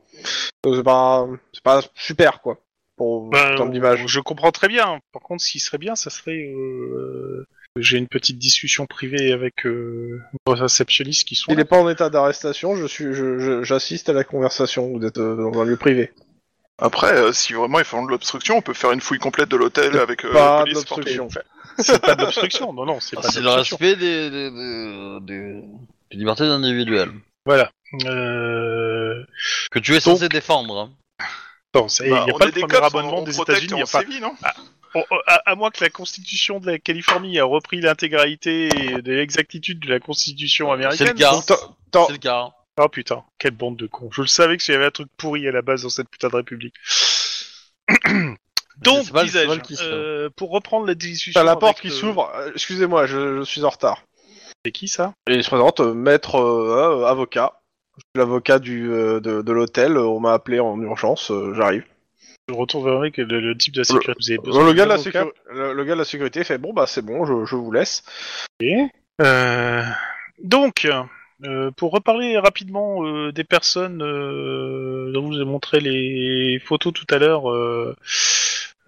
Speaker 1: Euh, C'est pas, c'est pas super, quoi, pour,
Speaker 3: Ben,
Speaker 1: en termes d'image.
Speaker 3: Bah, Je comprends très bien. Par contre, ce qui serait bien, ça serait. euh, que J'ai une petite discussion privée avec euh, nos réceptionnistes qui sont.
Speaker 1: Il
Speaker 3: là.
Speaker 1: n'est pas en état d'arrestation, je suis, je- je- j'assiste à la conversation, vous êtes euh, dans un lieu privé.
Speaker 4: Après, euh, si vraiment ils font de l'obstruction, on peut faire une fouille complète de l'hôtel avec euh,
Speaker 1: pas
Speaker 4: police,
Speaker 1: d'obstruction.
Speaker 4: forfait.
Speaker 3: C'est pas de l'obstruction. Non, non, c'est pas de
Speaker 6: Ah, C'est le
Speaker 3: l'obstruction.
Speaker 6: respect des, des, des- des- des libertés individuelles
Speaker 3: Euh...
Speaker 6: que tu es censé défendre. hein.
Speaker 3: Non, c'est- il
Speaker 4: Bah,
Speaker 3: n'y a
Speaker 4: on
Speaker 3: pas
Speaker 4: est
Speaker 3: de
Speaker 4: des
Speaker 3: premier
Speaker 4: cops,
Speaker 3: abonnement
Speaker 4: on- on
Speaker 3: des
Speaker 4: protecte
Speaker 3: États-Unis.
Speaker 4: et on
Speaker 3: Enfin,
Speaker 4: sévit, non
Speaker 3: on- on- à, à moins que la Constitution de la Californie a repris l'intégralité et de l'exactitude de la Constitution
Speaker 6: C'est
Speaker 3: américaine.
Speaker 6: le cas.
Speaker 1: Donc, t'as- t'as-
Speaker 6: C'est le cas.
Speaker 3: Oh putain, quelle bande de cons. Je le savais que s'il y avait un truc pourri à la base dans cette putain de république. Donc,
Speaker 6: C'est hein. pas le
Speaker 3: disais-je,
Speaker 6: cheval qui se-
Speaker 3: euh, pour reprendre la discussion.
Speaker 1: t'as la
Speaker 3: avec
Speaker 1: porte qui
Speaker 3: le-
Speaker 1: s'ouvre, euh, excusez-moi, je, je suis en retard.
Speaker 3: C'est qui ça
Speaker 1: Et il se présente, euh, maître euh, euh, avocat. Je suis l'avocat du, euh, de, de l'hôtel, euh, on m'a appelé en urgence, euh, j'arrive.
Speaker 3: Je retourne vers le mec, le, le type de la sécurité. Vous avez besoin
Speaker 1: Le, gars de la
Speaker 3: d'un
Speaker 1: sécu- le, le gars de la sécurité fait, bon bah c'est bon, je, je vous laisse.
Speaker 3: avocat Euh, Donc, euh, pour reparler rapidement euh, des personnes euh, dont je vous ai montré les photos tout à l'heure, euh,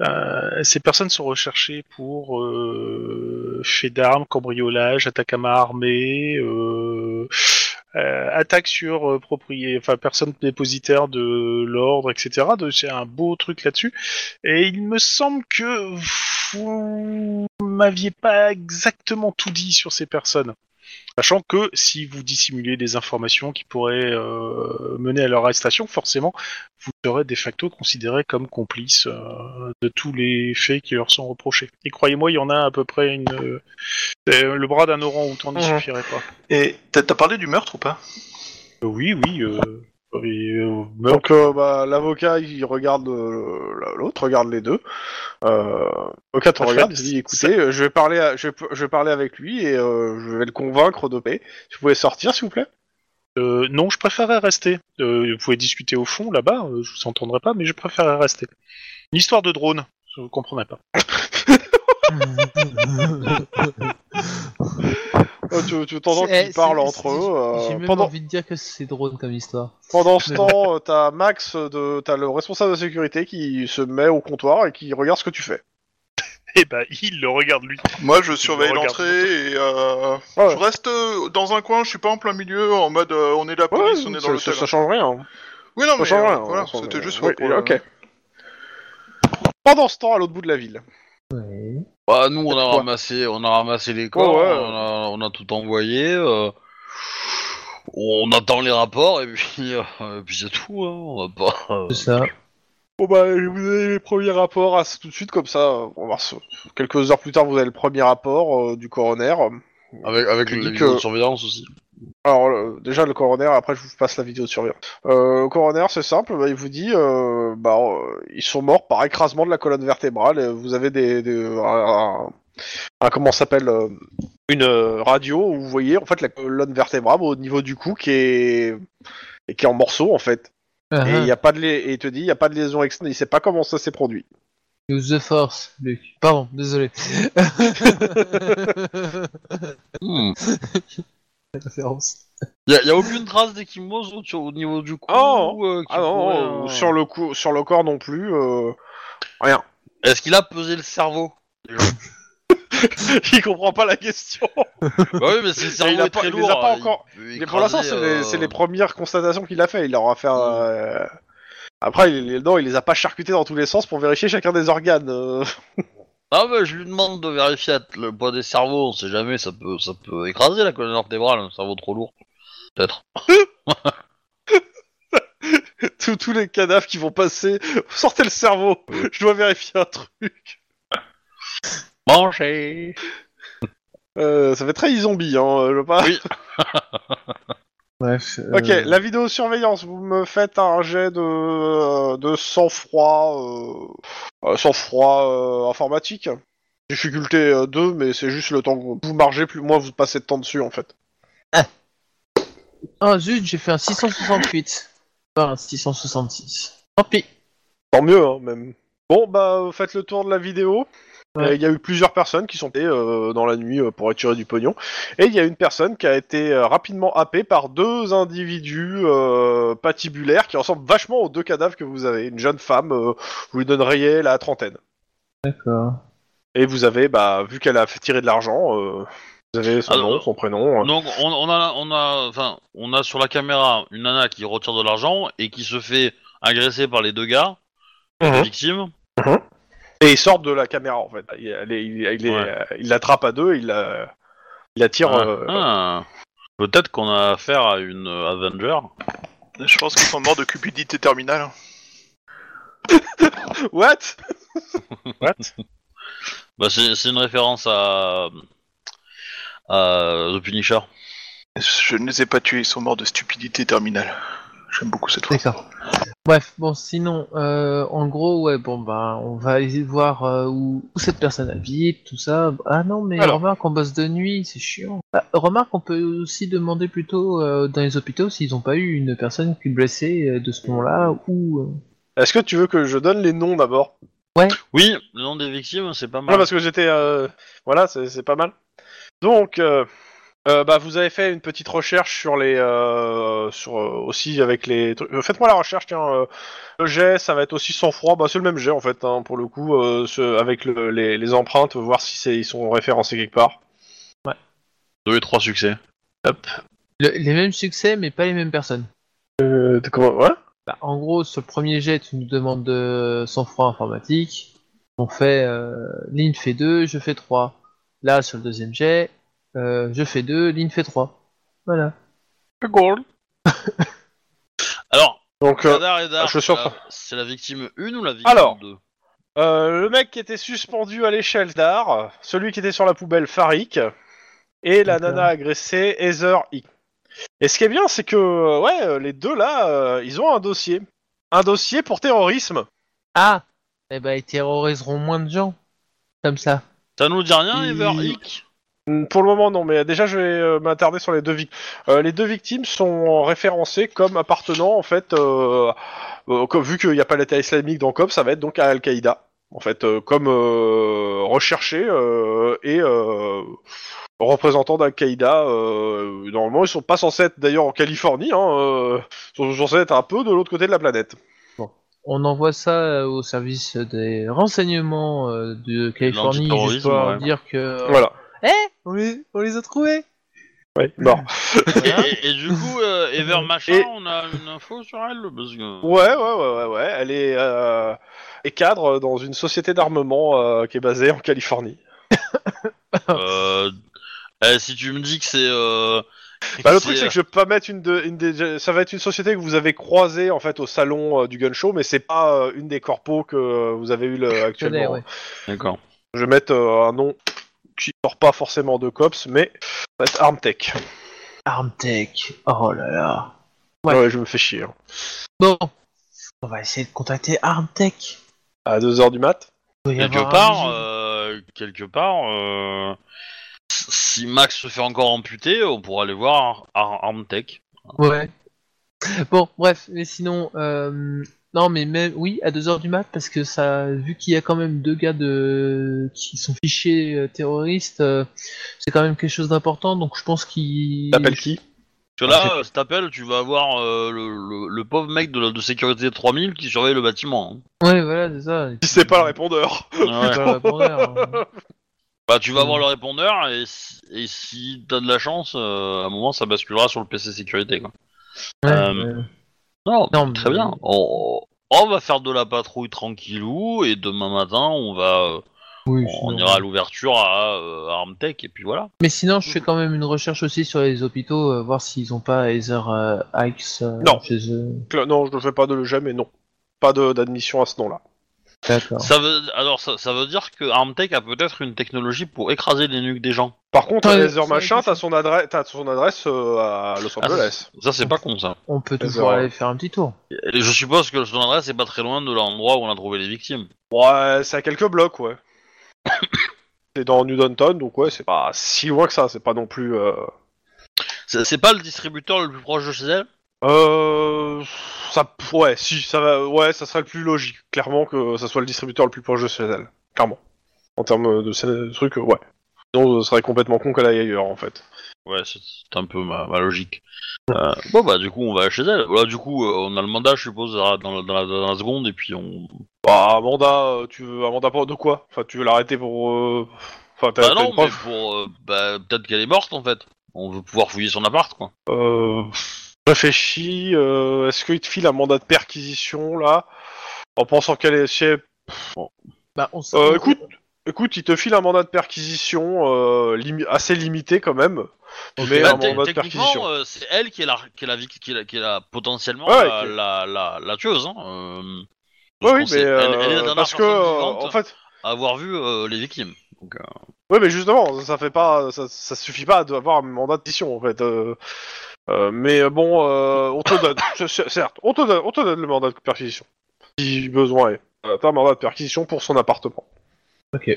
Speaker 3: euh, ces personnes sont recherchées pour euh, fait d'armes, cambriolage, attaque à main armée, euh, euh, attaque sur euh, proprié- enfin personne dépositaire de l'ordre, etc. De- C'est un beau truc là-dessus. Et il me semble que vous m'aviez pas exactement tout dit sur ces personnes. Sachant que si vous dissimulez des informations qui pourraient euh, mener à leur arrestation, forcément, vous serez de facto considéré comme complice euh, de tous les faits qui leur sont reprochés. Et croyez-moi, il y en a à peu près une. euh, euh, le bras d'un orang-outan n'y
Speaker 4: Mhm.
Speaker 3: suffirait pas.
Speaker 4: Et t'as t'as parlé du meurtre ou pas
Speaker 3: Euh, Oui, oui. Euh, et, euh, meurtre.
Speaker 1: Donc euh, bah, l'avocat il regarde euh, l'autre, regarde les deux. Euh, l'avocat te
Speaker 3: En fait,
Speaker 1: regarde, il dit écoutez,
Speaker 3: ça-
Speaker 1: euh, je, vais parler à- je, vais- je vais parler avec lui et euh, je vais le convaincre de payer. Si vous pouvez sortir s'il vous plaît
Speaker 3: Euh, non, je préférerais rester. Euh, vous pouvez discuter au fond là-bas, euh, je vous entendrai pas, mais je préférerais rester. Une histoire de drone, je ne comprenais pas.
Speaker 1: Euh, Tu, tu t'entends
Speaker 5: Eh, C'est-
Speaker 1: qu'ils parlent
Speaker 5: c'est-
Speaker 1: entre
Speaker 5: c'est-
Speaker 1: eux.
Speaker 5: J'ai
Speaker 1: euh,
Speaker 5: même
Speaker 1: pendant,
Speaker 5: envie de dire que c'est drôle comme histoire.
Speaker 1: Pendant ce temps, euh, t'as Max, de, t'as le responsable de sécurité qui se met au comptoir et qui regarde ce que tu fais.
Speaker 3: [LAUGHS] Eh ben, il le regarde lui.
Speaker 4: Moi, je surveille
Speaker 3: regarde.
Speaker 4: l'entrée et euh,
Speaker 1: Ah Ouais.
Speaker 4: je reste euh, dans un coin. Je suis pas en plein milieu, en mode euh, on est la police, on est dans
Speaker 1: ça, ça-
Speaker 4: l'hôtel.
Speaker 1: ça change rien.
Speaker 4: Oui, non,
Speaker 1: Ça
Speaker 4: mais
Speaker 1: change
Speaker 4: euh,
Speaker 1: rien.
Speaker 4: voilà,
Speaker 1: Ça-
Speaker 4: c'était juste
Speaker 1: oui,
Speaker 4: pour. euh,
Speaker 1: Ok. Pendant ce temps, à l'autre bout de la ville.
Speaker 5: Ouais.
Speaker 6: Bah nous on a
Speaker 1: Pourquoi
Speaker 6: ramassé, on a ramassé les corps,
Speaker 1: Ouais, ouais.
Speaker 6: On, a, on a tout envoyé, euh, on attend les rapports et puis, euh, et puis c'est tout. Hein, on va pas. euh,
Speaker 5: C'est ça.
Speaker 1: Bon bah, je vais vous donner les premiers rapports à, tout de suite, comme ça, euh, on va voir ce- quelques heures plus tard, vous avez le premier rapport euh, du coroner.
Speaker 6: Avec avec
Speaker 1: Tu
Speaker 6: les
Speaker 1: dis
Speaker 6: vidéos
Speaker 1: que-
Speaker 6: de surveillance aussi.
Speaker 1: Alors euh, déjà le coroner, après je vous passe la vidéo de surveillance. Euh, le coroner c'est simple, bah, il vous dit, euh, bah, euh, ils sont morts par écrasement de la colonne vertébrale. et vous avez des, des- un, un- un- comment ça s'appelle euh, une euh, radio où vous voyez en fait la colonne vertébrale au niveau du cou qui est et qui est en morceaux en fait.
Speaker 5: Ah,
Speaker 1: Et il y a pas de lai- et il te dit il y a pas de liaison externe, il sait pas comment ça s'est produit.
Speaker 5: Use the force, Luc. Pardon,
Speaker 1: [LAUGHS]
Speaker 5: désolé. [LAUGHS]
Speaker 6: Hmm.
Speaker 5: Référence.
Speaker 6: Y, a, y a aucune trace d'échymose au, sur- au niveau du cou.
Speaker 1: Oh
Speaker 6: euh, qui
Speaker 1: Ah non,
Speaker 6: pourrait,
Speaker 1: euh,
Speaker 6: euh,
Speaker 1: sur le cou, sur le corps non plus. euh, Rien.
Speaker 6: Est-ce qu'il a pesé le cerveau
Speaker 1: [LAUGHS] il comprend pas la question.
Speaker 6: Bah oui mais c'est le cerveau
Speaker 1: il a
Speaker 6: est
Speaker 1: pas-
Speaker 6: très
Speaker 1: il les a
Speaker 6: lourd. euh,
Speaker 1: pas
Speaker 6: il
Speaker 1: encore-
Speaker 6: peut
Speaker 1: Mais pour l'instant,
Speaker 6: écraser,
Speaker 1: c'est
Speaker 6: euh, Mm.
Speaker 1: les, c'est les premières constatations qu'il a fait. Il leur a fait. euh, Après, il, il- non, il les a pas charcutés dans tous les sens pour vérifier chacun des organes. euh. [LAUGHS]
Speaker 6: Ah bah je lui demande de vérifier at- le poids des cerveaux, on sait jamais, ça peut ça peut écraser la colonne vertébrale, un cerveau trop lourd. Peut-être.
Speaker 1: tous, tous les cadavres qui vont passer. Sortez le cerveau. Je dois vérifier un truc.
Speaker 6: Manger
Speaker 1: Euh, ça fait très zombie, hein. euh, Je veux pas.
Speaker 6: Oui.
Speaker 5: Bref. euh,
Speaker 1: Ok, la vidéosurveillance. Vous me faites un jet de euh, de sang froid, euh, euh, sang froid euh, informatique. Difficulté 2, mais c'est juste le temps que vous margez, plus moins vous passez de temps dessus en fait.
Speaker 5: Ah zut, j'ai fait un 668. Pas un 666. Tant pis.
Speaker 1: Tant mieux, hein, même. Bon, bah, euh, faites le tour de la vidéo. Euh, Il
Speaker 5: Ouais.
Speaker 1: y a eu plusieurs personnes qui sont allées euh, dans la nuit euh, pour attirer du pognon. Et il y a une personne qui a été euh, rapidement happée par deux individus euh, patibulaires qui ressemblent vachement aux deux cadavres que vous avez. Une jeune femme, euh, vous lui donneriez la trentaine.
Speaker 5: D'accord.
Speaker 1: Et vous avez, bah, vu qu'elle a fait tirer de l'argent, euh, vous avez son
Speaker 6: Alors,
Speaker 1: nom, son prénom. euh.
Speaker 6: Donc on, on a, on a, enfin, on a sur la caméra une nana qui retire de l'argent et qui se fait agresser par les deux gars,
Speaker 1: Mhm.
Speaker 6: la victime.
Speaker 1: Et il sort de la caméra, en fait. Il elle est- il- il est-
Speaker 6: Ouais.
Speaker 1: euh, il l'attrape à deux, il la, il la tire.
Speaker 6: Ah,
Speaker 1: euh,
Speaker 6: ah. Peut-être qu'on a affaire à une euh, Avenger.
Speaker 4: Je pense qu'ils sont morts de cupidité terminale.
Speaker 1: What
Speaker 6: Bah, c'est c'est une référence à, à The Punisher.
Speaker 4: Je ne les ai pas tués, ils sont morts de stupidité terminale. J'aime beaucoup cette phrase.
Speaker 5: D'accord. Bref, bon, sinon, euh, en gros, ouais, bon, bah, on va essayer de voir euh, où, où cette personne habite, tout ça. Ah non, mais
Speaker 1: Alors.
Speaker 5: remarque, on bosse de nuit, c'est chiant. Bah, remarque, on peut aussi demander plutôt euh, dans les hôpitaux s'ils n'ont pas eu une personne qui est blessée euh, de ce nom-là ou. euh,
Speaker 1: Est-ce que tu veux que je donne les noms d'abord
Speaker 6: Oui, le nom des victimes, c'est pas
Speaker 1: Voilà,
Speaker 6: mal.
Speaker 1: parce que j'étais. euh, Voilà, c'est c'est pas mal. Donc, euh, euh, bah, vous avez fait une petite recherche sur les. euh, sur euh, aussi avec les. trucs- euh, Faites-moi la recherche, tiens. euh, le jet, ça va être aussi sans froid. Bah, c'est le même jet en fait, hein, pour le coup, euh, ce- avec le- les, les empreintes, voir si c'est- ils sont référencés quelque part.
Speaker 6: Deux et trois succès.
Speaker 5: le- les mêmes succès, mais pas les mêmes personnes.
Speaker 1: Euh, comment Ouais.
Speaker 5: Bah, en gros, sur le premier jet, tu nous demandes de sang-froid informatique. On fait. Euh, Lynn fait 2, je fais 3. Là, sur le deuxième jet, euh, je fais 2, Lynn fait 3. Voilà.
Speaker 6: Alors,
Speaker 1: Donc, euh,
Speaker 6: Kadar et Dar,
Speaker 1: je suis
Speaker 6: c'est la-
Speaker 1: sûr
Speaker 6: c'est la victime 1 ou la victime
Speaker 1: Alors.
Speaker 6: 2
Speaker 1: Euh, le mec qui était suspendu à l'échelle d'art, celui qui était sur la poubelle Farik, et la
Speaker 5: D'accord.
Speaker 1: nana agressée Heather I. Et ce qui est bien, c'est que euh, ouais, euh, les deux là, euh, ils ont un dossier. Un dossier pour terrorisme.
Speaker 5: Ah Eh ben, ils terroriseront moins de gens. Comme ça.
Speaker 6: Ça nous dit rien,
Speaker 1: Il-
Speaker 6: Ever Hick
Speaker 1: [LAUGHS] Hmm, Pour le moment, non, mais déjà, je vais euh, m'attarder sur les deux victimes. Euh, les deux victimes sont référencées comme appartenant, en fait, euh, euh, comme- vu qu'il n'y a pas l'État islamique dans COP, ça va être donc à Al-Qaïda, en fait, euh, comme euh, recherché euh, et euh, représentant d'Al-Qaïda. euh, normalement, ils sont pas censés être d'ailleurs en Californie, hein, euh, ils sont censés être un peu de l'autre côté de la planète.
Speaker 5: On envoie ça euh, au service des renseignements euh, de Californie juste
Speaker 6: l'antiterrorisme,
Speaker 5: pour leur
Speaker 6: ouais.
Speaker 5: dire que.
Speaker 1: Voilà. Mm.
Speaker 5: Eh on les, on les a trouvés
Speaker 1: Ouais. Bon.
Speaker 5: Voilà.
Speaker 6: et, et du coup, euh, Ever Machin,
Speaker 1: Et-
Speaker 6: on a une info sur elle parce que...
Speaker 1: Ouais, ouais, ouais, ouais, ouais. Elle est, euh, est cadre dans une société d'armement euh, qui est basée en Californie.
Speaker 6: euh, eh, si tu me dis que c'est... euh,
Speaker 1: Bah, le truc, c'est
Speaker 6: euh,
Speaker 1: que je peux pas mettre une, de, une des. Ça va être une société que vous avez croisée en fait au salon euh, du gun show, mais c'est pas euh, une des corpos que euh, vous avez eu le-
Speaker 5: Je connais,
Speaker 1: actuellement.
Speaker 5: ouais.
Speaker 6: D'accord.
Speaker 1: Je vais mettre euh, un nom qui sort pas forcément de cops, mais ça va être Armtech.
Speaker 5: Armtech. Oh là là.
Speaker 1: Ouais.
Speaker 5: Ouais.
Speaker 1: je me fais chier. hein.
Speaker 5: Bon. On va essayer de contacter Armtech.
Speaker 1: À 2h du mat.
Speaker 5: Il doit y avoir
Speaker 6: Quelque
Speaker 5: un
Speaker 6: part,
Speaker 5: bisou.
Speaker 6: euh, quelque part, euh, si Max se fait encore amputer, on pourra aller voir Ar- Armtech.
Speaker 5: Ouais. Bon, bref, mais sinon, euh, non, mais même, oui, à 2h du mat, parce que ça, vu qu'il y a quand même deux gars de, qui sont fichés euh, terroristes, euh, c'est quand même quelque chose d'important, donc je pense qu'il.
Speaker 1: T'appelles qui
Speaker 6: Parce que
Speaker 1: Ah,
Speaker 6: là, euh, si t'appelles, tu vas avoir euh, le, le- le pauvre mec de, la- de sécurité 3000 qui surveille
Speaker 1: [LAUGHS]
Speaker 6: le bâtiment.
Speaker 5: Ouais, voilà, c'est ça.
Speaker 1: Si c'est pas le répondeur.
Speaker 6: hein. Ouais.
Speaker 5: Dans le répondeur, hein.
Speaker 6: Bah, tu vas avoir le répondeur et si, et si t'as de la chance, euh, à un moment ça basculera sur le PC sécurité. Quoi.
Speaker 5: Ouais,
Speaker 6: Euh,
Speaker 5: ouais.
Speaker 6: Non,
Speaker 5: Non,
Speaker 6: très
Speaker 5: mais-
Speaker 6: bien. On, on va faire de la patrouille tranquillou et demain matin on va, euh,
Speaker 5: Oui,
Speaker 6: on
Speaker 5: sinon.
Speaker 6: ira à l'ouverture à euh, Armtech et puis voilà.
Speaker 5: Mais sinon, je fais quand même une recherche aussi sur les hôpitaux, euh, voir s'ils ont pas Heather euh, Hikes euh,
Speaker 1: Non.
Speaker 5: chez eux.
Speaker 1: euh, Non, je ne fais pas de le jamais, non. Pas de- d'admission à ce nom-là.
Speaker 5: D'accord.
Speaker 6: Ça veut, alors ça, ça veut dire que Armtech a peut-être une technologie pour écraser les nuques des gens.
Speaker 1: Par contre,
Speaker 5: Ouais,
Speaker 1: à Laser
Speaker 5: ça,
Speaker 1: Machin,
Speaker 5: je sais.
Speaker 1: t'as son adresse, t'as son adresse euh, à Los
Speaker 6: Ah,
Speaker 1: Angeles.
Speaker 6: Ça c'est pas con ça.
Speaker 5: On peut
Speaker 1: Heather,
Speaker 5: toujours
Speaker 1: ouais.
Speaker 5: aller faire un petit tour.
Speaker 6: Et je suppose que son adresse est pas très loin de l'endroit où on a trouvé les victimes.
Speaker 1: Ouais, c'est à quelques blocs, ouais. [COUGHS] c'est dans New Downton, donc ouais, c'est pas si loin que ça, c'est pas non plus. Euh...
Speaker 6: C'est c'est pas le distributeur le plus proche de chez elle
Speaker 1: euh, Ça, ouais, si, ça va, ouais, ça serait le plus logique, clairement, que ça soit le distributeur le plus proche de chez elle, clairement. En termes de ce truc, ouais. Sinon, ce serait complètement con qu'elle aille ailleurs, en fait.
Speaker 6: Ouais, c'est c'est un peu ma, ma logique. Euh, bon, bah, du coup, on va chez elle. Voilà, du coup, euh, on a le mandat, je suppose, dans la, dans la- dans la- dans la seconde, et puis on.
Speaker 1: Bah, Amanda, euh, tu veux, Amanda, pour- de quoi Enfin, tu veux l'arrêter pour, euh, enfin, t'as
Speaker 6: Bah,
Speaker 1: t'as
Speaker 6: non,
Speaker 1: une
Speaker 6: mais
Speaker 1: preuve
Speaker 6: pour. euh, bah, peut-être qu'elle est morte, en fait. On veut pouvoir fouiller son appart, quoi.
Speaker 1: Euh, réfléchis, euh, est-ce qu'il te file un mandat de perquisition, là En pensant qu'elle est, si elle-
Speaker 5: Bah, on s-
Speaker 1: Euh,
Speaker 5: on-
Speaker 1: écoute, écoute, il te file un mandat de perquisition euh, limi- assez limité quand même, mais
Speaker 6: Bah,
Speaker 1: un
Speaker 6: te-
Speaker 1: mandat de perquisition.
Speaker 6: techniquement, euh, c'est elle qui est la, qui est la, vic- qui est la- qui est la- potentiellement
Speaker 1: Ouais,
Speaker 6: la,
Speaker 1: qui-
Speaker 6: la, la, la tueuse. Hein. euh,
Speaker 1: Ouais,
Speaker 6: je
Speaker 1: oui, mais
Speaker 6: pense que c'est- elle, elle est la
Speaker 1: euh,
Speaker 6: dernière
Speaker 1: parce que
Speaker 6: personne
Speaker 1: euh,
Speaker 6: vivante
Speaker 1: en fait,
Speaker 6: à avoir vu euh, les victimes. Donc, euh,
Speaker 1: oui, mais justement, ça fait pas, ça, ça suffit pas d'avoir un mandat de perquisition en fait. euh, euh, mais euh, bon, euh, on te
Speaker 6: [LAUGHS]
Speaker 1: donne, c- c- certes, on te donne, on te donne le mandat de perquisition si besoin est. Euh, T'as un mandat de perquisition pour son appartement.
Speaker 5: Ok.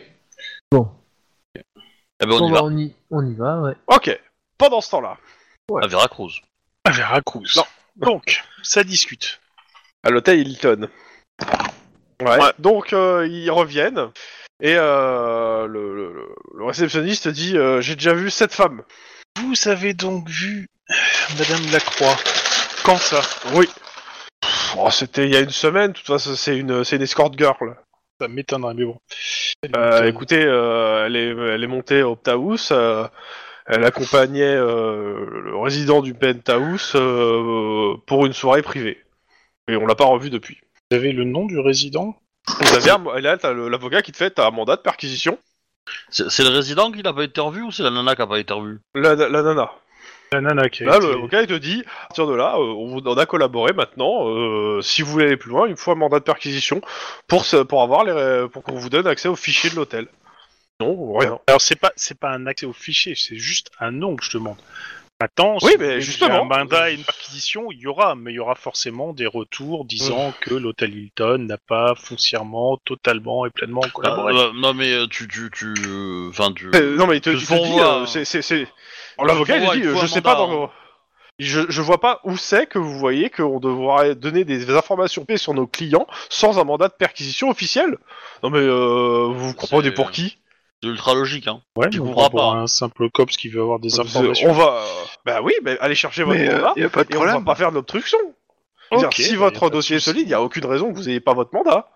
Speaker 6: eh ben, on
Speaker 5: Bon,
Speaker 6: y
Speaker 5: bah,
Speaker 6: va.
Speaker 5: on, y... on y va, ouais.
Speaker 1: Ok. Pendant ce temps-là,
Speaker 6: À Veracruz.
Speaker 3: À Veracruz.
Speaker 1: Non.
Speaker 3: Donc, ça discute.
Speaker 1: à l'hôtel Hilton. Ouais. Donc euh, ils reviennent et euh, le, le- le- le réceptionniste dit euh, j'ai déjà vu cette femme.
Speaker 3: Vous avez donc vu Madame Lacroix. Quand ça
Speaker 1: Oui. Pff, oh, c'était il y a une semaine. De toute façon c'est une c'est une escort girl.
Speaker 3: Ça m'étonnerait, mais bon.
Speaker 1: Euh, écoutez, euh, elle est elle est montée au penthouse. euh, elle accompagnait euh, le résident du penthouse euh, pour une soirée privée. Et on l'a pas revue depuis.
Speaker 3: Vous avez le nom du résident
Speaker 1: Vous avez un- là t'as le- l'avocat qui te fait t'as un mandat de perquisition.
Speaker 6: C'est c'est le résident qui n'a pas été revu ou c'est la nana qui n'a pas été revue
Speaker 1: La, la nana.
Speaker 3: La nana qui a
Speaker 1: Là,
Speaker 3: été-
Speaker 1: le gars, il te dit, à partir de là, euh, on, vous- on a collaboré maintenant. euh, si vous voulez aller plus loin, il me faut un mandat de perquisition pour, ce- pour avoir les, ré- pour qu'on vous donne accès aux fichiers de l'hôtel. Non,
Speaker 6: Euh,
Speaker 1: rien.
Speaker 3: Alors c'est pas c'est pas un accès au fichier, c'est juste un nom que je demande. Maintenant,
Speaker 1: Oui,
Speaker 3: si
Speaker 1: mais
Speaker 3: vous avez
Speaker 1: justement.
Speaker 3: un mandat et une perquisition, il y aura, mais il y aura forcément des retours disant que l'hôtel Hilton n'a pas foncièrement, totalement et pleinement
Speaker 1: Ah,
Speaker 3: collaboré.
Speaker 6: Euh, euh, Non, mais euh, tu. tu, tu euh, Enfin, tu.
Speaker 1: Euh, non, mais il te,
Speaker 6: Je
Speaker 1: il te
Speaker 6: vous
Speaker 1: dit,
Speaker 6: renvoie
Speaker 1: euh,
Speaker 6: un-
Speaker 1: c'est, c'est, c'est- Alors, l'avocat, il
Speaker 6: vous
Speaker 1: te
Speaker 6: renvoie
Speaker 1: dit, euh,
Speaker 6: une fois
Speaker 1: je
Speaker 6: un
Speaker 1: sais pas
Speaker 6: mandat, hein.
Speaker 1: dans- Je, je vois pas où c'est que vous voyez qu'on devrait donner des informations P sur nos clients sans un mandat de perquisition officiel. Non, mais euh, vous comprenez
Speaker 6: C'est-
Speaker 1: pour qui
Speaker 6: C'est ultra logique, hein.
Speaker 3: Ouais,
Speaker 6: tu
Speaker 3: mais on
Speaker 6: comprends
Speaker 3: prend pour
Speaker 6: pas.
Speaker 3: un simple cops qui veut avoir des informations.
Speaker 1: On va. Bah oui, mais allez chercher votre
Speaker 4: Mais
Speaker 1: mandat.
Speaker 4: il a pas de
Speaker 1: Et on va
Speaker 4: problème.
Speaker 1: pas faire d'obstruction. Je veux
Speaker 3: Ok,
Speaker 1: dire, si
Speaker 3: bah, y a pas
Speaker 1: votre
Speaker 3: de
Speaker 1: dossier est
Speaker 3: souci.
Speaker 1: solide, il n'y a aucune raison que vous n'ayez pas votre mandat.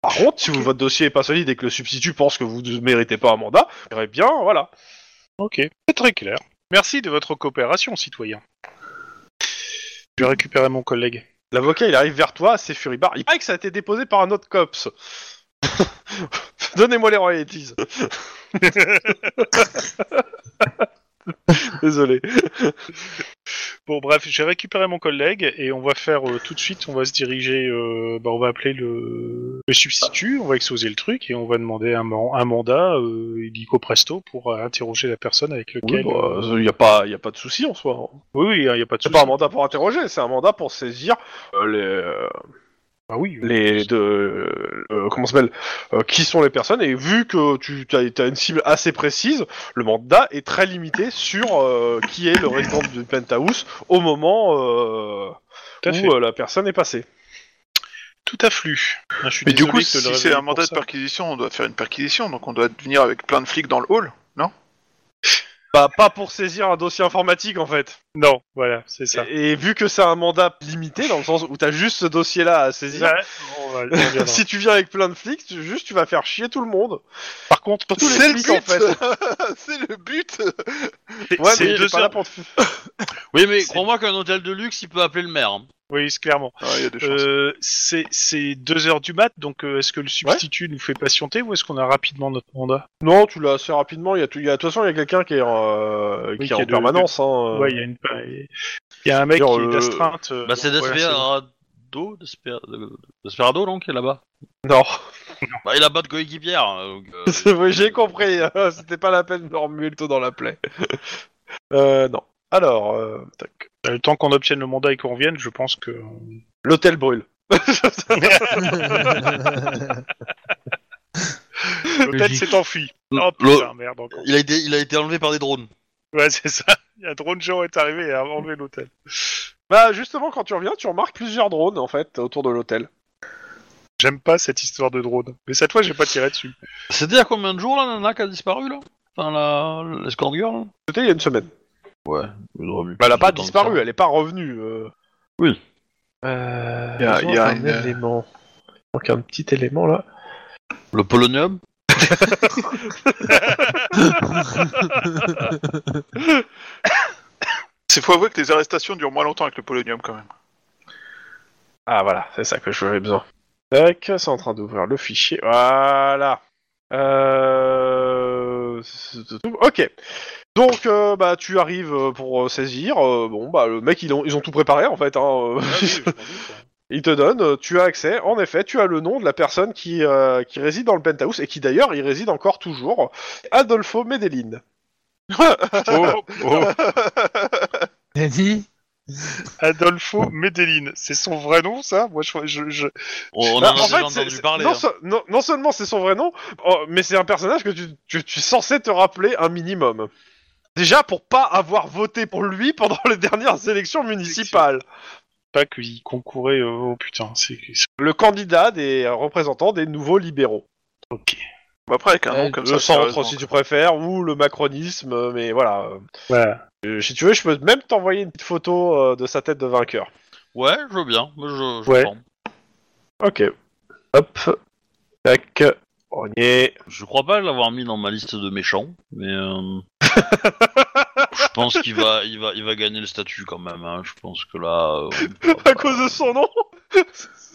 Speaker 1: Par contre, si vous- votre dossier est pas solide et que le substitut pense que vous ne méritez pas un mandat, eh bien, voilà.
Speaker 3: Ok, c'est très clair. Merci de votre coopération, citoyen. Je vais récupérer mon collègue.
Speaker 1: L'avocat, il arrive vers toi, c'est furibard. Il paraît que ça a été déposé par un autre cops. [LAUGHS] Donnez-moi les royalties. [LAUGHS] Désolé.
Speaker 3: Bon, bref, j'ai récupéré mon collègue et on va faire euh, tout de suite, on va se diriger, euh, bah, on va appeler le, le substitut, on va exposer le truc et on va demander un, man- un mandat euh, illico presto pour euh, interroger la personne avec
Speaker 1: Il
Speaker 3: lequel.
Speaker 1: n'y a, pas- euh, y a pas de souci en soi. hein.
Speaker 3: Oui, oui, il n'y a pas de
Speaker 1: C'est
Speaker 3: souci.
Speaker 1: pas un mandat pour interroger, c'est un mandat pour saisir euh, les, euh,
Speaker 3: Ah oui, oui.
Speaker 1: les de euh, comment ça s'appelle euh, qui sont les personnes et vu que tu as, une cible assez précise le mandat est très limité sur euh, qui est le résident du penthouse au moment euh,
Speaker 3: Tout à fait.
Speaker 1: où euh, la personne est passée
Speaker 3: tout afflue. Ah, je suis
Speaker 4: euh, Mais du
Speaker 3: désolé
Speaker 4: coup,
Speaker 3: de te
Speaker 4: si
Speaker 3: le
Speaker 4: c'est
Speaker 3: révéler
Speaker 4: un
Speaker 3: pour
Speaker 4: mandat de
Speaker 3: ça.
Speaker 4: perquisition, on doit faire une perquisition, donc on doit venir avec plein de flics dans le hall.
Speaker 1: bah, pas pour saisir un dossier informatique en fait
Speaker 3: Non, voilà, c'est ça.
Speaker 1: et, et vu que c'est un mandat limité dans le sens où t'as juste ce dossier là à saisir
Speaker 3: Ouais, on va- on
Speaker 1: [LAUGHS]
Speaker 4: [LAUGHS]
Speaker 3: reviendra.
Speaker 1: si tu viens avec plein de flics tu, juste tu vas faire chier tout le monde
Speaker 3: Par contre,
Speaker 1: tous les
Speaker 4: C'est le
Speaker 1: flics,
Speaker 4: but
Speaker 1: en
Speaker 3: [LAUGHS]
Speaker 4: [LAUGHS] C'est le but
Speaker 3: c'est-
Speaker 1: ouais
Speaker 3: c'est
Speaker 1: mais t'es
Speaker 3: deux
Speaker 1: pas là
Speaker 3: heures.
Speaker 1: pour te-
Speaker 6: Oui, mais
Speaker 3: C'est-
Speaker 6: crois-moi qu'un hôtel de luxe, il peut appeler le maire. hein.
Speaker 3: Oui, c'est clairement.
Speaker 4: Ah, il y a des chances.
Speaker 3: Euh, c'est c'est deux heures du mat, donc euh, est-ce que le substitut nous fait patienter ou est-ce qu'on a rapidement notre mandat
Speaker 1: Non, tu l'as assez rapidement. Il y a, tout- il y a- de toute façon, il y a quelqu'un qui est, euh, qui
Speaker 3: qui
Speaker 1: est en
Speaker 3: a de-
Speaker 1: permanence. hein.
Speaker 3: Ouais, il y a une il y a un mec
Speaker 1: Genre,
Speaker 3: qui est
Speaker 1: euh,
Speaker 3: d'astreinte. euh,
Speaker 6: Bah, c'est
Speaker 3: donc, voilà,
Speaker 6: Desperado, Desperado, Desperado, non, qui est là-bas.
Speaker 1: [LAUGHS] Non, [LAUGHS]
Speaker 6: Bah, il a pas de coéquipière. hein, donc, euh, [LAUGHS]
Speaker 1: C'est vrai, j'ai compris. [LAUGHS] C'était pas la peine de remuer le taux dans la plaie. [LAUGHS] Euh, non. Alors, euh, tac.
Speaker 3: c'est- le temps qu'on obtienne le mandat et qu'on revienne, je pense que
Speaker 1: [LAUGHS] l'hôtel brûle. [LAUGHS]
Speaker 3: l'hôtel
Speaker 5: Logique.
Speaker 3: s'est enfui.
Speaker 6: Non,
Speaker 3: Oh putain, merde encore.
Speaker 6: il, a été, il a été enlevé par des drones.
Speaker 3: [LAUGHS] Ouais, c'est ça. Un drone géant est arrivé et a enlevé l'hôtel.
Speaker 1: Bah justement, quand tu reviens, tu remarques plusieurs drones en fait autour de l'hôtel.
Speaker 3: J'aime pas cette histoire de drone. Mais cette fois, j'ai pas tiré dessus.
Speaker 6: C'était il y a combien de jours la nana qui a disparu là Enfin la l'escort girl là
Speaker 1: C'était il y a une semaine.
Speaker 6: Ouais. il aurait eu
Speaker 1: Bah, elle a
Speaker 6: plus
Speaker 1: pas
Speaker 6: de temps de
Speaker 1: disparu,
Speaker 6: faire.
Speaker 1: elle est pas revenue. euh.
Speaker 5: Euh,
Speaker 1: Il y a- il y a
Speaker 5: un
Speaker 1: une- euh,
Speaker 5: élément. Il manque un petit élément là.
Speaker 6: Le polonium
Speaker 4: C'est faut avouer que les arrestations durent moins longtemps avec le polonium quand même.
Speaker 1: Ah voilà, c'est ça que j'avais besoin. Tac, c'est en train d'ouvrir le fichier. Voilà. Euh... Ok. Donc euh, bah tu arrives euh, pour euh, saisir. euh, bon bah le mec ils ont, ils ont tout préparé en fait. Hein, euh. [LAUGHS] ils te donnent. euh, Tu as accès. En effet, tu as le nom de la personne qui euh, qui réside dans le penthouse et qui d'ailleurs y réside encore toujours. Adolfo Medellin.
Speaker 3: Oh, oh.
Speaker 5: [LAUGHS] Daddy
Speaker 3: [LAUGHS] Adolfo Medellin. C'est son vrai nom, ça Moi, je, je, je-
Speaker 6: On, on en
Speaker 1: Bah,
Speaker 6: a déjà
Speaker 1: c'est-
Speaker 6: entendu
Speaker 1: c'est-
Speaker 6: parler.
Speaker 1: Non,
Speaker 6: hein.
Speaker 1: se- non- non seulement c'est son vrai nom, oh, mais c'est un personnage que tu, tu- tu es censé te rappeler un minimum. Déjà pour pas avoir voté pour lui [LAUGHS] pendant les dernières élections municipales.
Speaker 3: pas qu'il concourait. euh, Oh putain, c'est. c'est-
Speaker 1: Le candidat des euh, représentants des nouveaux libéraux.
Speaker 3: Ok.
Speaker 4: Bah, après, avec un
Speaker 5: Ouais,
Speaker 4: nom comme
Speaker 1: le
Speaker 4: ça.
Speaker 1: centre
Speaker 4: sérieusement.
Speaker 1: si tu préfères, ou le macronisme, euh, mais voilà.
Speaker 3: Voilà.
Speaker 1: Euh, si tu veux, je peux même t'envoyer une petite photo euh, de sa tête de vainqueur.
Speaker 6: Ouais, je veux bien. mais Je, je
Speaker 1: Ouais.
Speaker 6: prends.
Speaker 1: Ok. Hop. Tac. On y est.
Speaker 6: Je crois pas l'avoir mis dans ma liste de méchants,
Speaker 1: [LAUGHS]
Speaker 6: mais euh, je pense qu'il va, il va, il va gagner le statut quand même. hein. Je pense que là. euh,
Speaker 1: À cause de son nom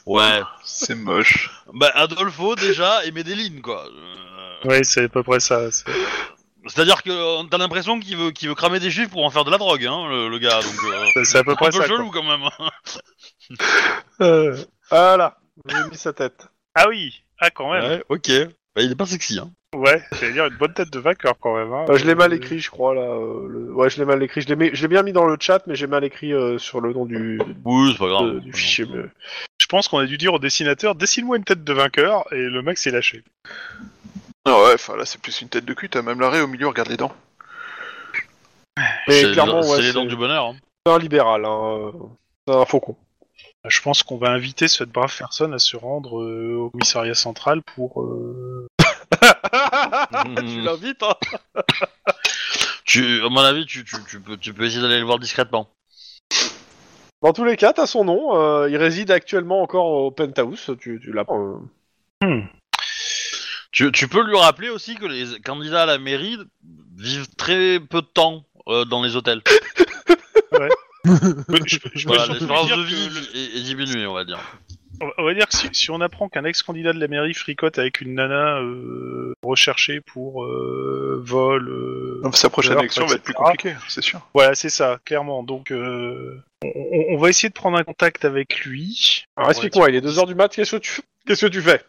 Speaker 6: Ouais.
Speaker 4: C'est moche.
Speaker 6: Bah Adolfo déjà [LAUGHS] et Medellin quoi. Euh,
Speaker 3: Ouais, c'est à peu près ça. c'est-
Speaker 6: C'est-à-dire que euh, t'as l'impression qu'il veut, qu'il veut cramer des chiffres pour en faire de la drogue, hein, le, le gars. Donc.
Speaker 1: [LAUGHS]
Speaker 6: euh,
Speaker 3: C'est c'est à peu
Speaker 6: Un
Speaker 3: près
Speaker 6: peu
Speaker 3: ça.
Speaker 6: chelou quand même. hein.
Speaker 3: quoi. Euh,
Speaker 1: Voilà. J'ai mis sa tête.
Speaker 3: Ah oui. Ah, quand même.
Speaker 6: ok. Bah, il est pas sexy. Hein.
Speaker 3: Ouais, j'allais dire une bonne tête de vainqueur quand même. hein.
Speaker 1: Euh, je l'ai mal écrit, je crois, là. euh, le- Ouais, je l'ai mal écrit. Je l'ai mis- je l'ai bien mis dans le chat, mais j'ai mal écrit euh, sur le nom du,
Speaker 6: Oui, c'est pas grave.
Speaker 1: de- du fichier. mais-
Speaker 3: Je pense qu'on a dû dire au dessinateur dessine-moi une tête de vainqueur et le mec s'est lâché.
Speaker 4: Non, Ah ouais, enfin là, c'est plus une tête de cul, t'as même l'arrêt au milieu, regarde les dents.
Speaker 1: Mais
Speaker 6: C'est-
Speaker 1: clairement, ouais,
Speaker 6: c'est les
Speaker 1: c'est
Speaker 6: dents du bonheur. hein.
Speaker 1: c'est un libéral. Hein. euh, C'est un faucon.
Speaker 3: Bah, Je pense qu'on va inviter cette brave personne à se rendre euh, au commissariat central
Speaker 1: [LAUGHS]
Speaker 3: pour. euh,
Speaker 1: [LAUGHS] Tu l'invites, hein
Speaker 6: Mhm. [LAUGHS] tu, à mon avis, tu, tu, tu peux, tu peux essayer d'aller le voir discrètement.
Speaker 1: Dans tous les cas, t'as son nom. euh, il réside actuellement encore au penthouse. Tu, tu l'as. euh,
Speaker 6: Tu, tu peux lui rappeler aussi que les candidats à la mairie vivent très peu de temps euh, dans
Speaker 1: [LAUGHS]
Speaker 6: les hôtels.
Speaker 3: Je, je peux
Speaker 6: Voilà,
Speaker 3: surtout
Speaker 6: L'espérance
Speaker 3: dire
Speaker 6: de
Speaker 3: que
Speaker 6: vie
Speaker 3: le-
Speaker 6: est, est diminuée, on va dire.
Speaker 3: On va- On va dire que si, si on apprend qu'un ex-candidat de la mairie fricote avec une nana euh, recherchée pour euh, vol, euh,
Speaker 4: Donc sa prochaine
Speaker 3: D'ailleurs,
Speaker 4: élection
Speaker 3: quoi,
Speaker 4: va être plus
Speaker 3: etc.
Speaker 4: compliquée, c'est sûr.
Speaker 3: voilà, c'est ça, clairement. Donc, euh, on, on- on va essayer de prendre un contact avec lui.
Speaker 1: Alors, explique-moi, il est 2h du mat. Qu'est-ce que tu Qu'est-ce que tu fais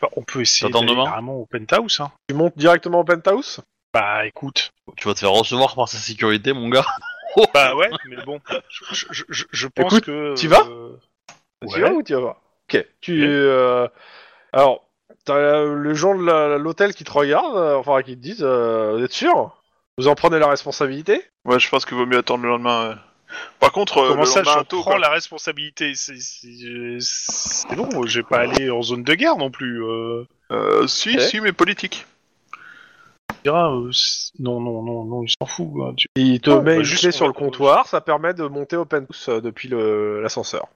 Speaker 3: Bah, on peut essayer
Speaker 6: T'attends
Speaker 3: d'aller
Speaker 6: demain
Speaker 3: carrément au penthouse. Hein.
Speaker 1: Tu montes directement au penthouse
Speaker 3: Bah, écoute.
Speaker 6: Tu vas te faire recevoir par sa sécurité, mon gars. [LAUGHS]
Speaker 1: [LAUGHS]
Speaker 3: Bah ouais, mais bon, je, je- je- je pense
Speaker 1: Écoute,
Speaker 3: que.
Speaker 1: t'y vas
Speaker 3: euh,
Speaker 1: Tu
Speaker 3: ouais.
Speaker 1: vas ou tu vas pas Ok. Tu. euh, Alors, t'as euh, les gens de la- l'hôtel qui te regardent, euh, enfin qui te disent euh, Vous êtes sûr Vous en prenez la responsabilité
Speaker 4: Ouais, je pense qu'il vaut mieux attendre le lendemain. euh. Par contre, euh,
Speaker 3: Comment
Speaker 4: le
Speaker 3: ça,
Speaker 4: lendemain,
Speaker 3: j'en
Speaker 4: tôt,
Speaker 3: prends
Speaker 4: quoi.
Speaker 3: la responsabilité C'est- C'est c'est bon, j'ai pas allé en zone de guerre non plus. euh.
Speaker 4: Euh, si,
Speaker 1: Ok.
Speaker 4: si, mais politique.
Speaker 3: Tu diras, euh, c'est- non, non, non, non, il s'en fout. hein, tu-
Speaker 1: Il te
Speaker 3: Oh,
Speaker 1: met
Speaker 3: bah,
Speaker 1: une
Speaker 3: juste,
Speaker 1: clé
Speaker 3: on
Speaker 1: sur
Speaker 3: va-
Speaker 1: le comptoir, ça permet de monter au penthouse euh, depuis le- l'ascenseur.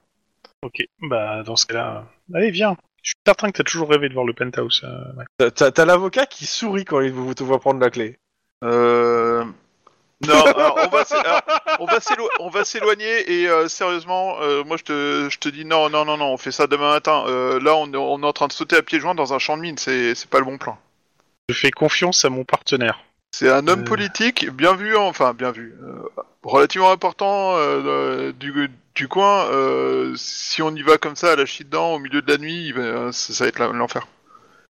Speaker 3: Ok, bah dans ce cas-là, euh, allez viens. Je suis certain que t'as toujours rêvé de voir le penthouse. euh, Max.
Speaker 1: T'as- T'as t'as l'avocat qui sourit quand il vous- te voit prendre la clé.
Speaker 4: Euh... Non, alors, on va s'é- alors, on va s'élo- on va s'éloigner et euh, sérieusement, euh, moi je te, je te dis non, non, non, non, on fait ça demain matin. Euh, là, on, est- on est en train de sauter à pieds joints dans un champ de mine, c'est c'est pas le bon plan.
Speaker 3: Je fais confiance à mon partenaire.
Speaker 4: C'est un homme
Speaker 5: Euh.
Speaker 4: politique, bien vu, enfin bien vu, euh, relativement important euh, du, du coin. euh, si on y va comme ça à la chie dedans au milieu de la nuit, il va- euh, ça, ça va être la- l'enfer.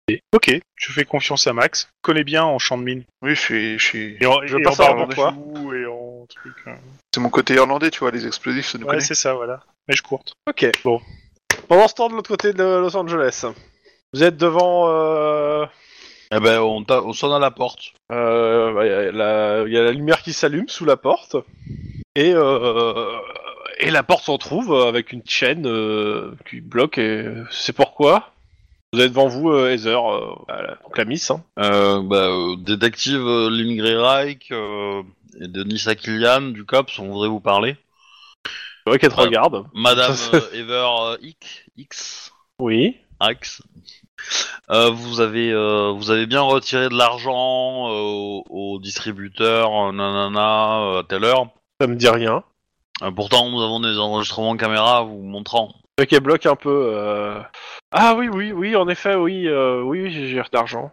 Speaker 3: Et, ok, je fais confiance à Max. Connais bien en champ de mine.
Speaker 4: Oui, je suis, je suis.
Speaker 3: Et en,
Speaker 1: Je
Speaker 3: et
Speaker 1: passe
Speaker 3: en
Speaker 1: à Orlando,
Speaker 3: barbecue et en truc. euh.
Speaker 4: C'est mon côté irlandais, tu vois, les explosifs, ça nous
Speaker 3: Ouais,
Speaker 4: connaît.
Speaker 3: c'est ça, voilà. Mais je courte.
Speaker 1: Ok.
Speaker 3: Bon.
Speaker 1: Pendant ce temps, de l'autre côté de Los Angeles, vous êtes devant. euh,
Speaker 6: Eh ben, on, t'a- on sonne à la porte.
Speaker 1: Euh, bah, y a la- y a la lumière qui s'allume sous la porte. Et euh, et la porte s'en trouve euh, avec une chaîne euh, qui bloque. Et c'est pourquoi vous êtes devant vous, euh, Heather, euh, voilà, donc la miss. hein.
Speaker 6: Euh, bah, euh, détective euh, Lynn Greyreich euh, et Denis Akilian du COPS, on voudrait vous parler.
Speaker 1: C'est vrai qu'elle te
Speaker 6: Ouais.
Speaker 1: regarde.
Speaker 6: Madame
Speaker 1: Ça,
Speaker 6: euh, Ever euh, Hick- Hicks,
Speaker 1: Oui.
Speaker 6: Axe, euh, vous, avez, euh, vous avez bien retiré de l'argent euh, au, au distributeur, euh, nanana, euh, à telle heure.
Speaker 1: Ça me dit rien.
Speaker 6: Euh, pourtant, nous avons des enregistrements de caméra vous montrant.
Speaker 1: C'est vrai qu'elle bloque un peu. euh, Ah oui, oui, oui, en effet, oui, euh, oui, oui, j'ai j'ai de l'argent.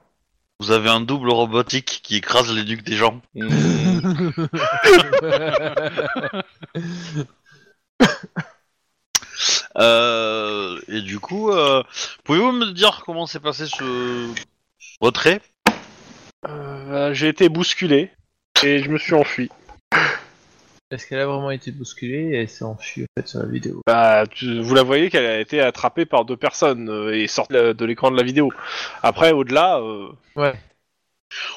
Speaker 6: Vous avez un double robotique qui écrase les nuques des gens. Euh, et du coup, euh, pouvez-vous me dire comment s'est passé ce retrait
Speaker 1: Euh, j'ai été bousculé et je me suis enfui.
Speaker 5: Est-ce qu'elle a vraiment été bousculée et elle s'est enfuie en fait sur la vidéo
Speaker 1: Bah, tu- vous la voyez qu'elle a été attrapée par deux personnes euh, et sortie de de l'écran de la vidéo. Après, au-delà, euh,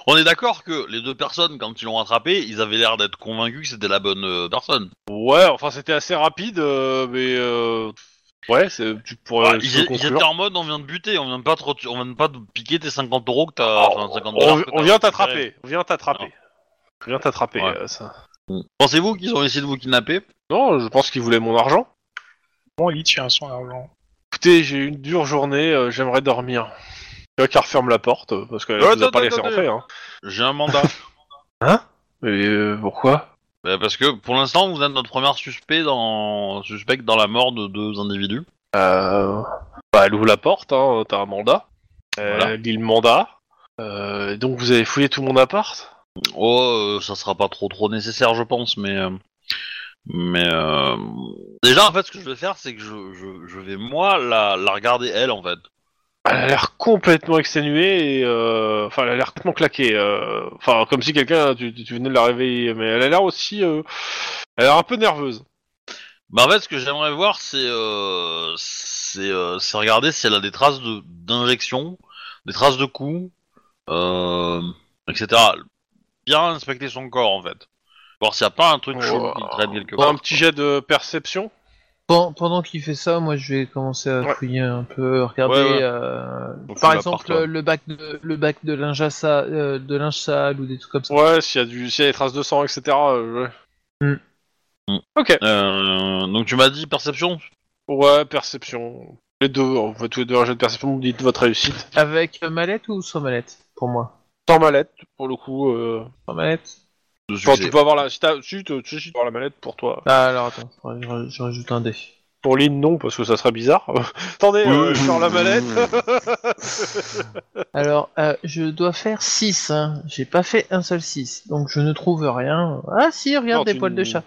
Speaker 6: On est d'accord que les deux personnes, quand ils l'ont attrapé, ils avaient l'air d'être convaincus que c'était la bonne euh, personne.
Speaker 1: ouais, enfin, c'était assez rapide, euh, mais euh, ouais, c'est- tu pourrais
Speaker 6: Ah,
Speaker 1: tu
Speaker 6: ils,
Speaker 1: peux
Speaker 6: ils
Speaker 1: conclure.
Speaker 6: étaient en mode on vient de buter, on vient de pas trop, on vient de pas de piquer tes 50 euros que t'as. enfin, 50 dollars
Speaker 1: on,
Speaker 6: que
Speaker 1: on
Speaker 6: t'as
Speaker 1: vient
Speaker 6: récupérés.
Speaker 1: t'attraper, on vient t'attraper, on vient t'attraper.
Speaker 6: Ouais.
Speaker 1: euh, ça.
Speaker 6: Pensez-vous qu'ils ont essayé de vous kidnapper
Speaker 1: Non, je pense qu'il voulait mon argent.
Speaker 3: Comment il tient son argent
Speaker 1: Écoutez, j'ai eu une dure journée, euh, j'aimerais dormir. Tu vois qu'elle referme la porte euh, parce qu'elle
Speaker 6: Ouais,
Speaker 1: vous a
Speaker 6: attends,
Speaker 1: pas laissé
Speaker 6: attends,
Speaker 1: rentrer. Hein.
Speaker 6: J'ai un mandat.
Speaker 1: Mais euh, pourquoi
Speaker 6: [LAUGHS] Bah, parce que pour l'instant, vous êtes notre premier suspect dans suspect dans la mort de deux individus.
Speaker 1: Euh, bah, elle ouvre la porte, hein, t'as un mandat. Euh,
Speaker 6: Voilà.
Speaker 1: Elle lit le mandat. Euh, donc vous avez fouillé tout mon appart
Speaker 6: Oh, euh, ça sera pas trop trop nécessaire, je pense, mais euh, mais euh, déjà en fait, ce que je vais faire, c'est que je, je, je vais moi la, la regarder elle en fait.
Speaker 1: Elle a l'air complètement exténuée et euh, enfin elle a l'air complètement claquée. euh, Enfin comme si quelqu'un tu, tu venais de la réveiller, mais elle a l'air aussi, euh, elle a l'air un peu nerveuse.
Speaker 6: Bah en fait, ce que j'aimerais voir, c'est euh, c'est euh, c'est regarder si elle a des traces de d'injection, des traces de coups, euh, etc. Bien inspecter son corps en fait. Voir s'il n'y a pas un truc chaud qui traîne quelque part.
Speaker 1: Un petit jet de perception.
Speaker 5: Pen- Pendant qu'il fait ça, moi je vais commencer à
Speaker 1: Ouais.
Speaker 5: fouiller un peu, regarder.
Speaker 6: Ouais, ouais.
Speaker 5: euh,
Speaker 6: Donc,
Speaker 5: par
Speaker 6: tu
Speaker 5: exemple,
Speaker 6: l'appart, ouais.
Speaker 5: le bac de, le bac de linge à sa- euh, de linge sale ou des trucs comme ça.
Speaker 1: Ouais, s'il y a du, s'il y a des traces de sang, etc. euh, ouais.
Speaker 6: Euh, donc tu m'as dit perception.
Speaker 1: Ouais, perception. Les deux, on fait tous les deux un jet de perception. Vous dites votre réussite.
Speaker 5: Avec euh, mallette ou sans mallette Pour moi.
Speaker 1: Sans mallette pour le coup. Euh...
Speaker 5: Sans mallette
Speaker 6: de
Speaker 1: Enfin,
Speaker 6: succès.
Speaker 1: tu peux avoir la, si t'as- si, tu- si, tu peux avoir la mallette pour toi.
Speaker 5: Ah, alors attends, faudrait que je, raj- je rajoute un dé.
Speaker 1: Pour Lynn, non, parce que ça serait bizarre. [LAUGHS] Attendez, euh, je sors la mallette.
Speaker 5: Alors, euh, je dois faire 6. Hein. J'ai pas fait un seul 6. Donc je ne trouve rien. Ah si, regarde
Speaker 1: Non,
Speaker 5: des
Speaker 1: tu
Speaker 5: poils de
Speaker 1: ne-
Speaker 5: chat.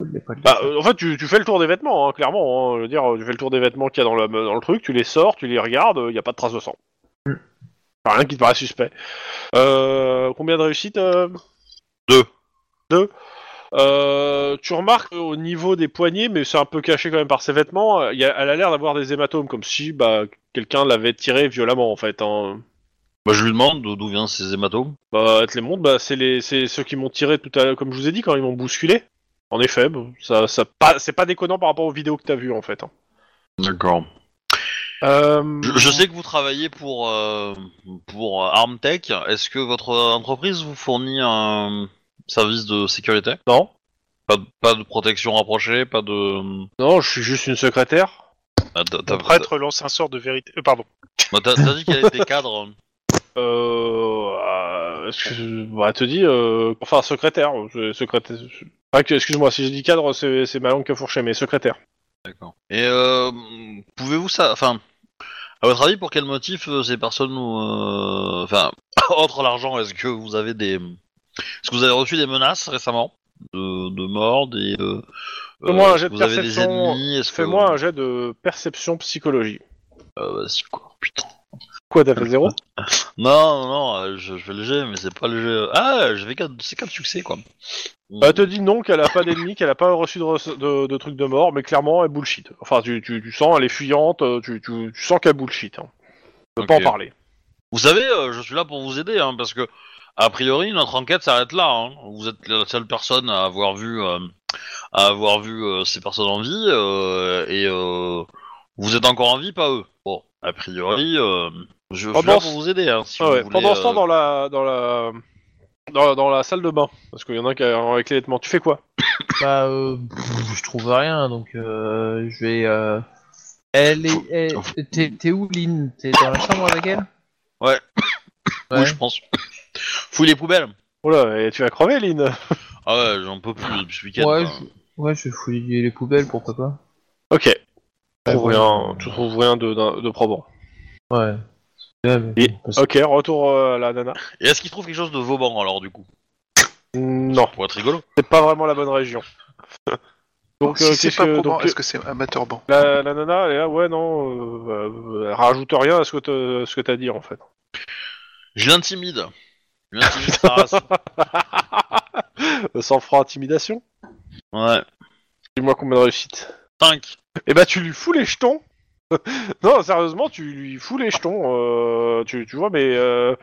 Speaker 5: Des poils de
Speaker 1: Bah,
Speaker 5: chat.
Speaker 1: euh, en fait, tu, tu fais le tour des vêtements, hein, clairement. hein. je veux dire, euh, tu fais le tour des vêtements qu'il y a dans le, dans le truc, tu les sors, tu les regardes, il n'y a pas de trace de sang.
Speaker 5: Mm.
Speaker 1: Enfin, rien qui te paraît suspect. Euh, combien de réussites euh
Speaker 6: Deux.
Speaker 1: Deux. Euh, tu remarques euh, au niveau des poignets, mais c'est un peu caché quand même par ses vêtements, euh, il y a- elle a l'air d'avoir des hématomes, comme si bah, quelqu'un l'avait tiré violemment en fait. hein.
Speaker 6: Bah, je lui demande d'o- d'où viennent ces hématomes.
Speaker 1: Bah, elle te les montre, bah, c'est les, c'est ceux qui m'ont tiré tout à l'heure, comme je vous ai dit, quand ils m'ont bousculé. En effet, bon, ça, ça, pas, c'est pas déconnant par rapport aux vidéos que t'as vues en fait. hein.
Speaker 6: D'accord.
Speaker 1: Euh,
Speaker 6: Je, je sais que vous travaillez pour euh, pour euh, Armtech. Est-ce que votre entreprise vous fournit un service de sécurité
Speaker 1: Non.
Speaker 6: Pas de, pas de protection rapprochée, pas de.
Speaker 1: Non, je suis juste une secrétaire.
Speaker 6: Ah, t'as- t'as-
Speaker 3: Ton prêtre lance un sort de vérité. Euh, pardon.
Speaker 6: bah, t'as- t'as dit qu'elle était cadre.
Speaker 1: Euh. euh, excuse- bah, elle te dit. euh, Enfin, secrétaire. euh, secrétaire. Ah, que- Excuse-moi, si je dis cadre, c'est c'est ma langue que fourchée, mais secrétaire.
Speaker 6: D'accord. Et euh, pouvez-vous ça, enfin, à votre avis, pour quel motif euh, ces personnes, ont, euh, enfin, [COUGHS] entre l'argent, est-ce que vous avez des, est-ce que vous avez reçu des menaces récemment de, de mort, des, euh,
Speaker 1: Fais-moi un
Speaker 6: est-ce
Speaker 1: jet
Speaker 6: que
Speaker 1: de
Speaker 6: vous avez des
Speaker 1: perception,
Speaker 6: ennemis, est-ce que
Speaker 1: Fais-moi un jet de perception psychologie.
Speaker 6: Euh, c'est quoi, putain.
Speaker 1: Quoi, t'as fait zéro
Speaker 6: Non, non, euh, je, je fais le jet, mais c'est pas le jet. Ah, je vais quatre, c'est quatre succès quoi.
Speaker 1: Bah, Elle te dit non, qu'elle a pas d'ennemis, qu'elle a pas reçu de, re- de, de trucs de mort, mais clairement, elle bullshit. Enfin, tu, tu, tu sens, elle est fuyante, euh, tu, tu, tu sens qu'elle bullshit. Hein. Je peux pas en
Speaker 6: Ok.
Speaker 1: parler.
Speaker 6: Vous savez, euh, je suis là pour vous aider, hein, parce que, a priori, notre enquête s'arrête là. hein. Vous êtes la seule personne à avoir vu euh, à avoir vu euh, ces personnes en vie euh, et euh, vous êtes encore en vie, pas eux. Bon, a priori, euh, je, je suis
Speaker 1: Pendant
Speaker 6: là
Speaker 1: ce-
Speaker 6: pour vous aider. hein, si
Speaker 1: Ah
Speaker 6: vous
Speaker 1: ouais,
Speaker 6: voulez,
Speaker 1: Pendant ce temps,
Speaker 6: euh,
Speaker 1: dans la, dans la, dans, dans la salle de bain, parce qu'il y en a un qui a avec les vêtements. Tu fais quoi
Speaker 5: Bah, euh, pff, je trouve rien, donc euh, je vais. euh, Elle est. elle- T'es t'es où, Lynn T'es dans la chambre avec elle
Speaker 6: Ouais.
Speaker 5: Ouais.
Speaker 6: oui, je pense. [LAUGHS] Fouille les poubelles.
Speaker 1: Oh là, et tu vas crever, Lynn.
Speaker 6: Ah ouais, j'en peux plus depuis ce week-end.
Speaker 5: Ouais,
Speaker 6: hein.
Speaker 5: je... ouais, je vais fouiller les poubelles, pourquoi pas.
Speaker 1: Ok. Tu
Speaker 5: Ouais,
Speaker 1: trouves
Speaker 5: ouais.
Speaker 1: rien, tu trouves rien de, de, de probant.
Speaker 5: Ouais. Ouais, mais
Speaker 1: Et-
Speaker 5: bon, parce-
Speaker 1: Ok, retour euh, à la nana.
Speaker 6: Et est-ce qu'ils trouvent quelque chose de Vauban alors du coup
Speaker 1: Non,
Speaker 6: Pour être rigolo.
Speaker 1: c'est pas vraiment la bonne région. [LAUGHS] Donc,
Speaker 4: si
Speaker 1: euh,
Speaker 4: c'est
Speaker 1: qu'est-ce
Speaker 4: pas
Speaker 1: que,
Speaker 4: probant,
Speaker 1: donc,
Speaker 4: est-ce que c'est amateur ban
Speaker 1: la, la nana, elle est là, ouais, non, euh, euh, rajoute rien à ce que t'as- ce que t'as dit en fait.
Speaker 6: Je l'intimide. Je l'intimide
Speaker 1: [LAUGHS]
Speaker 6: par la race.
Speaker 1: Sans fera intimidation.
Speaker 6: Ouais.
Speaker 1: Dis-moi combien de réussites.
Speaker 6: 5.
Speaker 1: Eh ben, tu lui fous les jetons. [LAUGHS] non, sérieusement, tu lui fous les jetons. euh, tu, tu vois, mais euh,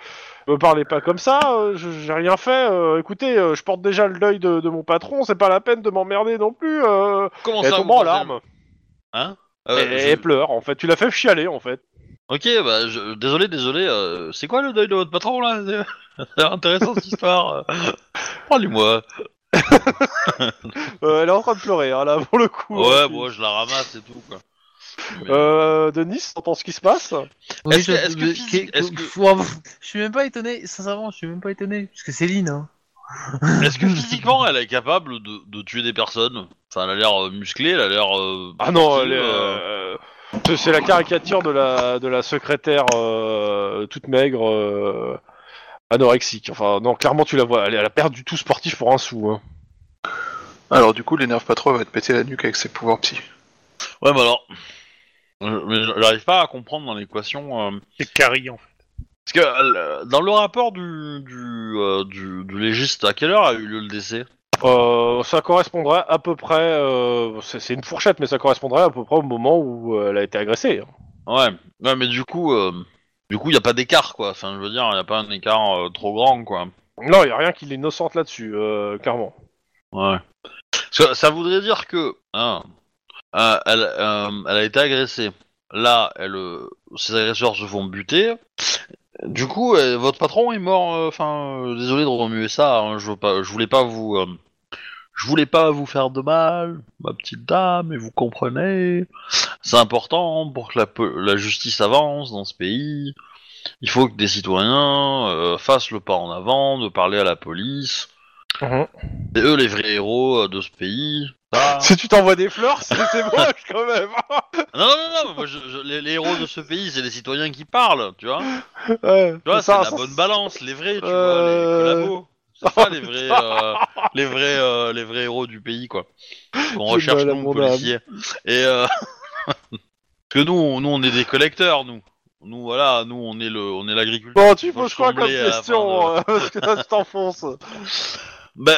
Speaker 1: me parlez pas comme ça. euh, je- J'ai rien fait. euh, écoutez, euh, je porte déjà le deuil de, de mon patron. C'est pas la peine de m'emmerder non plus. Euh,
Speaker 6: Comment
Speaker 1: elle
Speaker 6: ça
Speaker 1: tombe
Speaker 6: vous
Speaker 1: en
Speaker 6: pensez-
Speaker 1: larmes.
Speaker 6: Euh,
Speaker 1: et
Speaker 6: je-
Speaker 1: elle pleure. En fait, tu l'as fait chialer. En fait.
Speaker 6: Ok, bah, je- désolé, désolé. euh, C'est quoi le deuil de votre patron là [LAUGHS] C'est- C'est intéressant cette histoire. euh. Parlez-moi.
Speaker 1: Euh, elle est en train de pleurer. hein, là, pour le coup.
Speaker 6: Ouais,
Speaker 1: Tu-
Speaker 6: bon, je la ramasse et tout quoi. Mais-
Speaker 1: Euh, Denis, t'entends ce qui se passe
Speaker 5: Oui,
Speaker 6: Est-ce que-
Speaker 5: je-
Speaker 6: est-ce que
Speaker 5: mais-
Speaker 6: physique-
Speaker 5: qu'est-
Speaker 6: est-ce que-
Speaker 5: faut avou- Je suis même pas étonné, sincèrement, je suis même pas étonné, parce que c'est Lynn, hein.
Speaker 6: Est-ce que physiquement elle est capable de, de tuer des personnes Enfin, elle a l'air euh, musclée, elle a l'air. euh,
Speaker 1: Ah non, elle
Speaker 6: sportive,
Speaker 1: est,
Speaker 6: euh,
Speaker 1: euh, c'est- c'est la caricature de la, de la secrétaire euh, toute maigre, euh, anorexique. Enfin, non, clairement, tu la vois. Elle, est- elle a perdu tout sportif pour un sou. hein.
Speaker 4: Alors du coup, l'énerve pas trop, elle va te péter la nuque avec ses pouvoirs psy.
Speaker 6: Ouais, mais alors. Euh, Mais j'arrive pas à comprendre dans l'équation. euh,
Speaker 3: C'est Carrie en fait.
Speaker 6: Parce que euh, dans le rapport du, du, euh, du, du légiste, à quelle heure a eu lieu le décès
Speaker 1: Euh, ça correspondrait à peu près. euh, c'est c'est une fourchette, mais ça correspondrait à peu près au moment où euh, elle a été agressée. hein.
Speaker 6: Ouais, ouais, mais du coup, euh, du coup, il y a pas d'écart, quoi. Enfin, je veux dire, il y a pas un écart euh, trop grand, quoi.
Speaker 1: Non, il y a rien qui l'innocente là-dessus, euh, clairement.
Speaker 6: Ouais. Parce que ça voudrait dire que hein, euh, elle, euh, elle a été agressée. Là, elle, euh, ses agresseurs se font buter. Du coup, euh, votre patron est mort. euh, Enfin, euh, désolé de remuer ça. hein, je, veux pas, je voulais pas vous, euh, je voulais pas vous faire de mal, ma petite dame. Et vous comprenez, c'est important pour que la, pe- la justice avance dans ce pays. Il faut que des citoyens euh, fassent le pas en avant, de parler à la police. C'est eux les vrais héros euh, de ce pays. Ah.
Speaker 1: Si tu t'envoies des fleurs, c'est c'est [LAUGHS] moche quand même. hein.
Speaker 6: Non, non, non, non, mais moi, je- je- les, les héros de ce pays, c'est les citoyens qui parlent, tu vois.
Speaker 1: Ouais,
Speaker 6: Tu vois, c'est
Speaker 1: ça-
Speaker 6: la
Speaker 1: ça-
Speaker 6: bonne balance, les vrais, tu
Speaker 1: Euh.
Speaker 6: vois, les collabos. C'est ça les vrais,
Speaker 1: [LAUGHS]
Speaker 6: euh, les vrais, euh, les vrais héros du pays, quoi. Qu'on
Speaker 1: J'ai
Speaker 6: recherche
Speaker 1: mal à
Speaker 6: nous,
Speaker 1: mon âme.
Speaker 6: policiers. Et euh, [LAUGHS] parce que nous, on- nous, on est des collecteurs, nous. Nous, voilà, nous, on est le, on est l'agriculture.
Speaker 1: Bon, tu
Speaker 6: Il faut
Speaker 1: poses quoi comme
Speaker 6: sembler à la fin
Speaker 1: question
Speaker 6: de-
Speaker 1: euh, [LAUGHS] Parce que là, tu t'enfonces.
Speaker 6: Ben,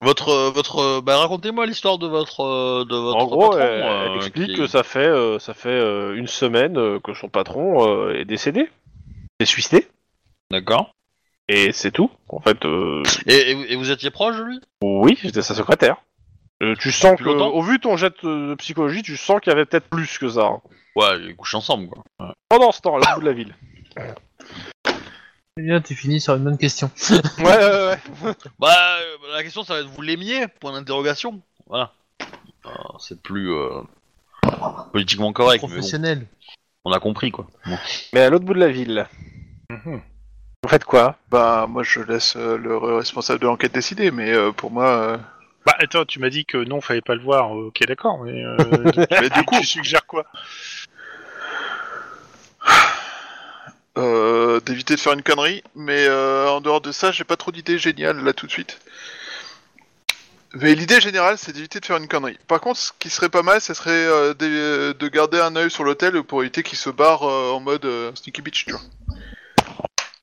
Speaker 6: votre, euh, votre, euh, ben, racontez-moi l'histoire de votre, euh, de votre
Speaker 1: en gros,
Speaker 6: patron,
Speaker 1: elle, elle
Speaker 6: euh,
Speaker 1: explique
Speaker 6: qui-
Speaker 1: que ça fait, euh, ça fait euh, une semaine euh, que son patron euh, est décédé, est suicidé,
Speaker 6: D'accord.
Speaker 1: et c'est tout. En fait, euh,
Speaker 6: Et, et- et vous étiez proche de lui
Speaker 1: oui, j'étais sa secrétaire. Euh, tu sens
Speaker 6: Depuis
Speaker 1: que,
Speaker 6: longtemps
Speaker 1: au vu de ton jet de de psychologie, tu sens qu'il y avait peut-être plus que ça. hein.
Speaker 6: Ouais, ils couchent ensemble, quoi.
Speaker 1: Pendant ce temps, à l'autre bout de la ville.
Speaker 5: Eh Bien, tu finis sur une bonne question.
Speaker 1: [LAUGHS] Ouais, ouais, ouais.
Speaker 6: Bah, euh, la question, ça va être vous l'aimiez Point d'interrogation. Voilà. Euh, c'est plus euh, politiquement correct, mais bon,
Speaker 5: Professionnel.
Speaker 6: on a compris, quoi. Bon.
Speaker 1: Mais à l'autre bout de la ville. Mhm. Vous faites quoi
Speaker 4: Bah moi je laisse euh, le re- responsable de l'enquête décider, mais euh, pour moi... euh,
Speaker 3: Bah attends, tu m'as dit que non, fallait pas le voir. euh, Ok, d'accord, mais [LAUGHS] euh,
Speaker 4: Mais du coup,
Speaker 3: tu suggères quoi
Speaker 4: euh, d'éviter de faire une connerie, mais euh, en dehors de ça, j'ai pas trop d'idées géniales là tout de suite. Mais l'idée générale, c'est d'éviter de faire une connerie. Par contre, ce qui serait pas mal, ce serait euh, d'é- de, garder un œil sur l'hôtel pour éviter qu'il se barre euh, en mode euh, sneaky bitch, tu vois.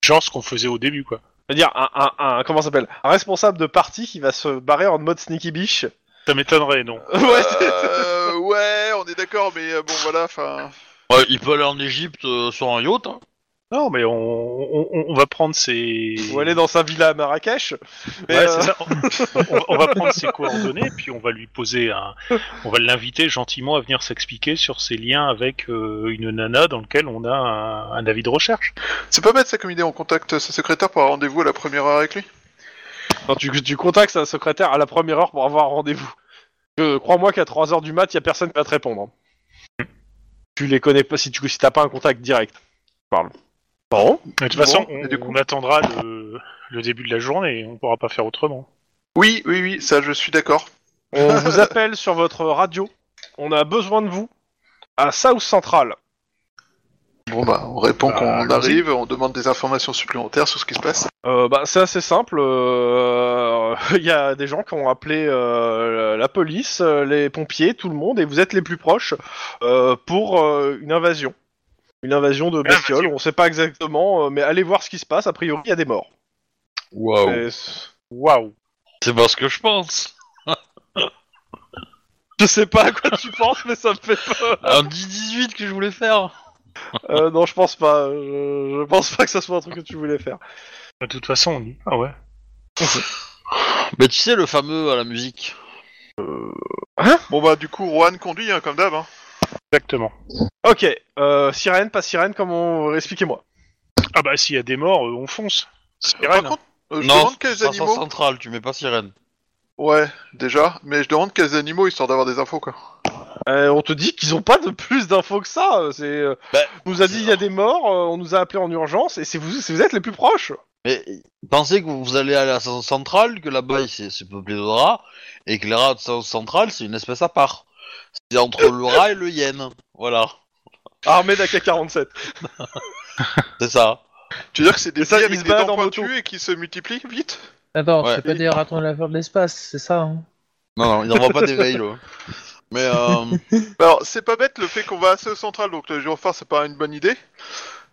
Speaker 3: Genre ce qu'on faisait au début, quoi.
Speaker 1: C'est-à-dire un, un, un- comment ça s'appelle Un responsable de parti qui va se barrer en mode sneaky biche.
Speaker 3: Ça m'étonnerait, non
Speaker 1: [LAUGHS] ouais,
Speaker 4: [LAUGHS] Euh, ouais, on est d'accord, mais euh, bon voilà, enfin...
Speaker 6: Ouais, il peut aller en Égypte euh, sur un yacht. hein.
Speaker 3: Non, mais on, on- on va prendre ses.
Speaker 1: Ou aller dans sa villa à Marrakech. Mais,
Speaker 3: Ouais,
Speaker 1: euh,
Speaker 3: c'est ça.
Speaker 1: [LAUGHS]
Speaker 3: On, on va prendre ses coordonnées, puis on va lui poser un. On va l'inviter gentiment à venir s'expliquer sur ses liens avec euh, une nana dans lequel on a un, un avis de recherche.
Speaker 4: C'est pas bête ça comme idée, on contacte sa secrétaire pour un rendez-vous à la première heure avec lui.
Speaker 1: Quand tu, tu contactes sa secrétaire à la première heure pour avoir un rendez-vous. Euh, Crois-moi qu'à 3h du mat, il a personne qui va te répondre. hein. Tu les connais pas si tu si t'as pas un contact direct. Parle. Bon.
Speaker 3: De toute façon,
Speaker 4: Bon,
Speaker 3: on,
Speaker 4: et du coup-
Speaker 3: on attendra le, le début de la journée, on pourra pas faire autrement.
Speaker 4: Oui, oui, oui, ça je suis d'accord.
Speaker 1: On vous appelle sur votre radio. On a besoin de vous à South Central.
Speaker 4: Bon bah on répond
Speaker 3: Bah,
Speaker 4: qu'on
Speaker 3: allons-y.
Speaker 4: arrive, on demande des informations supplémentaires sur ce qui se passe.
Speaker 1: Euh, bah, c'est assez simple. euh, [LAUGHS] Il y a des gens qui ont appelé euh, la police, euh, les pompiers, tout le monde, et vous êtes les plus proches euh, pour euh, une invasion. Une invasion de bestioles, on sait pas exactement, euh, mais allez voir ce qui se passe. A priori, il y a des morts.
Speaker 6: Waouh.
Speaker 4: Euh.
Speaker 1: Et-
Speaker 3: Waouh
Speaker 6: C'est pas ce que je pense.
Speaker 1: Je sais pas à quoi tu penses, mais ça me fait peur.
Speaker 6: Un 10-18 que je voulais faire.
Speaker 1: [LAUGHS] Euh, non, je pense pas. Je, je pense pas que ça soit un truc que tu voulais faire.
Speaker 3: De toute façon, on y. Ah ouais.
Speaker 6: Mais tu sais, le fameux à la musique.
Speaker 4: Bon bah du coup Juan conduit hein, comme d'hab. Hein.
Speaker 3: Exactement.
Speaker 1: Ok, euh, sirène, pas sirène, comment expliquez-moi.
Speaker 3: Ah bah s'il y a des morts, euh, on fonce.
Speaker 1: Ah,
Speaker 4: Par
Speaker 3: Sirène.
Speaker 4: contre, euh, je
Speaker 6: non,
Speaker 4: demande quels
Speaker 6: ça
Speaker 4: animaux.
Speaker 6: central, tu mets pas sirène.
Speaker 4: Ouais, déjà, mais je demande quels animaux histoire d'avoir des infos quoi.
Speaker 1: Euh, on te dit qu'ils ont pas de plus d'infos que ça. euh, C'est euh,
Speaker 6: Bah,
Speaker 1: on nous a dit il y a des morts, euh, on nous a appelé en urgence et c'est vous, c'est vous êtes les plus proches.
Speaker 6: Mais pensez que vous allez aller à la South Central, que là-bas c'est c'est peuplé de rats, et que les rats de South Central c'est une espèce à part. C'est entre le rat et le yen. Voilà,
Speaker 1: Armée d'AK-47.
Speaker 6: c'est ça.
Speaker 4: Tu veux dire que c'est des
Speaker 1: Et ça,
Speaker 4: filles
Speaker 1: ils
Speaker 4: avec
Speaker 1: se
Speaker 4: des
Speaker 1: baladent
Speaker 4: dents
Speaker 1: en moto.
Speaker 4: pointues et qui se multiplient vite
Speaker 5: Attends,
Speaker 6: Ouais.
Speaker 5: c'est pas des ratons laveurs de l'espace, c'est ça hein
Speaker 6: Non, non, ils n'envoient pas des veilles. eux. Mais euh,
Speaker 4: Bah Alors, c'est pas bête le fait qu'on va assez au central, donc euh, le gyrophare, c'est pas une bonne idée.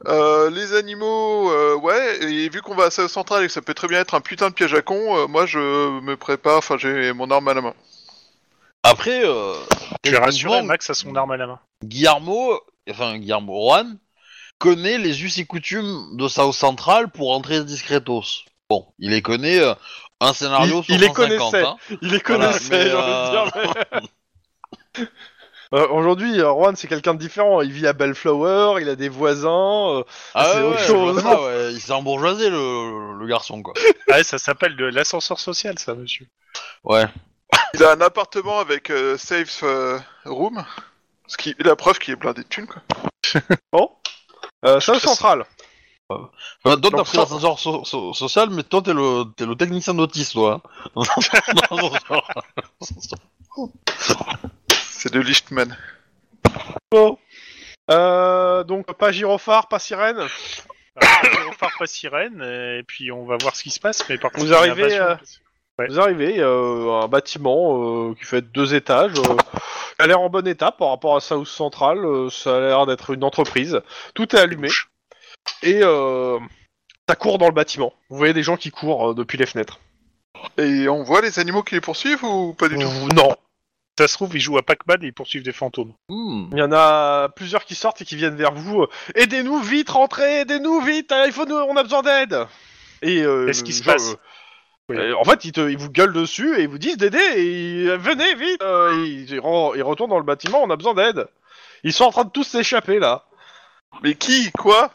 Speaker 4: Euh, les animaux, euh, ouais, et vu qu'on va assez au central et que ça peut très bien être un putain de piège à con, euh, moi je me prépare, enfin j'ai mon arme à la main.
Speaker 6: après, euh,
Speaker 3: Je vais rassurer
Speaker 6: techniquement,
Speaker 3: Max à son arme à la main.
Speaker 6: Guillermo, enfin Guillermo Juan, connaît les us et coutumes de South Central pour entrer discretos. Bon, il les connaît euh, un scénario
Speaker 1: Il-
Speaker 6: sur
Speaker 1: il les
Speaker 6: 150,
Speaker 1: connaissait.
Speaker 6: hein.
Speaker 1: Il les
Speaker 6: Voilà,
Speaker 1: connaissait,
Speaker 6: mais, euh,
Speaker 1: j'ai envie de dire, mais- Euh, Aujourd'hui, euh, Juan, c'est quelqu'un de différent. Il vit à Bellflower, il a des voisins. euh,
Speaker 6: Ah
Speaker 1: C'est
Speaker 6: ouais,
Speaker 1: autre
Speaker 6: ouais, je
Speaker 1: chose.
Speaker 6: vois ça, ouais. Il s'est embourgeoisé le, le garçon quoi.
Speaker 3: Ah ouais, ça s'appelle de l'ascenseur social, ça, monsieur.
Speaker 6: Ouais.
Speaker 4: Il a un appartement avec euh, safe euh, room, ce qui est la preuve qu'il est blindé de thunes, quoi.
Speaker 1: euh, South Central.
Speaker 6: Bah, toi, t'as
Speaker 1: Donc,
Speaker 6: pris
Speaker 1: ça-
Speaker 6: l'ascenseur so- so- social, mais toi, t'es le, t'es le technicien d'autiste, toi. hein. [LAUGHS] Dans l'ascenseur.
Speaker 4: C'est de Lichtman.
Speaker 1: Bon. Euh, donc pas gyrophare, pas sirène.
Speaker 3: Alors, on part pas sirène, et puis on va voir ce qui se passe. Mais par contre,
Speaker 1: Vous
Speaker 3: il y a une
Speaker 1: arrivez,
Speaker 3: invasion.
Speaker 1: euh, Vous arrivez euh, à un bâtiment euh, qui fait deux étages. euh, qui a l'air en bon état par rapport à South Central. euh, ça a l'air d'être une entreprise. Tout est allumé. Et euh, ça court dans le bâtiment. Vous voyez des gens qui courent euh, depuis les fenêtres.
Speaker 4: Et on voit les animaux qui les poursuivent ou pas du tout
Speaker 1: Vous- non.
Speaker 3: Ça se trouve, ils jouent à Pac-Man et ils poursuivent des fantômes.
Speaker 6: Hmm.
Speaker 1: Il y en a plusieurs qui sortent et qui viennent vers vous. euh, aidez-nous vite, rentrez, aidez-nous vite, euh, il faut nous, on a besoin d'aide. Et euh,
Speaker 3: Qu'est-ce qui se
Speaker 1: genre,
Speaker 3: passe
Speaker 1: euh, euh, En fait, ils, te- ils vous gueulent dessus et ils vous disent d'aider. et ils- euh, Venez vite. euh, ils, ils re- ils retournent dans le bâtiment, on a besoin d'aide. Ils sont en train de tous s'échapper là.
Speaker 4: Mais qui Quoi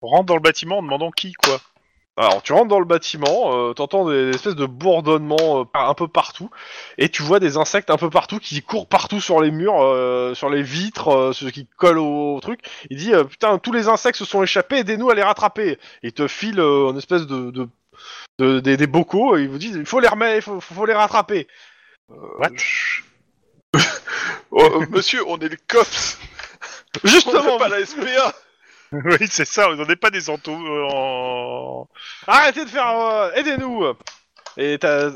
Speaker 3: On rentre dans le bâtiment en demandant qui, quoi. [LAUGHS]
Speaker 1: Alors tu rentres dans le bâtiment, euh, t'entends des, des espèces de bourdonnements euh, par- un peu partout, et tu vois des insectes un peu partout qui courent partout sur les murs, euh, sur les vitres, euh, ceux qui collent au, au truc. Il dit euh, putain tous les insectes se sont échappés, aidez-nous à les rattraper. Et il te file euh, une espèce de, de, de- des, des bocaux, et il vous dit il faut les remettre, il faut, faut- faut les rattraper.
Speaker 4: Oh, euh, Monsieur, on est le COPS
Speaker 1: Justement,
Speaker 4: On fait pas la SPA
Speaker 3: oui, c'est ça, on n'est pas des fantômes euh, en...
Speaker 1: arrêtez de faire, euh, aidez-nous. Et t'as,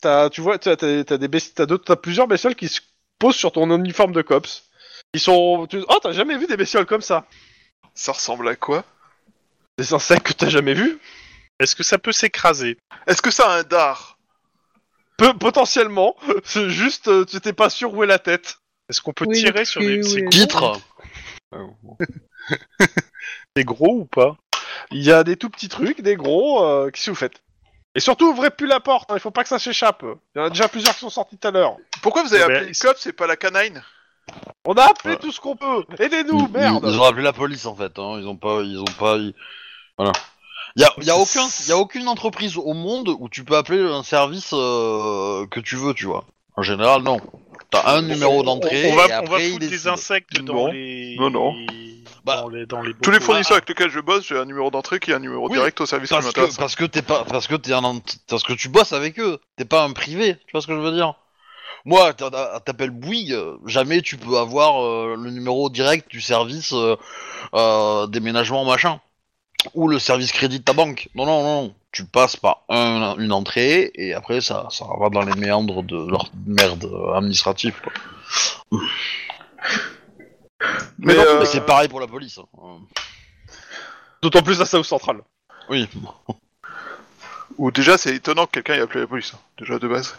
Speaker 1: t'as- tu vois, t'as, t'as, t'as des besti- t'as d'autres- t'as plusieurs bestioles qui se posent sur ton uniforme de cops. Ils sont, tu- oh t'as jamais vu des bestioles comme ça
Speaker 4: Ça ressemble à quoi
Speaker 1: Des insectes que t'as jamais vus
Speaker 3: Est-ce que ça peut s'écraser
Speaker 4: Est-ce que ça a un dard
Speaker 1: Peu, potentiellement, [LAUGHS] c'est juste, euh, tu t'es pas sûr où est la tête.
Speaker 3: Est-ce qu'on peut
Speaker 5: Oui,
Speaker 3: tirer
Speaker 5: parce
Speaker 3: sur
Speaker 5: que-
Speaker 3: des...
Speaker 5: oui,
Speaker 3: c'est-
Speaker 5: oui.
Speaker 6: Titre
Speaker 3: Des gros ou pas
Speaker 1: Il y a des tout petits trucs, des gros. euh, Qu'est-ce que vous faites Et surtout, ouvrez plus la porte. hein, il faut pas que ça s'échappe. Il y en a déjà plusieurs qui sont sortis tout à l'heure.
Speaker 4: Pourquoi vous avez
Speaker 3: Eh ben,
Speaker 4: appelé le COPS et pas la canine
Speaker 1: On a appelé
Speaker 6: Ouais.
Speaker 1: tout ce qu'on peut. Aidez-nous,
Speaker 6: Ils-
Speaker 1: merde.
Speaker 6: Ils, ils ont appelé la police en fait. hein. Ils ont pas, ils ont pas. ils- Voilà. Il y a, y a aucun, y a aucune entreprise au monde où tu peux appeler un service euh, que tu veux, tu vois. En général, non. T'as un numéro d'entrée.
Speaker 3: On
Speaker 6: et
Speaker 3: va, on
Speaker 6: après,
Speaker 3: va
Speaker 6: il
Speaker 3: foutre des
Speaker 6: décide.
Speaker 3: insectes dans
Speaker 4: Bon.
Speaker 3: les.
Speaker 4: Non, non.
Speaker 6: Bah,
Speaker 3: dans les, dans les
Speaker 4: Tous les
Speaker 3: bocaux.
Speaker 4: fournisseurs avec lesquels je bosse, j'ai un numéro d'entrée qui est un numéro
Speaker 6: Oui,
Speaker 4: direct au service
Speaker 6: Parce que,
Speaker 4: communautaire.
Speaker 6: parce que t'es pas, parce que t'es un, ent- parce que tu bosses avec eux. T'es pas un privé. Tu vois ce que je veux dire Moi, t'a- t'a- t'appelles Bouygues. euh, Jamais tu peux avoir euh, le numéro direct du service euh, euh, déménagement machin ou le service crédit de ta banque. Non, non, non. Tu passes par un- une entrée et après ça, ça va dans les méandres de leur merde euh, administrative. quoi.
Speaker 4: Mais,
Speaker 6: Mais
Speaker 4: euh,
Speaker 6: c'est pareil pour la police. hein.
Speaker 8: D'autant plus à South Central.
Speaker 6: Oui.
Speaker 4: Ou déjà, c'est étonnant que quelqu'un ait appelé la police, hein, déjà de base.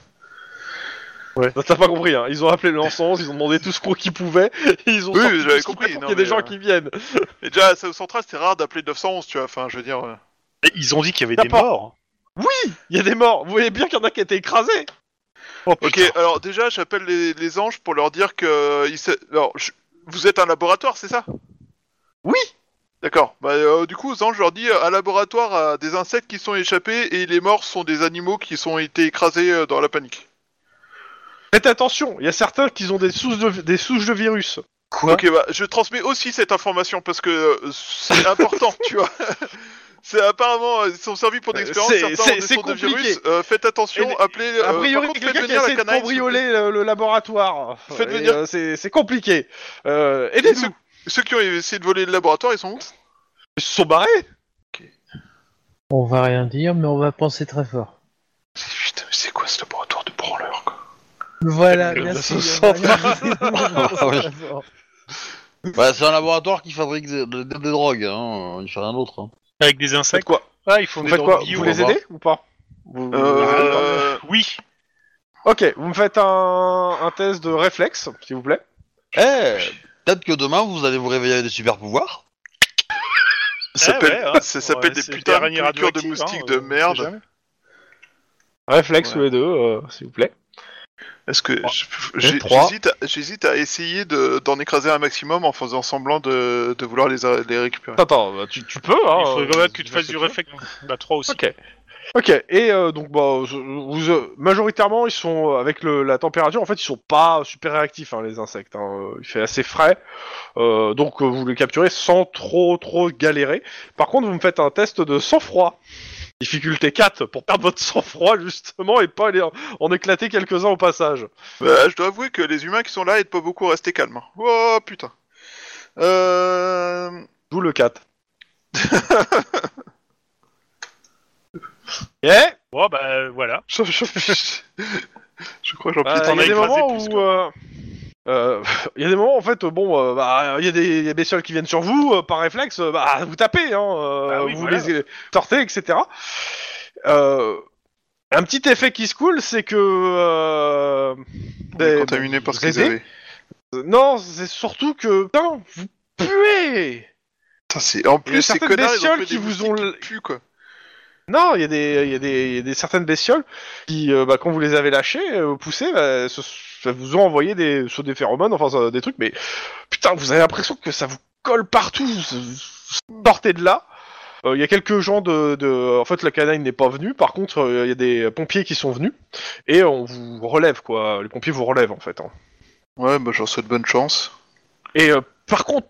Speaker 8: Bah, T'as pas compris, hein. Ils ont appelé l'ensemble, ils ont demandé tout ce qu'on- qu'ils pouvaient, et ils ont
Speaker 4: Oui,
Speaker 8: sorti
Speaker 4: j'avais
Speaker 8: tout ce qu'ils
Speaker 4: compris,
Speaker 8: pouvaient pour
Speaker 4: non,
Speaker 8: qu'il y ait des
Speaker 4: mais,
Speaker 8: gens
Speaker 4: euh,
Speaker 8: qui viennent.
Speaker 4: Et déjà, à South Central, c'était rare d'appeler 911, tu vois, enfin, je veux dire... euh.
Speaker 3: Et Ah, Ils ont dit qu'il y avait des
Speaker 8: D'accord.
Speaker 3: morts.
Speaker 8: Il y a des morts. Vous voyez bien qu'il y en a qui a été écrasé.
Speaker 3: Oh,
Speaker 4: Ok,
Speaker 3: putain.
Speaker 4: alors déjà, j'appelle les, les anges pour leur dire que... euh, ils se- alors, je- Vous êtes un laboratoire, c'est ça
Speaker 8: Oui.
Speaker 4: D'accord. Bah, euh, du coup, aux anges, je leur dis, euh, un laboratoire a des insectes qui sont échappés et les morts sont des animaux qui sont été écrasés euh, dans la panique.
Speaker 1: Faites attention. Il y a certains qui ont des souches de, des souches de virus.
Speaker 8: Quoi
Speaker 4: ok, bah, je transmets aussi cette information parce que euh,
Speaker 1: [LAUGHS]
Speaker 4: c'est important, tu vois. [LAUGHS] C'est apparemment, euh, ils sont servis pour des
Speaker 8: Euh,
Speaker 4: expériences,
Speaker 8: c'est-
Speaker 4: certains
Speaker 8: c'est-
Speaker 4: ont des
Speaker 8: c'est
Speaker 4: sortes de
Speaker 8: compliqué.
Speaker 4: virus. Euh, faites attention,
Speaker 8: Et-
Speaker 4: appelez. euh,
Speaker 1: A
Speaker 4: par
Speaker 1: priori,
Speaker 4: contre,
Speaker 1: il y a
Speaker 4: faites
Speaker 1: quelqu'un qui
Speaker 4: venir
Speaker 1: essaie
Speaker 4: la
Speaker 1: de
Speaker 4: canaille.
Speaker 1: cambrioler le, le laboratoire.
Speaker 4: Faites
Speaker 1: Et,
Speaker 4: venir-
Speaker 1: euh, c'est c'est compliqué. Euh, Aidez-nous.
Speaker 4: Ceux, ceux qui ont essayé de voler le laboratoire, ils sont où
Speaker 1: Ils se sont barrés.
Speaker 5: On va rien dire, mais on va penser très fort.
Speaker 4: Putain, mais c'est quoi ce laboratoire de branleur quoi
Speaker 5: Voilà,
Speaker 3: Quel
Speaker 5: merci.
Speaker 3: gosse.
Speaker 5: on
Speaker 6: [LAUGHS]
Speaker 5: va rien dire.
Speaker 6: Bah, c'est un laboratoire qui fabrique des, des- des drogues. Hein. Il fait rien d'autre. hein.
Speaker 3: Avec des
Speaker 1: Faites
Speaker 3: insectes.
Speaker 1: quoi
Speaker 3: Ah, ils font
Speaker 1: Vous
Speaker 3: des
Speaker 1: faites quoi
Speaker 3: drogues bio,
Speaker 1: Vous
Speaker 3: on
Speaker 1: les
Speaker 3: va voir.
Speaker 1: aidez ou pas Vous-
Speaker 4: Euh,
Speaker 3: Oui.
Speaker 1: Ok, vous me faites un, un test de réflexe, s'il vous plaît.
Speaker 6: Eh, peut-être que demain vous allez vous réveiller avec des super pouvoirs.
Speaker 4: Ça s'appelle
Speaker 3: ouais, hein.
Speaker 4: [LAUGHS] ça s'appelle
Speaker 3: Ouais,
Speaker 4: des
Speaker 3: c'est
Speaker 4: putains
Speaker 3: des
Speaker 4: de
Speaker 3: araignées
Speaker 4: cultures de
Speaker 3: radioactives,
Speaker 4: moustiques
Speaker 3: hein,
Speaker 4: de
Speaker 3: on sait
Speaker 4: merde.
Speaker 3: jamais.
Speaker 1: Réflexe
Speaker 4: Ouais.
Speaker 1: tous les deux, euh, s'il vous plaît.
Speaker 4: Est-ce que je-
Speaker 1: J'ai
Speaker 4: j'ai-
Speaker 1: trois.
Speaker 4: j'hésite à- j'hésite à essayer de- d'en écraser un maximum en faisant semblant de, de vouloir les, a- les récupérer.
Speaker 1: Attends, bah, tu, tu peux. Hein,
Speaker 3: Il faudrait quand
Speaker 1: euh,
Speaker 3: même que tu fasses du réflexe. Bah, 3 aussi.
Speaker 1: Ok. Ok, et euh, donc, bah, je- vous, euh, majoritairement, ils sont, euh, avec le- la température, en fait, ils sont pas super réactifs, hein, les insectes. hein, euh, il fait assez frais, euh, donc euh, vous les capturez sans trop, trop galérer. Par contre, vous me faites un test de sang-froid. Difficulté 4, pour perdre votre sang-froid, justement, et pas aller en, en éclater quelques-uns au passage.
Speaker 4: Bah, je dois avouer que les humains qui sont là aident pas beaucoup à rester calmes. hein. Oh putain. Euh...
Speaker 1: D'où le 4. [LAUGHS] Yeah
Speaker 3: Bon, bah, voilà. Ah,
Speaker 4: Je, [LAUGHS] je- je crois que j'en
Speaker 1: Euh,
Speaker 4: pisse
Speaker 1: Il
Speaker 3: t'en
Speaker 1: y a
Speaker 3: as
Speaker 1: des
Speaker 3: écrasé
Speaker 1: moments
Speaker 3: plus,
Speaker 1: où. euh, euh, [LAUGHS] Il y a des moments en fait, euh, bon, euh, bah, il y a des il y a des bestioles qui viennent sur vous, euh, par réflexe, euh, bah, vous tapez, hein, euh,
Speaker 3: Ah oui,
Speaker 1: vous
Speaker 3: voilà.
Speaker 1: les sortez, etc. Euh, un petit effet qui se coule, c'est que. euh,
Speaker 4: On est
Speaker 1: ben,
Speaker 4: contaminé par ce qu'ils
Speaker 1: vous aidez
Speaker 4: avaient.
Speaker 1: euh, Non, c'est surtout que. Putain, vous puez
Speaker 4: Putain, c'est- En
Speaker 1: Il y a
Speaker 4: plus, ces
Speaker 1: certaines
Speaker 4: connards, ils ont
Speaker 1: bestioles
Speaker 4: fait
Speaker 1: qui
Speaker 4: des
Speaker 1: vous
Speaker 4: vous
Speaker 1: ont
Speaker 4: ont...
Speaker 1: l-
Speaker 4: qui puent, quoi.
Speaker 1: Non, il y, a des- il y, a des- il y a des certaines bestioles qui, euh, bah, quand vous les avez lâchées, euh, poussées, bah, ce- ça vous ont envoyé des, sur des phéromones, enfin ça- des trucs, mais putain, vous avez l'impression que ça vous colle partout, vous- vous sortez de là. Euh, Il y a quelques gens de, de- En fait, la canine n'est pas venue, par contre, euh, il y a des pompiers qui sont venus, et on vous relève, quoi. Les pompiers vous relèvent, en fait. hein.
Speaker 4: Ouais, bah j'en souhaite bonne chance.
Speaker 1: Et euh, par contre,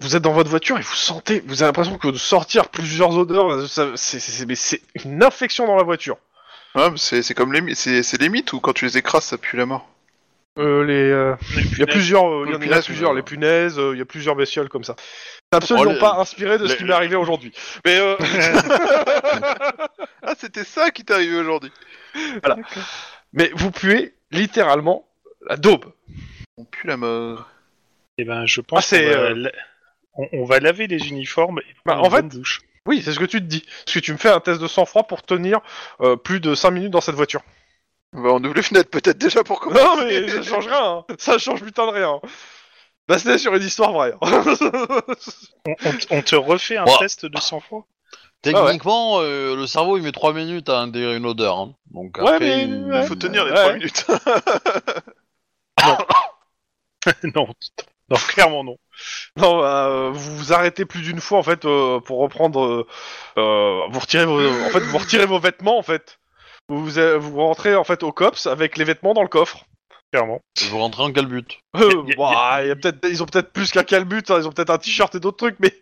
Speaker 1: vous êtes dans votre voiture et vous sentez, vous avez l'impression que de sortir plusieurs odeurs, ça- c'est- c'est mais c'est une infection dans la voiture.
Speaker 4: Ouais, mais c'est c'est comme les mythes, c'est c'est les mythes où quand tu les écrases, ça pue la mort.
Speaker 1: Euh, les, euh, il y a plusieurs, euh, il y en a
Speaker 4: Les punaises,
Speaker 1: plusieurs,
Speaker 4: euh,
Speaker 1: les punaises, euh, il y a plusieurs bestioles comme ça. C'est absolument
Speaker 6: Oh, les-
Speaker 1: pas inspiré de ce
Speaker 6: les-
Speaker 1: qui m'est arrivé aujourd'hui. Mais
Speaker 6: [LAUGHS]
Speaker 1: euh,
Speaker 4: Ah, c'était ça qui t'est arrivé aujourd'hui.
Speaker 1: mais vous puez littéralement la daube.
Speaker 4: On pue la mort.
Speaker 3: Eh ben, je
Speaker 1: Ah,
Speaker 3: pense
Speaker 1: c'est,
Speaker 3: qu'on va,
Speaker 1: euh,
Speaker 3: la- on, on va laver les uniformes et
Speaker 1: Bah,
Speaker 3: prendre
Speaker 1: en
Speaker 3: une
Speaker 1: fait-
Speaker 3: bonne douche.
Speaker 1: Oui, c'est ce que tu te dis. Parce que tu me fais un test de sang-froid pour tenir euh, plus de 5 minutes dans cette voiture. [LAUGHS]
Speaker 4: Bah, on ouvre les fenêtres peut-être déjà pour commencer. [LAUGHS]
Speaker 1: Non mais ça change rien. hein. Ça change putain de rien. Bah, c'était sur une histoire vraie. hein. [LAUGHS]
Speaker 3: On, on te- on te refait un
Speaker 6: Ouah.
Speaker 3: test de sang-froid
Speaker 6: Techniquement, euh, le cerveau il met 3 minutes à intégrer une odeur. hein. Donc
Speaker 1: Ouais,
Speaker 6: après,
Speaker 1: mais-
Speaker 6: il-
Speaker 1: ouais.
Speaker 4: Faut tenir les
Speaker 1: Ouais.
Speaker 4: 3 minutes.
Speaker 3: [LAUGHS] Non, non, clairement non.
Speaker 1: non, bah, euh, vous vous arrêtez plus d'une fois en fait euh, pour reprendre. euh, euh, vous retirez vos, en fait, vous retirez vos vêtements en fait. Vous, vous, euh, vous rentrez en fait au cops avec les vêtements dans le coffre.
Speaker 3: Clairement.
Speaker 6: vous rentrez en quel but
Speaker 1: Euh,
Speaker 3: Y- y-
Speaker 1: bah, y a peut-être, ils ont peut-être plus qu'un calbut, hein, ils ont peut-être un t-shirt et d'autres trucs, mais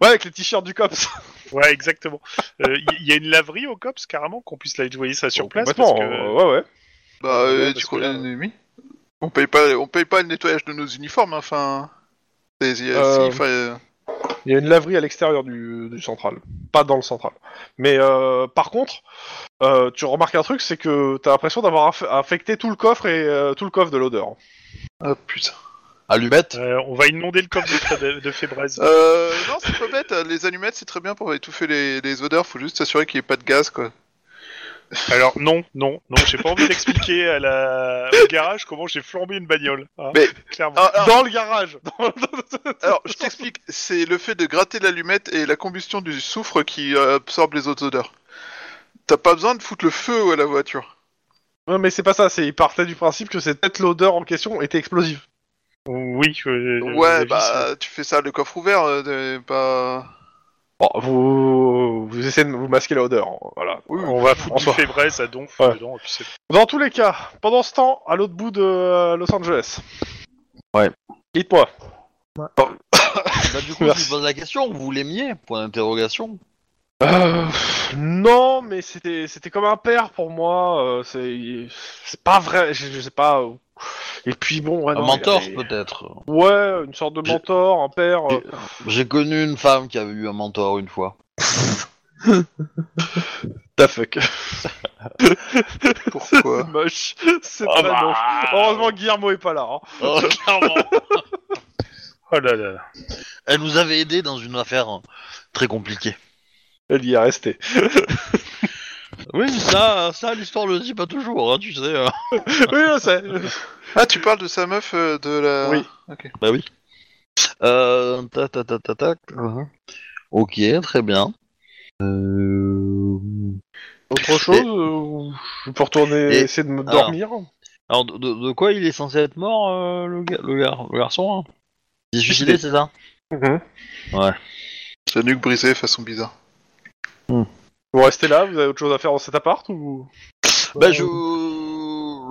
Speaker 1: ouais, avec les t-shirts du cops.
Speaker 3: Ouais, exactement. Il y, y a une laverie au COPS carrément qu'on puisse la nettoyer ça [LAUGHS] sur place. Parce
Speaker 1: Complètement,
Speaker 3: que...
Speaker 1: euh, ouais, ouais.
Speaker 4: Bah, euh,
Speaker 3: Ouais, parce
Speaker 4: tu
Speaker 3: que
Speaker 4: crois
Speaker 3: là,
Speaker 4: qu'on est ennemi on paye pas, on paye pas le nettoyage de nos uniformes, hein, enfin. c'est- c'est-
Speaker 1: Euh,
Speaker 4: si, enfin, euh,
Speaker 1: Il y a une laverie à l'extérieur du, du central, pas dans le central. Mais euh, par contre, euh, tu remarques un truc, c'est que t'as l'impression d'avoir aff- affecté tout le coffre et euh, tout le coffre de l'odeur.
Speaker 4: Ah putain.
Speaker 6: Allumette
Speaker 3: Euh, on va inonder le coffre de, fra- de, de fébraise.
Speaker 4: Euh, non, c'est pas bête. Les allumettes, c'est très bien pour étouffer les, les odeurs. Faut juste s'assurer qu'il n'y ait pas de gaz, quoi.
Speaker 3: Alors non, non, non, j'ai pas envie d'expliquer à la... au garage comment j'ai flambé une bagnole. hein,
Speaker 4: Mais-
Speaker 3: clairement.
Speaker 4: Ah, alors,
Speaker 1: Dans le garage. [LAUGHS] Dans-
Speaker 4: alors, je t'explique. C'est le fait de gratter l'allumette et la combustion du soufre qui euh, absorbe les autres odeurs. T'as pas besoin de foutre le feu à la voiture.
Speaker 1: non mais c'est pas ça, c'est il partait du principe que c'est peut-être l'odeur en question était explosive.
Speaker 3: Oui. euh, à mon
Speaker 4: ouais,
Speaker 3: avis, c'est-
Speaker 4: bah, tu fais ça le coffre ouvert, euh, de- bah, pas.
Speaker 1: Bon, vous vous essayez de vous masquer l'odeur, hein, voilà.
Speaker 3: on va foutre
Speaker 1: en
Speaker 3: du
Speaker 1: soi.
Speaker 3: fébraise à donf
Speaker 1: Ouais.
Speaker 3: dedans. Et puis c'est-
Speaker 1: Dans tous les cas, pendant ce temps, à l'autre bout de euh, Los Angeles.
Speaker 6: Ouais.
Speaker 1: Dites-moi.
Speaker 6: Bah, du coup,
Speaker 1: Merci.
Speaker 6: je vous pose la question, vous l'aimiez Point d'interrogation.
Speaker 1: Euh, non, mais c'était c'était comme un père pour moi. euh, c'est c'est pas vrai. Je, je sais pas. euh. Et puis bon, ouais,
Speaker 6: Un
Speaker 1: non,
Speaker 6: mentor,
Speaker 1: il y avait-
Speaker 6: peut-être.
Speaker 1: Ouais, une sorte de mentor, un père. euh.
Speaker 6: J'ai connu une femme qui avait eu un mentor une fois.
Speaker 1: Da fuck.
Speaker 3: [LAUGHS]
Speaker 1: [LAUGHS]
Speaker 4: Pourquoi
Speaker 1: Moche. C'est
Speaker 3: Ah
Speaker 1: très
Speaker 3: bah.
Speaker 1: moche. Heureusement, Guillermo est pas là. hein.
Speaker 6: Oh, clairement.
Speaker 3: Oh là là.
Speaker 6: [LAUGHS] Elle nous avait aidé dans une affaire hein, très compliquée.
Speaker 1: Elle y est restée.
Speaker 6: Oui, ça, ça l'histoire le dit pas toujours, hein, tu sais. euh.
Speaker 1: oui, je sais.
Speaker 4: Ah, tu parles de sa meuf euh, de la.
Speaker 1: Oui.
Speaker 6: Bah Euh, ta, ta, ta, ta, ta, euh, Ok, très bien. Euh,
Speaker 1: Autre chose euh, Je peux retourner
Speaker 6: et-
Speaker 1: essayer de me dormir.
Speaker 6: Alors, de, de- de quoi il est censé être mort, euh, le, ga- le gar- le garçon hein Il est suicidé, c'est ça
Speaker 1: Mhm.
Speaker 4: Sa nuque brisée façon bizarre.
Speaker 1: Vous restez là. Vous avez autre chose à faire dans cet appart ou
Speaker 6: Bah, je...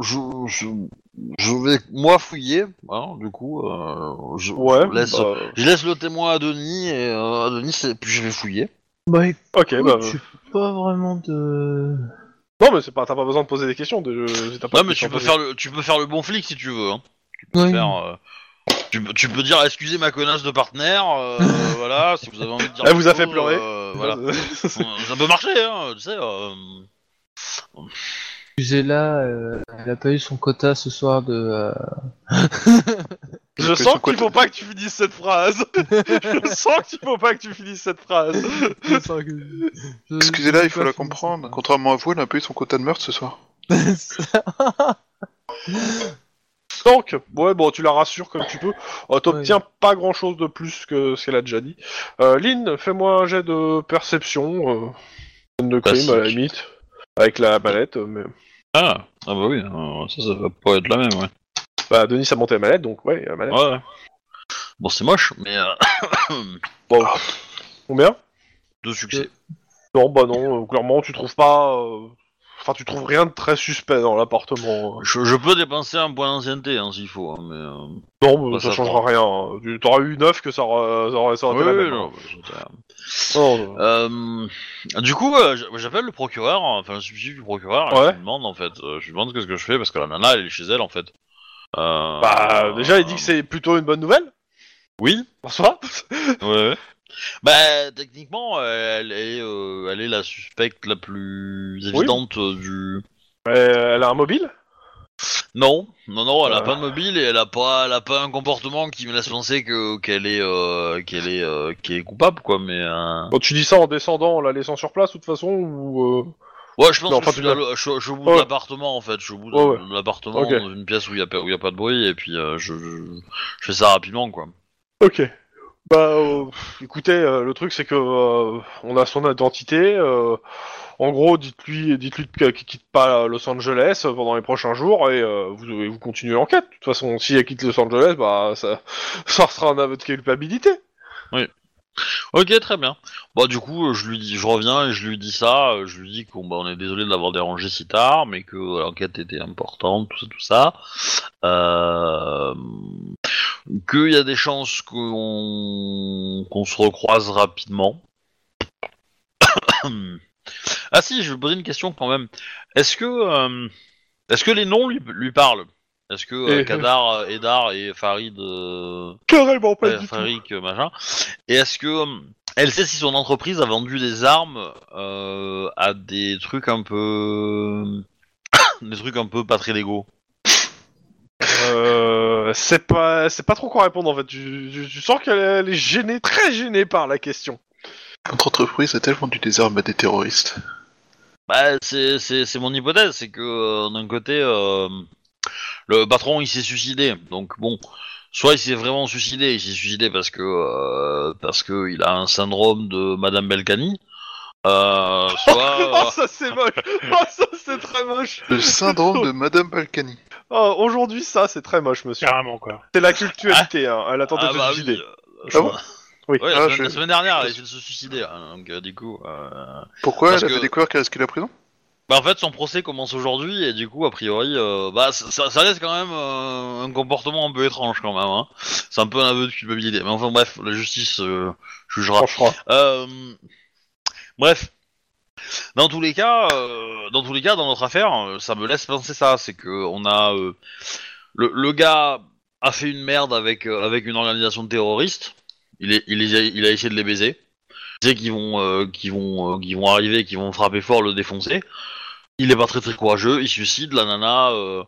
Speaker 6: Je, je, je vais, moi, fouiller, hein, du coup. euh, je,
Speaker 1: Ouais.
Speaker 6: je laisse,
Speaker 1: bah,
Speaker 6: je laisse le témoin à Denis, et euh, à Denis, c'est- puis je vais fouiller.
Speaker 4: Eh
Speaker 5: Bah écoute,
Speaker 1: Ok. Bah,
Speaker 5: j'ai pas vraiment de...
Speaker 1: non, mais c'est pas. T'as pas besoin de poser des questions. De... t'as pas
Speaker 6: Non,
Speaker 1: de
Speaker 6: mais
Speaker 1: questions
Speaker 6: tu
Speaker 1: à
Speaker 6: peux,
Speaker 1: poser.
Speaker 6: faire le, tu peux faire le bon flic si tu veux. hein. Tu, peux
Speaker 5: Oui.
Speaker 6: faire, euh, tu, peux- tu peux dire excusez ma connasse de partenaire, [LAUGHS] euh, voilà, si vous avez envie de dire.
Speaker 1: Elle vous a
Speaker 6: quelque
Speaker 1: fait
Speaker 6: chose,
Speaker 1: pleurer.
Speaker 6: euh, voilà. Ça peut marcher, hein, tu sais. euh,
Speaker 5: Excusez-la, euh, elle a pas eu son quota ce soir de... euh,
Speaker 1: [LAUGHS] Je
Speaker 4: que
Speaker 1: sens
Speaker 4: son
Speaker 1: qu'il
Speaker 4: côté-
Speaker 1: faut pas que tu finisses cette phrase. [LAUGHS] Je
Speaker 6: [LAUGHS]
Speaker 1: sens qu'il faut pas que tu finisses cette phrase.
Speaker 5: je sens que- je- je-
Speaker 4: Excusez-la,
Speaker 5: j'ai
Speaker 4: il faut
Speaker 5: pas
Speaker 4: la
Speaker 5: fini,
Speaker 4: comprendre. Contrairement à vous, elle a pas eu son quota de meurtre ce soir.
Speaker 5: [LAUGHS] c'est ça.
Speaker 1: Donc, ouais, bon, tu la rassures comme tu peux. Euh, T'obtiens pas grand chose de plus que ce qu'elle a déjà dit. Euh, Lynn, fais-moi un jet de perception. Euh, scène de crime
Speaker 6: Classique.
Speaker 1: à la limite. Avec la mallette, euh, mais.
Speaker 6: Ah, ah bah oui, euh, ça, ça va pas être la même, ouais.
Speaker 1: Bah, Denis a monté la mallette, donc ouais, la mallette.
Speaker 6: ouais. Bon, c'est moche, mais euh, [COUGHS]
Speaker 1: Combien
Speaker 6: de succès.
Speaker 1: Non, bah non, euh, clairement, tu trouves pas. euh, Enfin, tu trouves rien de très suspect dans l'appartement. euh.
Speaker 6: Je, je peux dépenser un point d'ancienneté hein, s'il faut, hein, mais. euh,
Speaker 1: Non, mais
Speaker 6: Bah,
Speaker 1: ça,
Speaker 6: ça
Speaker 1: changera rien. hein. Tu- T'auras eu 9 que ça aura, ça aurait- ça aurait été la
Speaker 6: oui,
Speaker 1: même.
Speaker 6: non,
Speaker 1: hein.
Speaker 6: bah, j'étais-
Speaker 1: Non, non.
Speaker 6: Euh, du coup, euh, j- j'appelle le procureur, enfin le substitut du procureur, et
Speaker 1: Ouais.
Speaker 6: je lui demande en fait, euh, je lui demande qu'est-ce que je fais parce que la nana elle est chez elle en fait. Euh,
Speaker 1: Bah, déjà, il dit que c'est plutôt une bonne nouvelle.
Speaker 6: Oui.
Speaker 1: En [LAUGHS] soi.
Speaker 6: Ouais. ouais. Bah techniquement, euh, elle est, euh, elle est la suspecte la plus évidente euh, du.
Speaker 1: Euh, elle a un mobile.
Speaker 6: Non, non, non, elle a
Speaker 1: Euh.
Speaker 6: pas de mobile et elle a pas, elle a pas un comportement qui me laisse penser que qu'elle est, euh, qu'elle est, euh, qu'elle est coupable quoi, mais. euh,
Speaker 1: Bon, tu dis ça en descendant, en la laissant sur place, de toute façon, ou. euh,
Speaker 6: Ouais, je pense
Speaker 9: Non,
Speaker 6: que
Speaker 9: pas
Speaker 6: je suis,
Speaker 9: tout à
Speaker 6: à l'o- je suis- je suis au bout
Speaker 9: Ouais.
Speaker 6: de l'appartement en fait. Je suis au bout de,
Speaker 9: Ouais, ouais.
Speaker 6: de l'appartement
Speaker 9: Ok.
Speaker 6: dans une pièce où il n'y a, pas- où il y a pas de bruit et puis euh, je, je- je fais ça rapidement quoi.
Speaker 9: Ok.
Speaker 1: Bah, euh, pff, écoutez, euh, le truc c'est que euh, on a son identité. euh, en gros, dites-lui, dites-lui que- qu'il quitte pas Los Angeles pendant les prochains jours et euh, vous, et vous continuez l'enquête. De toute façon, si elle quitte Los Angeles, bah ça, [LAUGHS] ça sera un aveu de culpabilité.
Speaker 6: Ok, très bien. Bah du coup, euh, je lui dis, je reviens et je lui dis ça. euh, Je lui dis qu'on bah, on est désolé de l'avoir dérangé si tard, mais que euh, l'enquête était importante, tout ça, tout ça. Euh, Qu'il y a des chances qu'on qu'on se recroise rapidement. [COUGHS] ah si, je vais vous poser une question quand même. Est-ce que euh, est-ce que les noms lui, lui parlent Est-ce que euh,
Speaker 9: Eh,
Speaker 6: Kadar, euh, Edar et Farid euh,
Speaker 9: Carrément pas
Speaker 6: Ouais,
Speaker 9: du tout.
Speaker 6: Fabrique, euh, machin. Et est-ce que euh, elle sait si son entreprise a vendu des armes euh, à des trucs un peu [COUGHS] des trucs un peu pas très légaux
Speaker 1: Euh, c'est pas, c'est pas trop quoi répondre en fait. Tu, tu- tu sens qu'elle elle est gênée, très gênée par la question.
Speaker 4: Notre entreprise a-t-elle vendu des armes à des terroristes
Speaker 6: Bah c'est c'est c'est mon hypothèse, c'est que euh, d'un côté euh, le patron il s'est suicidé, donc bon. Soit il s'est vraiment suicidé, il s'est suicidé parce que euh, parce que il a un syndrome de Madame Belcani, euh, soit
Speaker 1: [LAUGHS] Oh, ça c'est moche. Oh, ça c'est très moche.
Speaker 4: Le syndrome de Madame Balkany.
Speaker 1: Oh, aujourd'hui, ça c'est très moche, monsieur.
Speaker 3: Carrément, quoi.
Speaker 1: C'est la cultualité. hein. Elle a tenté
Speaker 6: Ah,
Speaker 1: de
Speaker 6: bah
Speaker 1: se suicider.
Speaker 6: oui, euh, je-
Speaker 4: Ah bon
Speaker 1: Oui.
Speaker 6: Ouais, la,
Speaker 4: Ah,
Speaker 6: semaine,
Speaker 4: je-
Speaker 6: la semaine dernière, elle a essayé de se suicider. hein, donc, euh, du coup, euh,
Speaker 4: Pourquoi
Speaker 6: Parce
Speaker 4: elle avait
Speaker 6: que-
Speaker 4: découvert qu'elle risquait la prison
Speaker 6: bah, en fait, son procès commence aujourd'hui et du coup, a priori, euh, bah, ça- ça, ça laisse quand même euh, un comportement un peu étrange quand même. hein. C'est un peu un aveu de culpabilité. Mais enfin, bref, la justice euh, jugera.
Speaker 1: Franchement.
Speaker 6: Euh, bref, dans tous les cas, euh, dans tous les cas, dans notre affaire, euh, ça me laisse penser ça, c'est que on a euh, le, le gars a fait une merde avec euh, avec une organisation terroriste. Il est, il, les a, il a essayé de les baiser. Il sait qu'ils vont euh, qu'ils vont euh, qu'ils vont arriver, qu'ils vont frapper fort, le défoncer. Il est pas très très courageux. Il suicide la nana. euh,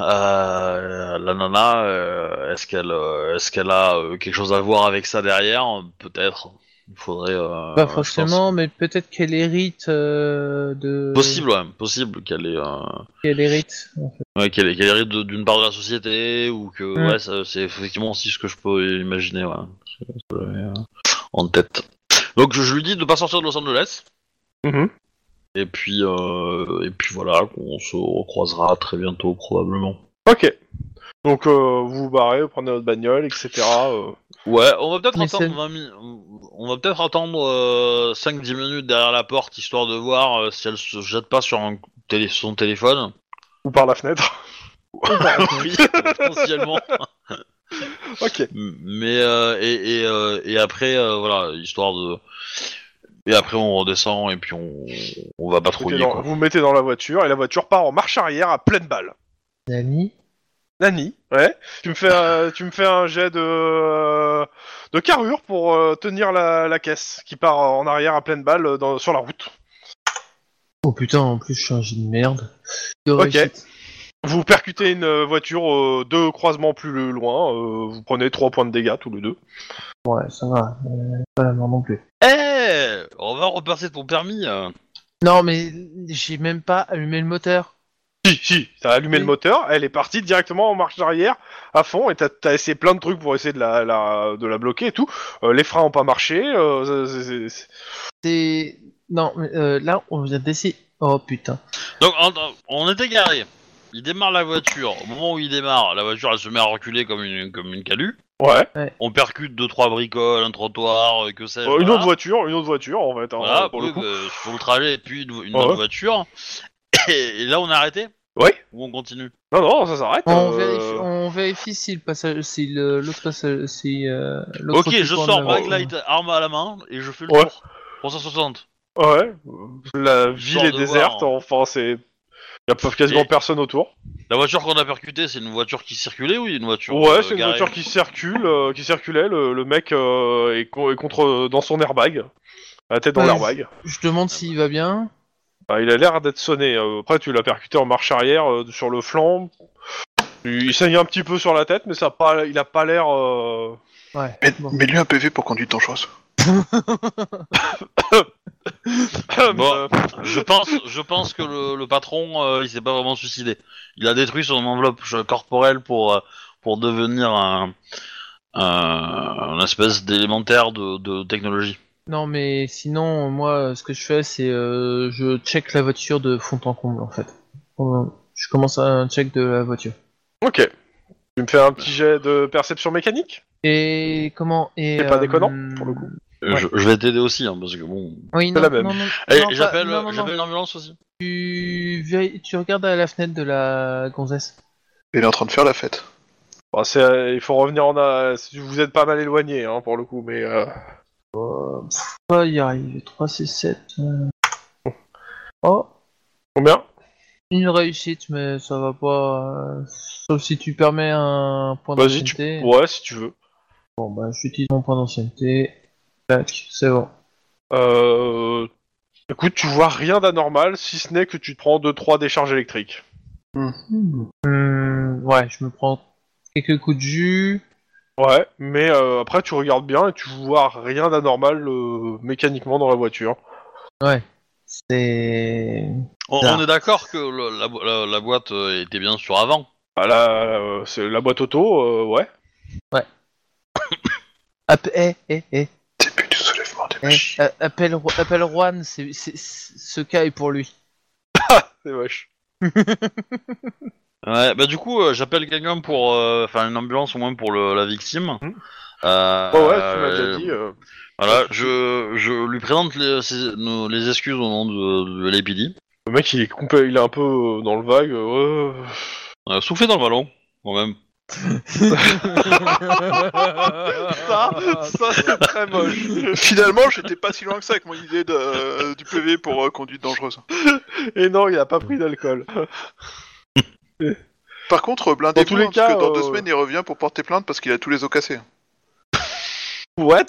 Speaker 6: euh, la nana, euh, est-ce qu'elle euh, est-ce qu'elle a euh, quelque chose à voir avec ça derrière Peut-être. Il faudrait. euh, je
Speaker 5: Pas
Speaker 6: pense.
Speaker 5: Bah, forcément, mais peut-être qu'elle hérite euh, de.
Speaker 6: Possible, ouais, possible qu'elle ait, euh,
Speaker 5: Qu'elle hérite. en fait.
Speaker 6: ouais, qu'elle ait- qu'elle hérite de- d'une part de la société ou que
Speaker 5: Mm.
Speaker 6: ouais, ça- c'est effectivement aussi ce que je peux imaginer, ouais, C'est ce que j'avais, euh, en tête. Donc je, je lui dis de pas sortir de Los Angeles.
Speaker 5: Mm-hmm.
Speaker 1: Mhm.
Speaker 6: Et puis euh, et puis voilà, on se recroisera très bientôt probablement.
Speaker 1: Ok. Donc euh, vous vous barrez, vous prenez votre bagnole, etc. euh.
Speaker 6: Ouais, on va peut-être
Speaker 5: Mais
Speaker 6: attendre
Speaker 5: c'est-
Speaker 6: 20 mi- on va peut-être attendre 5-10 minutes derrière la porte histoire de voir euh, si elle se jette pas sur un télé- son téléphone.
Speaker 1: ou par la fenêtre.
Speaker 6: [LAUGHS]
Speaker 1: [LAUGHS]
Speaker 6: oui, [LAUGHS] potentiellement.
Speaker 1: ok.
Speaker 6: Mais euh, et, et, euh, et après euh, voilà histoire de et après on redescend et puis on, on va
Speaker 1: Vous
Speaker 6: patrouiller
Speaker 1: mettez dans-
Speaker 6: quoi.
Speaker 1: vous mettez dans la voiture et la voiture part en marche arrière à pleine balle.
Speaker 5: Nani
Speaker 1: Nani, ouais. Tu me fais, euh, tu me fais un jet de euh, de carrure pour euh, tenir la, la caisse qui part en arrière à pleine balle euh, dans- sur la route.
Speaker 5: Oh putain, en plus, je suis un génie de merde. De
Speaker 1: Ok.
Speaker 5: réussite.
Speaker 1: Vous percutez une euh, voiture euh, deux croisements plus loin. euh, vous prenez trois points de dégâts tous les deux.
Speaker 5: Ouais, ça va. euh, pas la mort non plus.
Speaker 6: Eh on va repasser ton permis. euh.
Speaker 5: Non, mais j'ai même pas allumé le moteur.
Speaker 1: Si, si, t'as allumé
Speaker 5: Oui.
Speaker 1: le moteur, elle est partie directement en marche arrière à fond, et t'as as essayé plein de trucs pour essayer de la, la- de la bloquer et tout. Euh, les freins ont pas marché. euh, c'est- c'est- c'est-
Speaker 5: C'est. Non, mais euh, là, on vient d'essayer. Oh putain.
Speaker 6: Donc en- on était garé. Il démarre la voiture. Au moment où il démarre, la voiture elle se met à reculer comme une comme une calue.
Speaker 1: Ouais.
Speaker 6: On percute deux trois bricoles, un trottoir, euh, que sais-je.
Speaker 1: Euh, une
Speaker 6: voilà.
Speaker 1: autre voiture, une autre voiture en fait. hein,
Speaker 6: Voilà,
Speaker 1: pour le
Speaker 6: oui,
Speaker 1: coup. Ah
Speaker 6: bah, sur le trajet puis une, une
Speaker 1: Ouais.
Speaker 6: autre voiture. Et, et là on a arrêté.
Speaker 1: Ouais.
Speaker 6: Ou on continue.
Speaker 1: Non, non, ça s'arrête.
Speaker 5: On,
Speaker 1: euh,
Speaker 5: vérifie, on vérifie si le passage, si le- l'autre passage, si. euh, l'autre
Speaker 6: Ok,
Speaker 5: qui
Speaker 6: je
Speaker 5: tourne
Speaker 6: sors
Speaker 5: là-bas.
Speaker 6: Baglight, arme à la main et je fais le
Speaker 1: Ouais.
Speaker 6: tour. 360.
Speaker 1: Ouais, euh, la ville est
Speaker 6: de
Speaker 1: déserte,
Speaker 6: voir, hein.
Speaker 1: enfin c'est. Y a pas- quasiment
Speaker 6: Et-
Speaker 1: personne autour.
Speaker 6: La voiture qu'on a percutée, c'est une voiture qui circulait ou une voiture
Speaker 1: Ouais,
Speaker 6: euh,
Speaker 1: c'est une
Speaker 6: garée
Speaker 1: voiture qui circule, euh, qui circulait, le, le mec euh, est, co- est contre dans son airbag, la tête dans
Speaker 5: Ouais.
Speaker 1: l'airbag.
Speaker 5: Je demande s'il va bien.
Speaker 1: Ah, il a l'air d'être sonné, euh, après tu l'as percuté en marche arrière euh, sur le flanc. Il saigne un petit peu sur la tête, mais ça a pas, il a pas l'air. euh, [CLEARS THROAT]
Speaker 5: Ouais.
Speaker 4: Mais
Speaker 5: bon.
Speaker 4: lui un PV pour conduite dangereuse.
Speaker 1: euh,
Speaker 6: Bon, je pense, je pense que le, le patron, euh, il s'est pas vraiment suicidé. Il a détruit son enveloppe euh, corporelle pour euh, pour devenir un, un, un espèce d'élémentaire de, de technologie.
Speaker 5: Non, mais sinon, moi, ce que je fais, c'est euh, je check la voiture de fond en comble, en fait. Euh, Je commence à un check de la voiture.
Speaker 1: Ok. Tu me fais un petit jet de perception mécanique
Speaker 5: Et comment et,
Speaker 1: C'est pas déconnant,
Speaker 5: euh,
Speaker 1: pour le coup.
Speaker 6: Euh,
Speaker 5: Ouais.
Speaker 6: Je, je vais t'aider aussi, hein, parce que bon.
Speaker 5: Oui, non,
Speaker 1: la même.
Speaker 5: non, non,
Speaker 6: Et
Speaker 5: non, pas-
Speaker 6: Eh, j'appelle,
Speaker 5: non, non, non.
Speaker 6: j'appelle l'ambulance aussi.
Speaker 5: Tu, vieilles- tu regardes à la fenêtre de la gonzesse.
Speaker 4: Il est en train de faire la fête.
Speaker 1: Bon, c'est, euh, Il faut revenir en... a- Vous êtes pas mal éloigné, hein, pour le coup, mais... euh,
Speaker 5: Pas y arrive. 3, c'est 7. Oh,
Speaker 1: Combien
Speaker 5: une réussite, mais ça va pas. euh, Sauf si tu permets un point
Speaker 1: Vas-y, tu...
Speaker 5: d'ancienneté.
Speaker 1: Ouais, si tu veux.
Speaker 5: Bon, bah, j'utilise mon point d'ancienneté. Tac, c'est bon.
Speaker 1: Euh... Écoute, tu vois rien d'anormal, si ce n'est que tu te prends 2-3 décharges électriques.
Speaker 5: Hmm, ouais, je me prends quelques coups de jus.
Speaker 1: Ouais, mais euh, après tu regardes bien et tu vois rien d'anormal euh, mécaniquement dans la voiture.
Speaker 5: C'est.
Speaker 6: On,
Speaker 5: Bizarre.
Speaker 6: on est d'accord que le- la, bo- la- la boîte euh, était bien sur avant.
Speaker 1: Bah, la, euh, c'est la boîte auto, euh, ouais.
Speaker 5: App- eh, eh, eh,
Speaker 4: Début du soulèvement des
Speaker 5: eh,
Speaker 4: machines.
Speaker 5: a- Appelle, Ro- appelle Juan, c'est, c'est- c'est- ce cas est pour lui.
Speaker 1: C'est vache.
Speaker 6: Ouais, bah du coup, euh, j'appelle quelqu'un pour, euh, enfin une ambulance au moins pour le- la victime. Euh,
Speaker 1: Ouais, ouais, tu m'as déjà dit. euh,
Speaker 6: Voilà, je, je lui présente les, ses- nos- les excuses au nom de, de l'épidie.
Speaker 1: Le mec il est, compl- il est un peu euh, dans le vague. euh, ouais.
Speaker 6: Euh, soufflez dans le ballon, quand même.
Speaker 4: Ça,
Speaker 1: [LAUGHS]
Speaker 4: ça c'est très moche. Finalement, j'étais pas si loin que ça avec mon idée de, euh, du PV pour euh, conduite dangereuse.
Speaker 1: Et non, il a pas pris d'alcool.
Speaker 4: Par contre, blindez
Speaker 1: Dans tous les
Speaker 4: vous parce
Speaker 1: cas,
Speaker 4: que dans
Speaker 1: euh,
Speaker 4: deux semaines, il revient pour porter plainte parce qu'il a tous les os cassés.
Speaker 1: What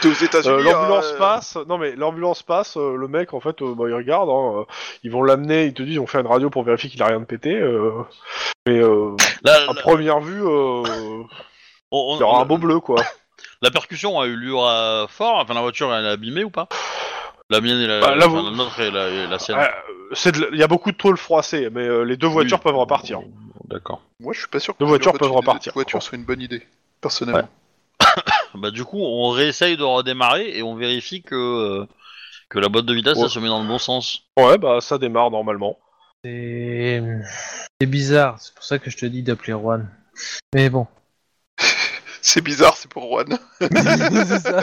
Speaker 4: T'es aux États-Unis.
Speaker 1: Euh, l'ambulance
Speaker 4: hein,
Speaker 1: passe, non mais l'ambulance passe, euh, le mec en fait, euh, bah, il regarde, hein, euh, ils vont l'amener, ils te disent, on fait une radio pour vérifier qu'il a rien de pété, euh, mais euh,
Speaker 6: La,
Speaker 1: à
Speaker 6: la-
Speaker 1: première vue, euh,
Speaker 6: on-
Speaker 1: il y aura
Speaker 6: on-
Speaker 1: un beau bleu quoi.
Speaker 6: la percussion a eu lieu euh, fort, enfin la voiture elle est abîmée ou pas La mienne et la,
Speaker 1: Bah, là,
Speaker 6: enfin,
Speaker 1: vous-
Speaker 6: la nôtre et la, et la sienne.
Speaker 1: Ah, euh, c'est de la- Il y a beaucoup de tôles froissées, mais euh, les deux voitures peuvent repartir.
Speaker 6: D'accord.
Speaker 4: Moi, je suis pas sûr que
Speaker 1: Deux voitures
Speaker 4: le
Speaker 1: peuvent
Speaker 4: retour des
Speaker 1: repartir.
Speaker 4: deux voitures soit une bonne idée, personnellement.
Speaker 6: Bah du coup, on réessaye de redémarrer et on vérifie que, euh, que la boîte de vitesse
Speaker 1: Ouais.
Speaker 6: elle se met dans le bon sens.
Speaker 1: Ouais, bah ça démarre normalement.
Speaker 5: C'est... c'est bizarre, c'est pour ça que je te dis d'appeler Juan.
Speaker 1: [LAUGHS]
Speaker 5: Mais bon.
Speaker 4: C'est bizarre, c'est pour Juan.
Speaker 5: C'est ça.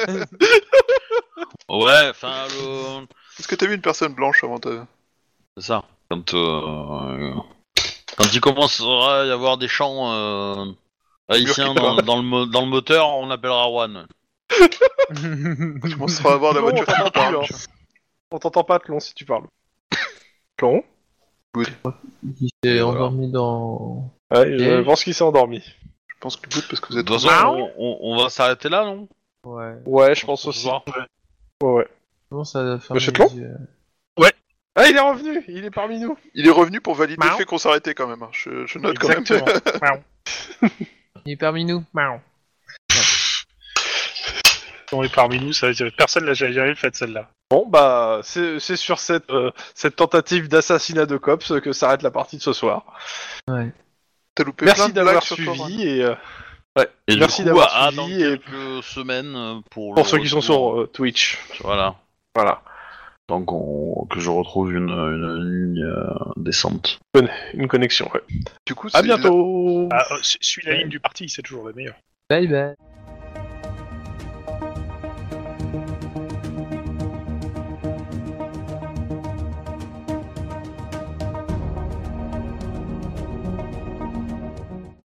Speaker 6: Ouais, enfin le...
Speaker 4: Est-ce que t'as vu une personne blanche avant de...
Speaker 6: C'est ça. Quand, euh, quand il commencera à y avoir des chants euh, haïtiens dans, dans le, mo- dans le moteur, on appellera Juan.
Speaker 4: Je [LAUGHS] commencerai à
Speaker 1: [LAUGHS]
Speaker 4: voir la
Speaker 1: Non,
Speaker 4: voiture
Speaker 1: on
Speaker 4: qui
Speaker 1: t'entend plus,
Speaker 4: parle.
Speaker 1: hein. On t'entend pas, Tlon, si tu parles. Tlon
Speaker 5: Il s'est
Speaker 6: Voilà.
Speaker 5: endormi dans.
Speaker 1: Ouais, je
Speaker 5: Et-
Speaker 1: pense qu'il s'est endormi.
Speaker 4: Je pense que good parce que vous
Speaker 6: De
Speaker 4: êtes
Speaker 6: toute façon, on, on- on va s'arrêter là, non
Speaker 5: Ouais.
Speaker 1: Ouais, je pense aussi. Ouais, ouais.
Speaker 5: Comment ça fait
Speaker 1: Monsieur Tlon Ah, il est revenu Il est parmi nous
Speaker 4: Il est revenu pour valider le
Speaker 1: Bah,
Speaker 3: Miaou.
Speaker 4: fait qu'on s'arrêtait quand même. hein. Je, je note quand même.
Speaker 3: Exactement.
Speaker 5: Il est parmi nous.
Speaker 3: On est parmi nous, ça veut dire- personne l'a jamais fait celle-là.
Speaker 1: Bon, bah, c'est c'est sur cette, euh, cette tentative d'assassinat de cops que s'arrête la partie de ce soir.
Speaker 5: Ouais.
Speaker 4: [LAUGHS] T'as loupé plein
Speaker 1: Merci
Speaker 4: de blagues
Speaker 1: d'avoir
Speaker 4: sur toi, Juan.
Speaker 1: suivi et euh,
Speaker 6: Et
Speaker 1: Merci
Speaker 6: du coup,
Speaker 1: d'avoir
Speaker 6: à- à dans
Speaker 1: suivi et-
Speaker 6: quelques semaines euh, pour,
Speaker 1: pour
Speaker 6: le
Speaker 1: ceux qui sont
Speaker 6: retour.
Speaker 1: sur euh, Twitch.
Speaker 6: Voilà.
Speaker 1: Voilà,
Speaker 6: Donc on- que je retrouve une, une ligne euh, décente.
Speaker 1: une connexion, ouais.
Speaker 4: Du coup,
Speaker 1: À
Speaker 4: c'est-
Speaker 1: bientôt
Speaker 3: Ah, euh, suis la ligne du parti, c'est toujours le meilleur.
Speaker 5: Bye bye.